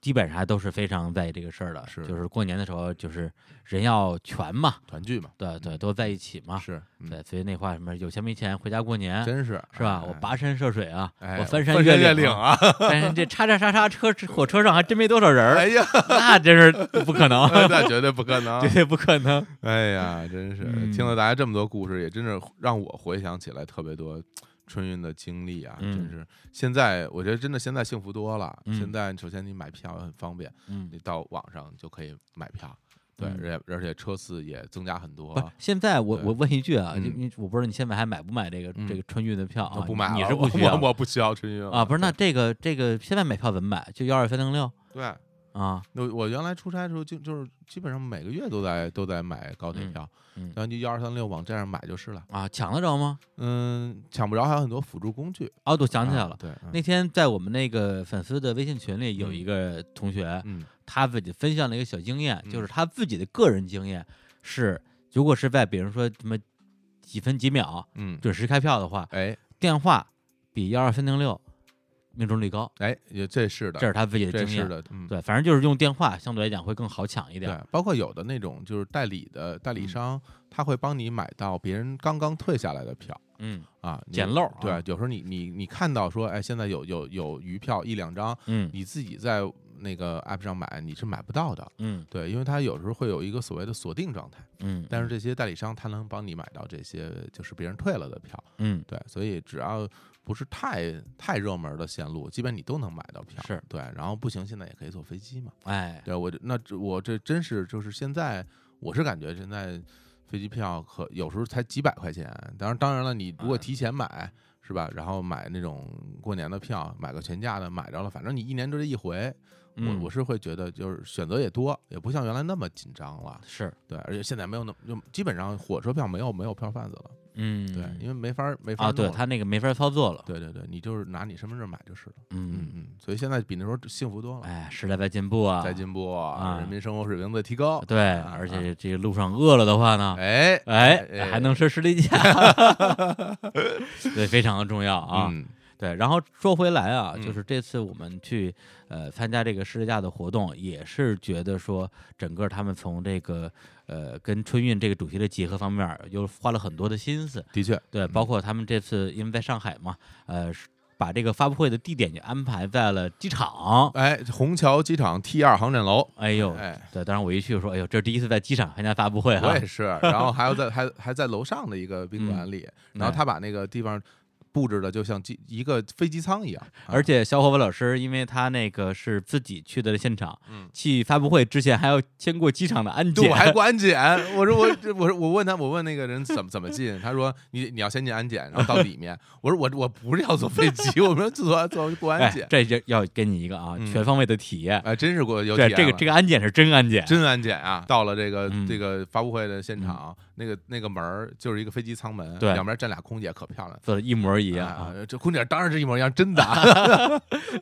A: 基本上还都是非常在意这个事儿的，
B: 是
A: 就是过年的时候，就是人要全嘛，
B: 团聚嘛，
A: 对对，都在一起嘛，
B: 嗯是，嗯
A: 对，所以那话什么有钱没钱回家过年，
B: 真是
A: 是吧？我
B: 哎
A: 跋山涉水啊，
B: 哎
A: 我翻
B: 山
A: 越
B: 岭
A: 啊，
B: 啊，
A: 但是这叉叉叉叉车火车上还真没多少人儿，
B: 哎呀， (laughs)
A: 那真是不可能，
B: 那绝对不可能
A: (laughs) 绝，对不可
B: (laughs)
A: 能。
B: 哎呀，真是
A: 嗯
B: 听了大家这么多故事，也真是让我回想起来特别多。春运的经历啊，
A: 嗯
B: 真是现在我觉得真的现在幸福多了。
A: 嗯
B: 现在首先你买票很方便，
A: 嗯
B: 你，到网上就可以买票，对，
A: 嗯
B: 而且而且车次也增加很多
A: 不。是，现在我
B: 对
A: 我问一句啊，就
B: 嗯
A: 你我不知道你现在还买不买这个
B: 嗯
A: 这个春运的票
B: 那
A: 啊？
B: 不买了，
A: 你是
B: 我
A: 不需要
B: (laughs) 我我不需要春运了
A: 啊？不是，那这
B: 对
A: 个这个现在买票怎么买？就幺二三零六
B: 对，
A: 啊？
B: 那我原来出差的时候就就是基本上每个月都在都在买高铁
A: 嗯
B: 票，
A: 嗯
B: 然后就幺二三六网站上买就是了。
A: 啊，抢得着吗？
B: 嗯，抢不着还有很多辅助工具。
A: 哦，对，想起来
B: 啊
A: 了。
B: 对，嗯
A: 那天在我们那个粉丝的微信群里有一个同学，
B: 嗯
A: 他自己分享了一个小经验，
B: 嗯
A: 就是他自己的个人经验是，如果是在比如说什么几分几秒
B: 嗯，
A: 准时开票的话，
B: 哎
A: 电话比幺二三零六命中率高，
B: 哎，也这是
A: 这
B: 的，
A: 是他自己的
B: 这
A: 经
B: 是
A: 验。
B: 的，嗯，
A: 对，反正就是用电话相对来讲会更好抢一点
B: 对
A: 儿。，
B: 包括有的那种就是代理的代理
A: 嗯
B: 商，他会帮你买到别人刚刚退下来的票。
A: 嗯
B: 啊，你
A: 捡漏儿
B: 对
A: 啊，
B: 有时候你你你看到说，哎，现在有有有余票一两张，
A: 嗯
B: 你自己在那个 app 上买，你是买不到的。
A: 嗯
B: 对，因为它有时候会有一个所谓的锁定状态，
A: 嗯，
B: 但是这些代理商他能帮你买到这些就是别人退了的票，
A: 嗯
B: 对，所以只要不是太太热门的线路，基本你都能买到票。
A: 是
B: 对，然后不行，现在也可以坐飞机嘛。
A: 哎
B: 对我这那这我这真是就是现在我是感觉现在飞机票可有时候才几百块钱，当然当然了，你如果
A: 嗯
B: 提前买是吧？然后买那种过年的票，买个全价的，买着了，反正你一年就这一回，我
A: 嗯
B: 我是会觉得就是选择也多，也不像原来那么紧张了。
A: 是
B: 对，而且现在没有那么就基本上火车票没有没有票贩子了，
A: 嗯
B: 对，因为没法儿没法
A: 啊，
B: 儿弄
A: 对
B: 了
A: 他那个没法操作了。
B: 对对对，你就是拿你身份证买就是了。嗯
A: 嗯，
B: 嗯，所以现在比那时候幸福多了。
A: 哎，时代在进步啊，
B: 嗯在进步，
A: 啊
B: 人民生活水平在提高，
A: 对，
B: 啊
A: 而且这个路上饿了的话呢，
B: 哎
A: 哎还能吃士力
B: (laughs)
A: 架，对，非常的重要啊。
B: 嗯
A: 对，然后说回来啊，
B: 嗯
A: 就是这次我们去呃参加这个世界架的活动，也是觉得说整个他们从这个呃跟春运这个主题的结合方面儿，又花了很多的心思。
B: 的确，
A: 对，包括他们这次因为在上海嘛，呃，是把这个发布会的地点就安排在了机场。
B: 哎，虹桥机场 T 二航站楼，
A: 哎呦，
B: 哎，
A: 对，当时我一去我说，哎呦，这是第一次在机场参加发布会啊
B: 我
A: 哈
B: 也，是，然后还有在还还在楼上的一个宾馆里，
A: 嗯
B: 然后
A: 哎
B: 他把那个地方布置的就像机一个飞机
A: (laughs)
B: 舱一样，啊
A: 而且小伙伴老师，因为他那个是自己去的现场，
B: 嗯
A: 去发布会之前还要经过机场的安
B: 对，
A: 检，
B: 我还过安检。我说我这我说我问他，我问那个人怎么怎么进，他说你你要先进安检，然后到里面。我说我我不是要坐飞机， (laughs) 我们坐坐过
A: (laughs)
B: 安
A: 哎
B: 检，。
A: 这就要给你一个啊
B: 嗯
A: 全方位的体验。
B: 哎，真是过有体
A: 对，
B: 验
A: 这个这
B: 个
A: 个安检是真安检，
B: 真安检啊！到了这个
A: 嗯
B: 这个发布会的现场，那个那个门儿就是一个飞机舱门，
A: 对
B: 两边站俩空姐，可漂亮。
A: 做的一模一样
B: 啊
A: 啊！！
B: 这空姐当然是一模一样，真
A: (laughs)
B: 的啊！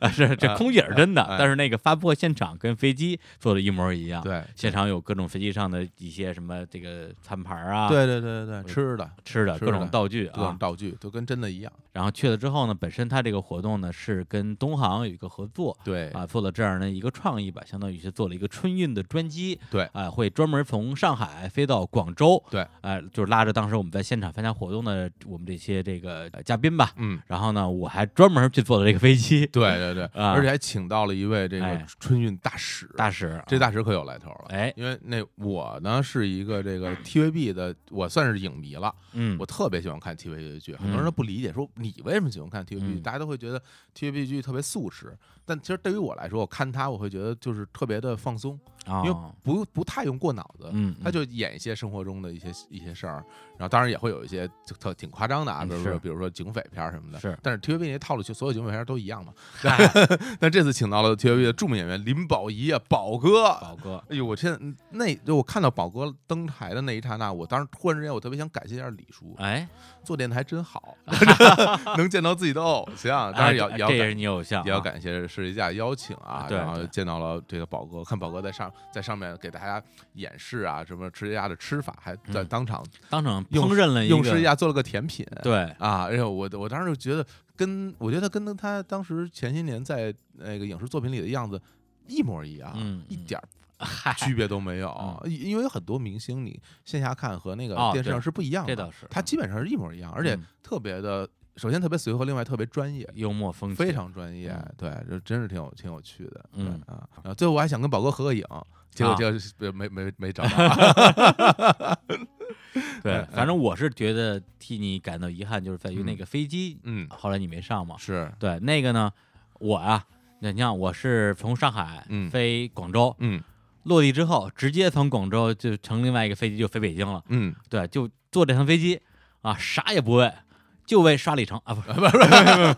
A: 啊 (laughs) 是这
B: 啊
A: 空姐是真的
B: 哎，
A: 但是那个发布会现场跟飞机做的一模一样。
B: 对
A: 现场有各种飞机上的一些什么这个餐盘 (laughs) 啊，，
B: 对对对对对，吃的
A: 吃的
B: 吃的
A: 各种道具
B: 各种
A: 啊。
B: 道具都跟真的一样。
A: 然后去了之后呢，本身它这个活动呢是跟东航有一个合作。
B: 对
A: 啊，做了这样的一个创意吧，相当于是做了一个春运的专机，
B: 对
A: 啊，会专门从上海飞到广州，
B: 对，
A: 哎，就是拉着当时我们在现场参加活动的我们这些这个呃嘉宾吧，
B: 嗯，
A: 然后呢，我还专门去坐了这个飞机，
B: 对对对，
A: 啊
B: 而且还请到了一位这个
A: 哎
B: 春运大使，
A: 大使，啊
B: 这大使可有来头了。
A: 哎，
B: 因为那我呢是一个这个 TVB 的，我算是影迷了，
A: 嗯
B: 我，特别喜欢看 TVB 的剧。很多人都不理解，说你为什么喜欢看 TVB 剧？
A: 嗯
B: 大家都会觉得 TVB 剧特别素食，但其实对于我来说，我看它我会觉得就是特别的放松，
A: 啊，
B: 因为不不太用过脑子。
A: 嗯，
B: 他就演一些生活中的一些一些事儿，然后当然也会有一些就特挺夸张的啊，
A: 嗯
B: 比如
A: 是
B: 说比如说警匪片儿什么的，
A: 嗯是
B: 但是 TVB 那套路就所有警匪片儿都
A: (laughs)
B: 一样嘛。
A: 哎
B: 但这次请到了 TVB 的著名演员林保怡啊，宝哥，
A: 宝
B: (laughs)
A: 哥，
B: 哎呦，我现在那就我看到宝哥登台的那一刹那，我当时突然之间，我特别想感谢一下李叔，
A: 哎，
B: 做电台
A: (laughs)
B: 真好，能见到自己的偶像。啊当然也要
A: 哎
B: 也
A: 这
B: 要
A: 这也
B: 感
A: 是你偶像啊，
B: 也要感谢世界架邀请啊，
A: 对
B: 然后
A: 对
B: 见到了这个宝哥，看宝哥在上在上面给大家演示啊，什么世界架的吃法，还在
A: 嗯
B: 当场
A: 当场
B: 用
A: 烹饪了一
B: 用世界
A: 个，
B: 架做了个甜品。
A: 对，
B: 啊，哎呦，我我当时就觉得跟我觉得跟他当时前些年在那个影视作品里的样子一模一样，
A: 嗯
B: 一
A: 嗯
B: 点儿
A: 嗨，
B: 区别都没有，因因为有很多明星你线下看和那个
A: 哦
B: 电视
A: 对
B: 上是不一样
A: 这
B: 的，
A: 倒是，啊
B: 它基本上是一模一样，而且
A: 嗯
B: 特别的，首先特别随和，另外特别专业，
A: 幽默风
B: 非
A: 趣，
B: 常专业
A: 嗯，
B: 对，这真是挺有挺有趣的，对
A: 嗯
B: 啊，然后最后我还想跟宝哥合个影。结果
A: 啊
B: 结果没没没找
A: (laughs)
B: 到，
A: 对 (laughs)
B: 嗯，
A: 反正我是觉得替你感到遗憾，就是在于那
B: 嗯
A: 个飞机，
B: 嗯，
A: 后来你没上嘛。
B: 是，
A: 对，那个呢，我啊，那你像我是从上海
B: 嗯
A: 飞广州，
B: 嗯
A: 落地之后直接从广州就乘另外一个飞机就飞北京了。
B: 嗯，
A: 对，就坐这趟飞机啊，啥也不为，就为刷里程啊，不是 (laughs) 不是不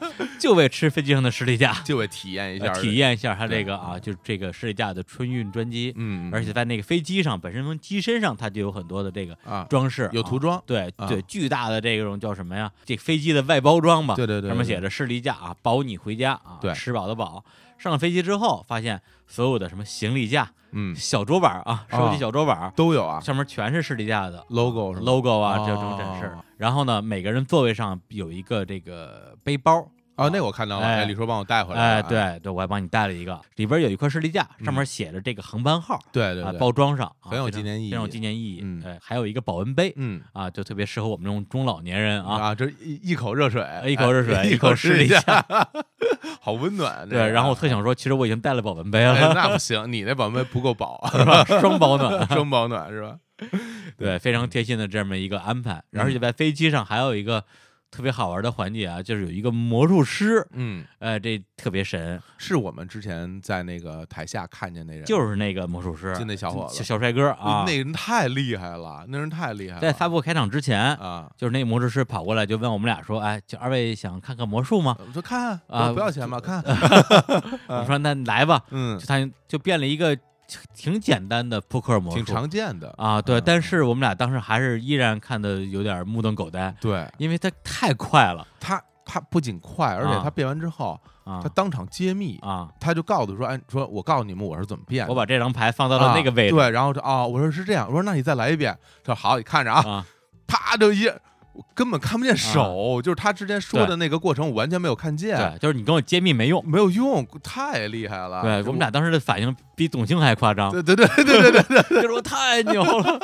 A: 是， (laughs) 就为吃飞机上的士力架，
B: 就得体验一
A: 呃
B: 下，
A: 体，验一下它
B: 对
A: 这个啊，就这个士力架的春运专机。
B: 嗯，
A: 而且在那个飞机上，本身从机身上它就有很多的这个
B: 啊，
A: 装饰，
B: 有涂装，
A: 对
B: 啊
A: 对，巨大的这种叫什么呀？这飞机的外包装吧，
B: 对对对，
A: 上面
B: 对
A: 写着“士力架”啊，保你回家啊，
B: 对
A: 吃饱的饱。上了飞机之后，发现所有的什么行李架、
B: 嗯
A: 小桌板啊，手
B: 啊
A: 机小桌板，
B: 都有啊
A: 上面全是士力架的
B: ，logo 是吧
A: logo 啊，这种展示
B: 哦。
A: 然后呢，每个人座位上有一个这个背包，
B: 啊，那我看到了，哎，
A: 哎
B: 李叔帮我带回来
A: 哎，
B: 了啊，嗯
A: 对对，我还帮你带了一个，里边有一块士力架，上面写着这个航班号
B: 对
A: 啊
B: 对，对，
A: 包装上啊
B: 很有
A: 非常
B: 纪念意义
A: 非常有纪念意义。
B: 嗯
A: 对，还有一个保温杯
B: 嗯
A: 啊，就特别适合我们这种中老年人啊。
B: 啊，这一一口热水，
A: 一口热水
B: 哎
A: 一
B: (laughs) 一
A: 口
B: 试
A: 试一
B: 下
A: 下，
B: (laughs) 好温暖。啊这
A: 对，
B: 个
A: 然后我特想说，其实我已经带了保温杯
B: (laughs) 哎
A: 了，(laughs)
B: 那不行，你那保温杯不够饱，
A: 是吧？ (laughs) 双保
B: (laughs)
A: 暖，
B: 双保暖是吧？
A: 对，非常贴心的这么一个安排。
B: 嗯
A: 而且在飞机上还有一个特别好玩的环节啊，就是有一个魔术师，
B: 嗯，
A: 呃，这特别神，
B: 是我们之前在那个台下看见那人，
A: 就是那个魔术师，
B: 就那小伙子
A: 小小帅哥啊，
B: 那人太厉害了，那人太厉害了，
A: 在发布开场之前，
B: 啊，
A: 就是那魔术师跑过来就问我们俩说：“哎，就二位想看看魔术吗
B: 我说看
A: 啊
B: 不不要钱
A: (laughs)
B: 吧，看，？”
A: 我们说：“那你来吧。”
B: 嗯
A: 就，他就变了一个挺挺简单的扑克魔术，
B: 挺常见的，
A: 啊，对，
B: 嗯
A: 但是我们俩当时还是依然看的有点目瞪口呆，
B: 对
A: 因为它太快了
B: 他，他不仅快，而且
A: 啊
B: 他变完之后，
A: 啊
B: 他当场揭秘，
A: 啊！
B: 他就告诉说，哎，说我告诉你们我是怎么变的
A: 我。把这张牌放到了那个位置
B: 啊、对，然后说啊、我说是这样，我说那你再来一遍，他说好，你看着啊，
A: 啊，
B: 啪就一，我根本看不见手，就是他之前说的那个过程，我完全没有看见，
A: 对，就是你跟我揭秘没用，
B: 没有用，太厉害了，
A: 对
B: 啊就 (laughs)
A: 我们俩当时的反应比董卿还夸张，
B: 对对对对对对对， (laughs)
A: 就是我太牛了，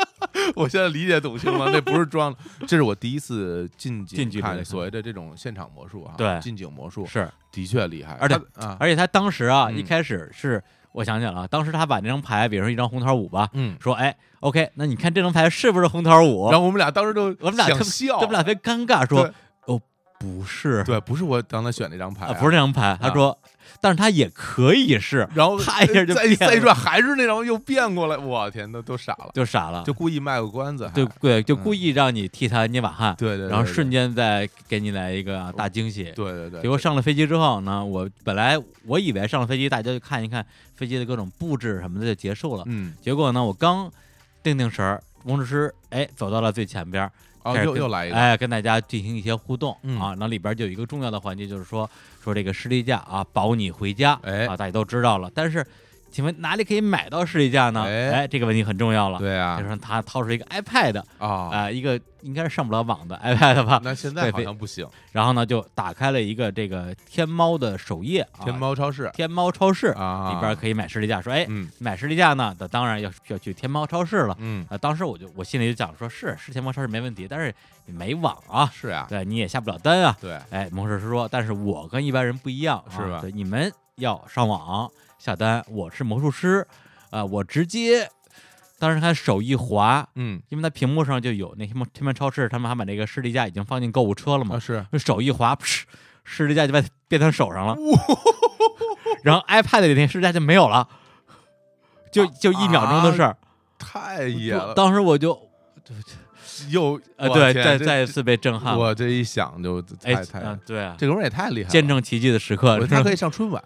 B: 我现在理解董卿了，那不是装的，这是我第一次近
A: 近
B: 景
A: 距离
B: 看
A: 看
B: 所谓的这种现场魔术啊，
A: 对
B: 近景魔术
A: 是，
B: 的确厉害，
A: 而且
B: 它啊，
A: 而且他当时啊，
B: 嗯
A: 一开始是我想起来了啊，当时他把那张牌，比如说一张红桃五吧，
B: 嗯，
A: 说哎，OK，那你看这张牌是不是红桃五？
B: 然后我们俩当时就
A: 我们俩
B: 想
A: 特
B: 笑，
A: 他们俩特别尴尬，说
B: 对
A: 哦不是
B: (laughs) 对，不是我刚才选那张牌
A: 啊，
B: 啊，
A: 不是那张牌。他说，但是他也可以是，(laughs)
B: 然后
A: 啪一下就
B: 再
A: 变
B: 再一
A: 了
B: 转还是那张，又变过来，我天，都都傻了，
A: 就傻了，
B: 就故意卖个关子还，
A: 对对，就
B: 嗯
A: 故意让你替他捏把汗，
B: 对对，
A: 然后
B: 对
A: 瞬，间再给你来一个大惊喜。
B: 对对对，
A: 结果上了飞机之后呢，我本来我以为上了飞机大家就看一看飞机的各种布置什么的就结束了，
B: 嗯，
A: 结果呢，我刚定定神儿，工程师哎走到了最前边儿，
B: 哦，
A: 开始
B: 又
A: 跟
B: 又来一个，
A: 哎，跟大家进行一些互动、
B: 嗯
A: 啊。那里边就有一个重要的环节，就是说说这个士力架啊，保你回家，
B: 哎
A: 啊，大家都知道了。但是，请问哪里可以买到士力架呢？
B: 哎
A: 哎这个问题很重要了。
B: 对啊
A: 这时，候他掏出一个 iPad 啊、
B: 啊，
A: 一个应该是上不了网的 iPad 吧，
B: 那现
A: 对
B: 在好
A: 非
B: 像不行，
A: 然后呢就打开了一个这个天猫的首页，啊、
B: 天猫超市
A: 天猫超市、
B: 啊，
A: 里边可以买士力架，说哎，
B: 嗯
A: 买士力架呢，那当然要要去天猫超市了。
B: 嗯，
A: 啊，当时我就我心里就讲说，是是天猫超市没问题，但是你没网啊，
B: 是啊，
A: 对，你也下不了单啊。
B: 对，
A: 哎，魔术师说，但是我跟一般人不一样、啊，
B: 是吧
A: 对，你们要上网下单，我是魔术师，啊、我直接，当时他手一滑，
B: 嗯
A: 因为他屏幕上就有那天猫天猫超市，他们还把那个士力架已经放进购物车了嘛
B: 啊，是，
A: 就手一滑，噗士力架就变变他手上了，然后 iPad 里那士力架就没有了，就就一秒钟的事儿。
B: 太野啊了，
A: 当时我就
B: 又
A: 呃，
B: 我
A: 对，
B: 天
A: 再
B: 这
A: 再一次被震撼了。
B: 我这一想就
A: 哎
B: 太，太
A: 嗯，对啊，
B: 这哥们儿也太厉害了，
A: 见证奇迹的时刻
B: 我，他可以上春晚，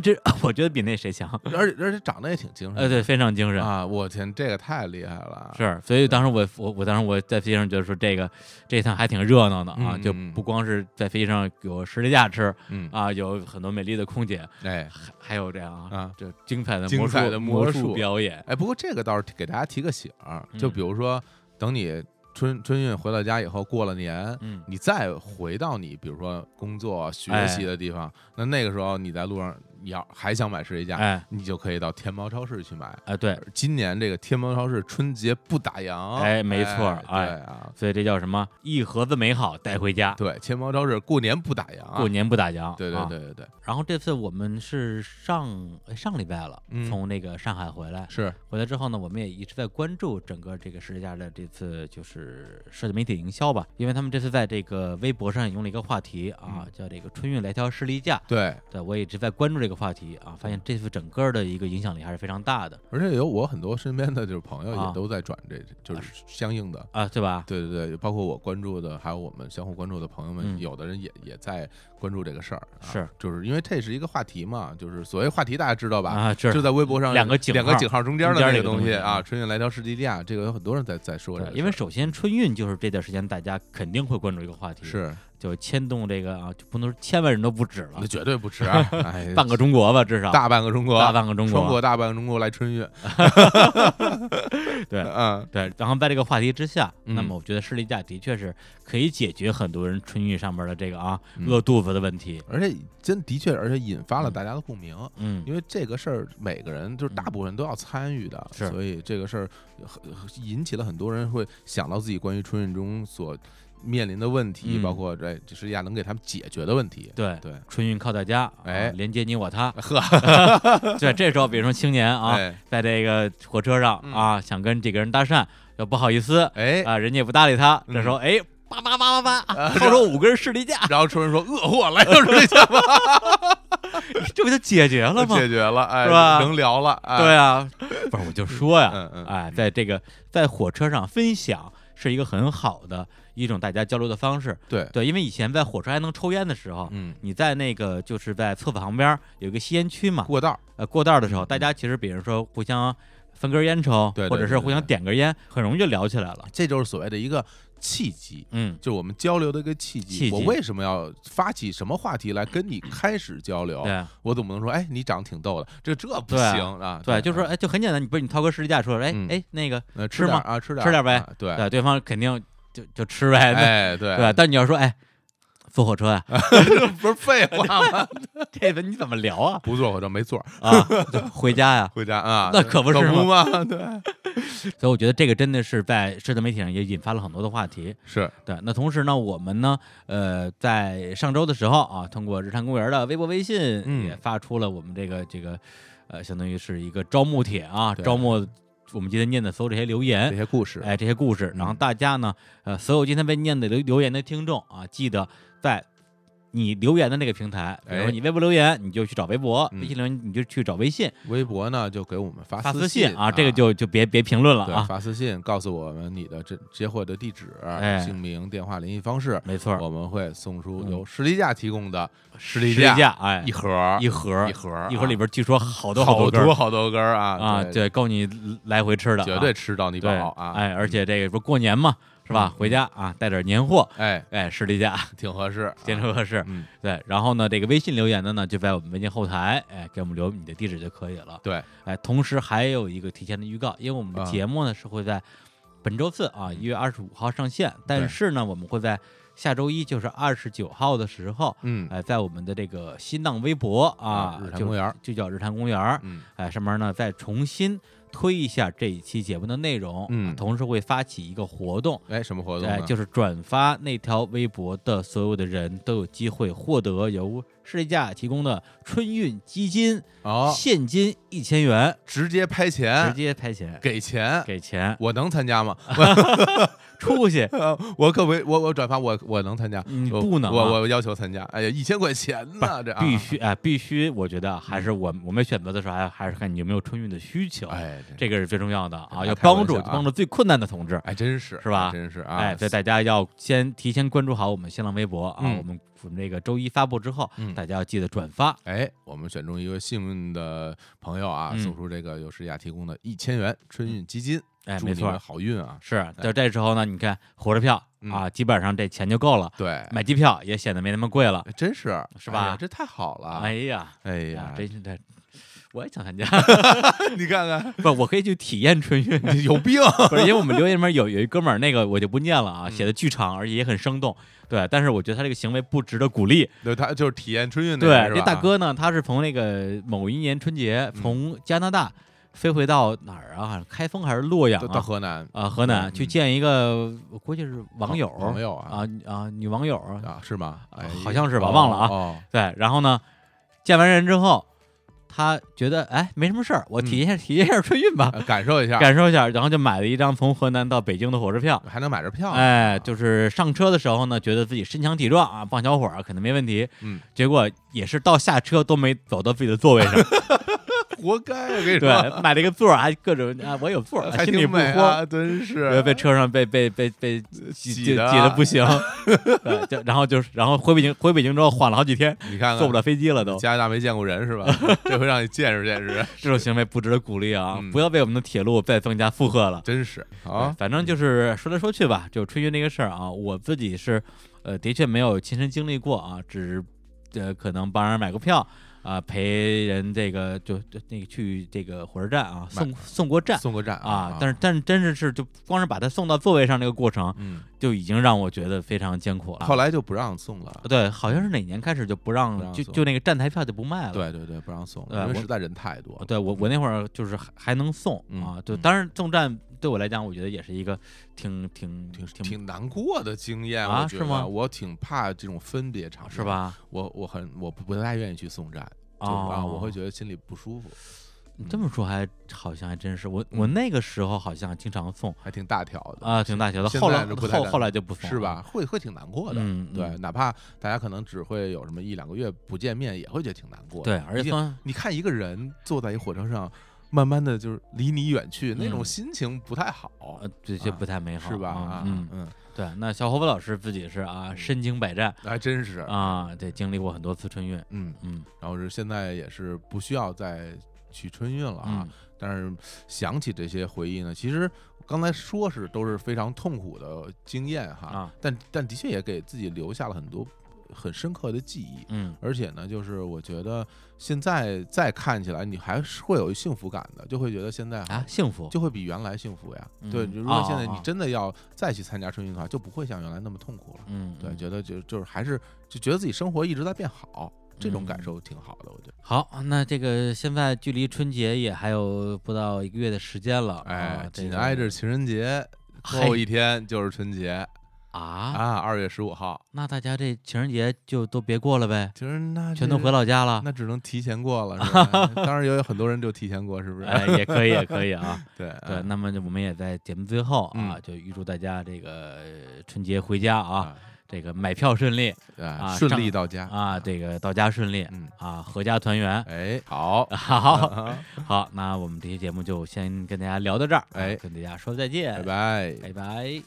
A: 这 (laughs) 这我觉得比那谁强。
B: 而且而且长得也挺精神，
A: 呃，对，非常精神，
B: 啊，我天，这个太厉害了，
A: 是。所以当时我我我当时我在飞机上觉得说这个这一趟还挺热闹的啊，
B: 嗯
A: 就
B: 嗯嗯
A: 不光是在飞机上有士力架吃
B: 嗯，
A: 啊，有很多美丽的空姐，
B: 哎
A: 还还有这样啊，
B: 啊。
A: 这精彩的
B: 精
A: 魔术
B: 彩的魔
A: 魔
B: 术
A: 表演，
B: 哎，不过这个倒是给大家提个醒儿，就
A: 嗯
B: 比如说，等你春春运回到家以后，过了年，
A: 嗯，
B: 你再回到你比如说工作、啊学
A: 哎
B: 习的地方，那那个时候你在路上你要还想买士力架，
A: 哎
B: 你就可以到天猫超市去买。
A: 哎对，
B: 今年这个天猫超市春节不打烊，
A: 哎没错儿
B: 哎
A: 哎
B: 对啊，
A: 所以这叫什么？一盒子美好带回家，
B: 对，天猫超市过年不打烊啊，
A: 过年不打烊。
B: 对
A: 啊
B: 对对对对，
A: 然后这次我们是上哎上礼拜了
B: 嗯，
A: 从那个上海回来，
B: 是
A: 回来之后呢，我们也一直在关注整个这个十字架的这次就是社交媒体营销吧，因为他们这次在这个微博上用了一个话题啊，叫这个“春运来条士力架
B: 对，”。
A: 对，我也一直在关注这个话题啊，发现这次整个的一个影响力还是非常大的
B: 而且有我很多身边的就是朋友也
A: 啊
B: 都在转这，就是相应的。
A: 啊，对吧？
B: 对对对，包括我关注的，还有我们相互关注的朋友们，
A: 嗯
B: 有的人也也在关注这个事儿、啊，
A: 是，
B: 就是因为这是一个话题嘛，就是所谓话题大家知道吧？
A: 啊，这
B: 就在微博上
A: 两个井
B: 两个
A: 号
B: 井号中间的
A: 中间
B: 那
A: 那个
B: 东
A: 东西
B: 啊，
A: 啊
B: 春运来条士力架，这个有很多人在在说这
A: 对
B: 个，事儿，
A: 因为首先春运就是这段时间大家肯定会关注这个话题，
B: 是
A: 就牵动这个啊，就不能说千万人都不止了
B: 那，绝对不迟啊， (laughs) 哎，
A: 半个中国吧，至少
B: 大半个中国，
A: 大半个中
B: 穿过大半个中国来春 (laughs) 运，
A: (laughs) 对
B: 嗯，
A: 对，然后在这个话题之下，那
B: 嗯
A: 么我觉得士力架的确是可以解决很多人春运上面的这个啊
B: 嗯
A: 饿肚子的问题。
B: 而且真的确，而且引发了大家的共鸣。
A: 嗯，
B: 因为这个事儿，每个人就是大部分人都要参与的，
A: 是
B: 所以这个事儿很引起了很多人会想到自己关于春运中所面临的问题，
A: 嗯
B: 包括这这是亚能给他们解决的问题。
A: 对，
B: 对，
A: 春运靠大家，啊
B: 哎
A: 连接你我他。
B: 呵，
A: (laughs) 对，这时候比如说青年啊，
B: 哎嗯
A: 在这个火车上啊，想跟这个人搭讪，又不好意思
B: 哎，
A: 啊，人家也不搭理他，
B: 嗯
A: 这时候哎。叭叭叭叭叭啊！掏出五根士力
B: (laughs)
A: 架，
B: 然后春人说饿货来到这家吧，
A: 这不就解决了吗？
B: 解决了，哎，
A: 是吧
B: 能聊了，哎、
A: 对啊，不是我就说呀，
B: 嗯嗯
A: 哎，在这个在火车上分享是一个很好的一种大家交流的方式。
B: 对，
A: 对，因为以前在火车还能抽烟的时候，
B: 嗯，
A: 你在那个就是在厕所旁边有一个吸烟区嘛，
B: 过道儿
A: 呃，过道的时候，大家其实比如说互相分根烟抽，
B: 对对
A: 或者
B: 对
A: 是
B: 对
A: 互相点根烟，很容易就聊起来了。
B: 这就是所谓的一个契机。
A: 嗯，
B: 就是我们交流的一个契机，
A: 契机
B: 我为什么要发起什么话题来跟你开始交流？
A: 对啊
B: 我总不能说，哎，你长得挺逗的，这这不
A: 对啊
B: 行啊！
A: 对，就是说，哎，就很简单，你不是你掏个士力架说，哎
B: 嗯
A: 哎那个，
B: 呃，
A: 吃
B: 点
A: 吗
B: 儿啊，吃点
A: 吃
B: 儿
A: 点儿呗
B: 啊对，
A: 对，对方肯定就就吃呗，那
B: 哎，
A: (laughs)
B: 对 (laughs)
A: 对。但你要说，哎，坐火车啊，
B: 这不是废话吗？
A: (laughs) 这个你怎么聊啊？
B: 不坐火车没座儿，
A: 啊，就回家呀，
B: 回家啊，
A: (laughs) 那可不是
B: 可不
A: (laughs) 吗
B: 吗？对，
A: 所以我觉得这个真的是在社交媒体上也引发了很多的话题。
B: 是
A: 对，那同时呢，我们呢，呃，在上周的时候啊，通过日坛公园的微博、微信
B: 嗯
A: 也发出了我们这个这个，呃，相当于是一个招募帖啊，
B: 对
A: 招募我们今天念的所有这些留言
B: 这，些故事，
A: 哎，这些故事。然后
B: 嗯
A: 大家呢，呃，所有今天被念的留留言的听众啊，记得在你留言的那个平台，比如说
B: 哎
A: 你微博留言，你就去找微博；
B: 嗯
A: 微信留言，你就去找微信
B: 微博呢就给我们发
A: 发
B: 私
A: 私信啊，这个就就别别评论了
B: 对
A: 啊，
B: 发私信告诉我们你的这接货的地址、
A: 哎
B: 姓名、电话联系方式，
A: 没错儿，
B: 我们会送出
A: 嗯
B: 由士力架提供的士
A: 十
B: 力
A: 字
B: 架
A: 架，哎，
B: 一盒
A: 一盒
B: 一盒啊
A: 一盒里边据说好多
B: 好
A: 多根儿
B: 多好多根儿啊
A: 啊，，对，够你来回吃的啊，
B: 绝对吃到你
A: 对
B: 饱啊！嗯
A: 哎，而且这个不是过年嘛，是吧？回家啊，带点年货，
B: 哎，
A: 哎，士力架，
B: 挺合适，
A: 坚持合适。
B: 嗯，
A: 对，然后呢，这个微信留言的呢，就在我们微信后台，哎，给我们留你的地址就可以了。
B: 对，
A: 哎，同时还有一个提前的预告，因为我们的
B: 啊嗯
A: 节目呢是会在本周四啊，一月二十五号上线，但是呢，我们会在下周一，就是二十九号的时候，
B: 嗯
A: 哎，在我们的这个新浪微博啊
B: 啊，日坛
A: 就
B: 公园儿
A: 就叫日坛公园儿，
B: 嗯，
A: 哎，上面呢再重新推一下这一期节目的内容，啊
B: 嗯
A: 同时会发起一个活动。
B: 哎，什么活动
A: 哎，
B: 呢？
A: 就是转发那条微博的所有的人都有机会获得由士力架提供的春运基金，
B: 哦，
A: 现金一千元，
B: 直接拍
A: 直
B: 钱，
A: 接拍钱
B: 哎给钱，
A: 给钱
B: 我能参加吗？。
A: 出去
B: 我可不，我我转发，我我能参加，
A: 你
B: 我
A: 不能啊
B: 我我要求参加。哎呀，一千块钱
A: 不
B: 呢，这 (laughs) 啊嗯
A: 必，须哎，必须！我觉得还是我我们选择的时候，还还是看你有没有春运的需求，
B: 哎，这
A: 这个是最重要的啊！
B: 哎
A: 要
B: 开玩
A: 帮助
B: 笑啊
A: 帮助最困难的同志，
B: 哎，真是
A: 是吧
B: 真是啊，
A: 哎，所以大家要先提前关注好我们新浪微博啊，
B: 嗯
A: 我们我们这个周一发布之后，
B: 嗯
A: 大家要记得转发。
B: 哎，我们选中一位幸运的朋友啊，
A: 嗯
B: 送出这个由诗雅提供的一千元春运基金，
A: 哎，
B: 祝
A: 没
B: 你
A: 错
B: 们，好运啊！
A: 是，就这时候呢，你看火车票
B: 嗯
A: 啊，基本上这钱就够了，
B: 对，
A: 买机票也显得没那么贵了。
B: 哎真是
A: 嗯是
B: 哎呀
A: 吧
B: 这太好了！
A: 哎呀，
B: 哎
A: 哎
B: 呀，
A: 真是的，我也想参加， (laughs)
B: (laughs) 你看看，
A: 不，我可以去体验春运。啊
B: 你有
A: (laughs)
B: 病！
A: 不是，因为我们留言里面有有一哥们儿，那个我就不念了
B: 嗯
A: 啊，写的巨长，而且也很生动。对，但是我觉得他这个行为不值得鼓励。
B: 对，他就是体验春运那个
A: 对，
B: 是
A: 这
B: 吧嗯
A: 大，哥呢，他是从那个某一年春节从加拿大飞回到哪儿啊？好像开封还是洛阳
B: 到到
A: 啊？
B: 河南
A: 啊，河南
B: 嗯
A: 去见一个，我估计是网友，
B: 网友啊
A: 啊啊，女网友啊。
B: 啊，是吗？哎呀
A: 好像是吧忘了啊
B: 哦
A: 对，然后呢，见完人之后，他觉得哎没什么事儿，
B: 嗯
A: 我体验一下体验一下春运
B: (laughs)
A: 吧，
B: 呃感受一下，
A: 感受一下，然后就买了一张从河南到北京的火车票。
B: 还能买着票呢，
A: 哎，就是上车的时候呢，觉得自己身强体壮啊，棒小伙儿肯定没问题。
B: 嗯，
A: 结果也是到下车都没走到自己的座位
B: (laughs)
A: 上，
B: 活该！我跟你说，
A: 对，买了一个座儿，还各种啊，我有座儿，
B: 还
A: 心里
B: 挺
A: 不
B: 美
A: 慌，
B: 啊，真
A: 对
B: 是
A: 被车上被被被被挤
B: 挤
A: 挤
B: 得啊
A: 的不
B: (laughs)
A: 行，对，就然后就是然后回北京回北京之后缓了好几天，
B: 你看看，
A: 坐不了飞机了都。
B: 加拿大没见过
A: (laughs)
B: 人是吧？这回让你见识见识，
A: 这种行为不值得鼓励啊！
B: 嗯
A: 不要为我们的铁路再增加负荷了。
B: 真是
A: 对
B: 啊，
A: 反正就是说来说去吧，就春运这个事儿啊，我自己是，呃，的确没有亲身经历过啊，只呃可能帮人买个票啊、陪人这个就就那个去这个火车站啊，
B: 买
A: 送送过站
B: 送个站
A: 啊，但
B: 是
A: 是但是真是是就光是把他送到座位上这个过程，
B: 嗯，
A: 就已经让我觉得非常艰苦了。
B: 后来就不让送了。
A: 对，好像是哪年开始就不让
B: 不让
A: 就
B: 送
A: 就那个站台票就不卖了。
B: 对对对，不让送
A: 对
B: 了，因
A: 我
B: 为实在人太多了。
A: 对我我那会儿就是还还能送
B: 嗯
A: 啊，就
B: 嗯
A: 当然送站对我来讲，我觉得也是一个挺挺
B: 挺
A: 挺
B: 挺难过的经验
A: 啊
B: 我觉
A: 是
B: 得
A: 吗
B: 我挺怕这种分别场面，
A: 是？吧？哦
B: 我我很我不不太愿意去送站，就是啊，我会觉得心里不舒服，
A: 你这么说还好像还真是我我
B: 嗯
A: 那个时候好像经常送
B: 还挺大条的，
A: 啊，挺大学的，
B: 现
A: 后来
B: 在就不太
A: 后
B: 敢
A: 后来就不送
B: 是
A: 了
B: 吧？？会会挺难过的，
A: 嗯
B: 对，
A: 嗯
B: 哪怕大家可能只会有什么一两个月不见面，也会觉得挺难过的。
A: 对，而
B: 一
A: 且
B: 定
A: 当
B: 你看一个人坐在一火车上，慢慢的就是离你远去，那
A: 嗯
B: 种心情不太好，
A: 呃这些
B: 啊
A: 不太美好
B: 是吧？
A: 啊
B: 啊
A: 嗯，
B: 嗯，
A: 对，那小伙伴老师自己是啊，身经百战
B: 还真是，
A: 啊，对，经历过很多次春运，
B: 嗯，
A: 嗯
B: 然后是现在也是不需要再去春运了啊
A: 嗯，
B: 但是想起这些回忆呢，其实刚才说是都是非常痛苦的经验哈，
A: 啊
B: 但但的确也给自己留下了很多很深刻的记忆。
A: 嗯
B: 而且呢，就是我觉得现在再看起来，你还是会有幸福感的，就会觉得现在
A: 啊，幸福
B: 就会比原来幸福呀。对，
A: 嗯
B: 如果现在
A: 哦哦
B: 你
A: 哦
B: 真的要再去参加春运的话，就不会像原来那么痛苦了。
A: 嗯
B: 对，
A: 嗯
B: 觉得就就是还是就觉得自己生活一直在变好，这种
A: 嗯
B: 感受挺好的，我觉得。
A: 好，那这个现在距离春节也还有不到一个月的时间了，
B: 哎
A: 啊，这
B: 紧
A: 个
B: 挨着情人节
A: 嗨
B: 后一天就是春节
A: 啊，
B: 啊，二月十五号，
A: 那大家这情人节就都别过了呗，
B: 其实那
A: 全都回老家了。
B: 那只能提前过了，是
A: (laughs)
B: 吧？当然也有很多人就提前过，是不是？
A: 哎，也可以，也可以啊。
B: 对
A: 对，
B: (laughs) 嗯
A: 那么就我们也在节目最后啊，
B: 嗯
A: 就预祝大家这个呃春节回家啊，
B: 啊
A: 这个买票顺利
B: 啊
A: 啊
B: 顺
A: 仗
B: 利到家，
A: 啊，这个到家顺利
B: 嗯，
A: 啊，阖家团圆。
B: 哎，好，
A: (laughs) 好
B: 啊
A: 好，那我们这期节目就先跟大家聊到这儿，啊
B: 哎
A: 跟大家说再见，
B: 拜拜。
A: 拜拜。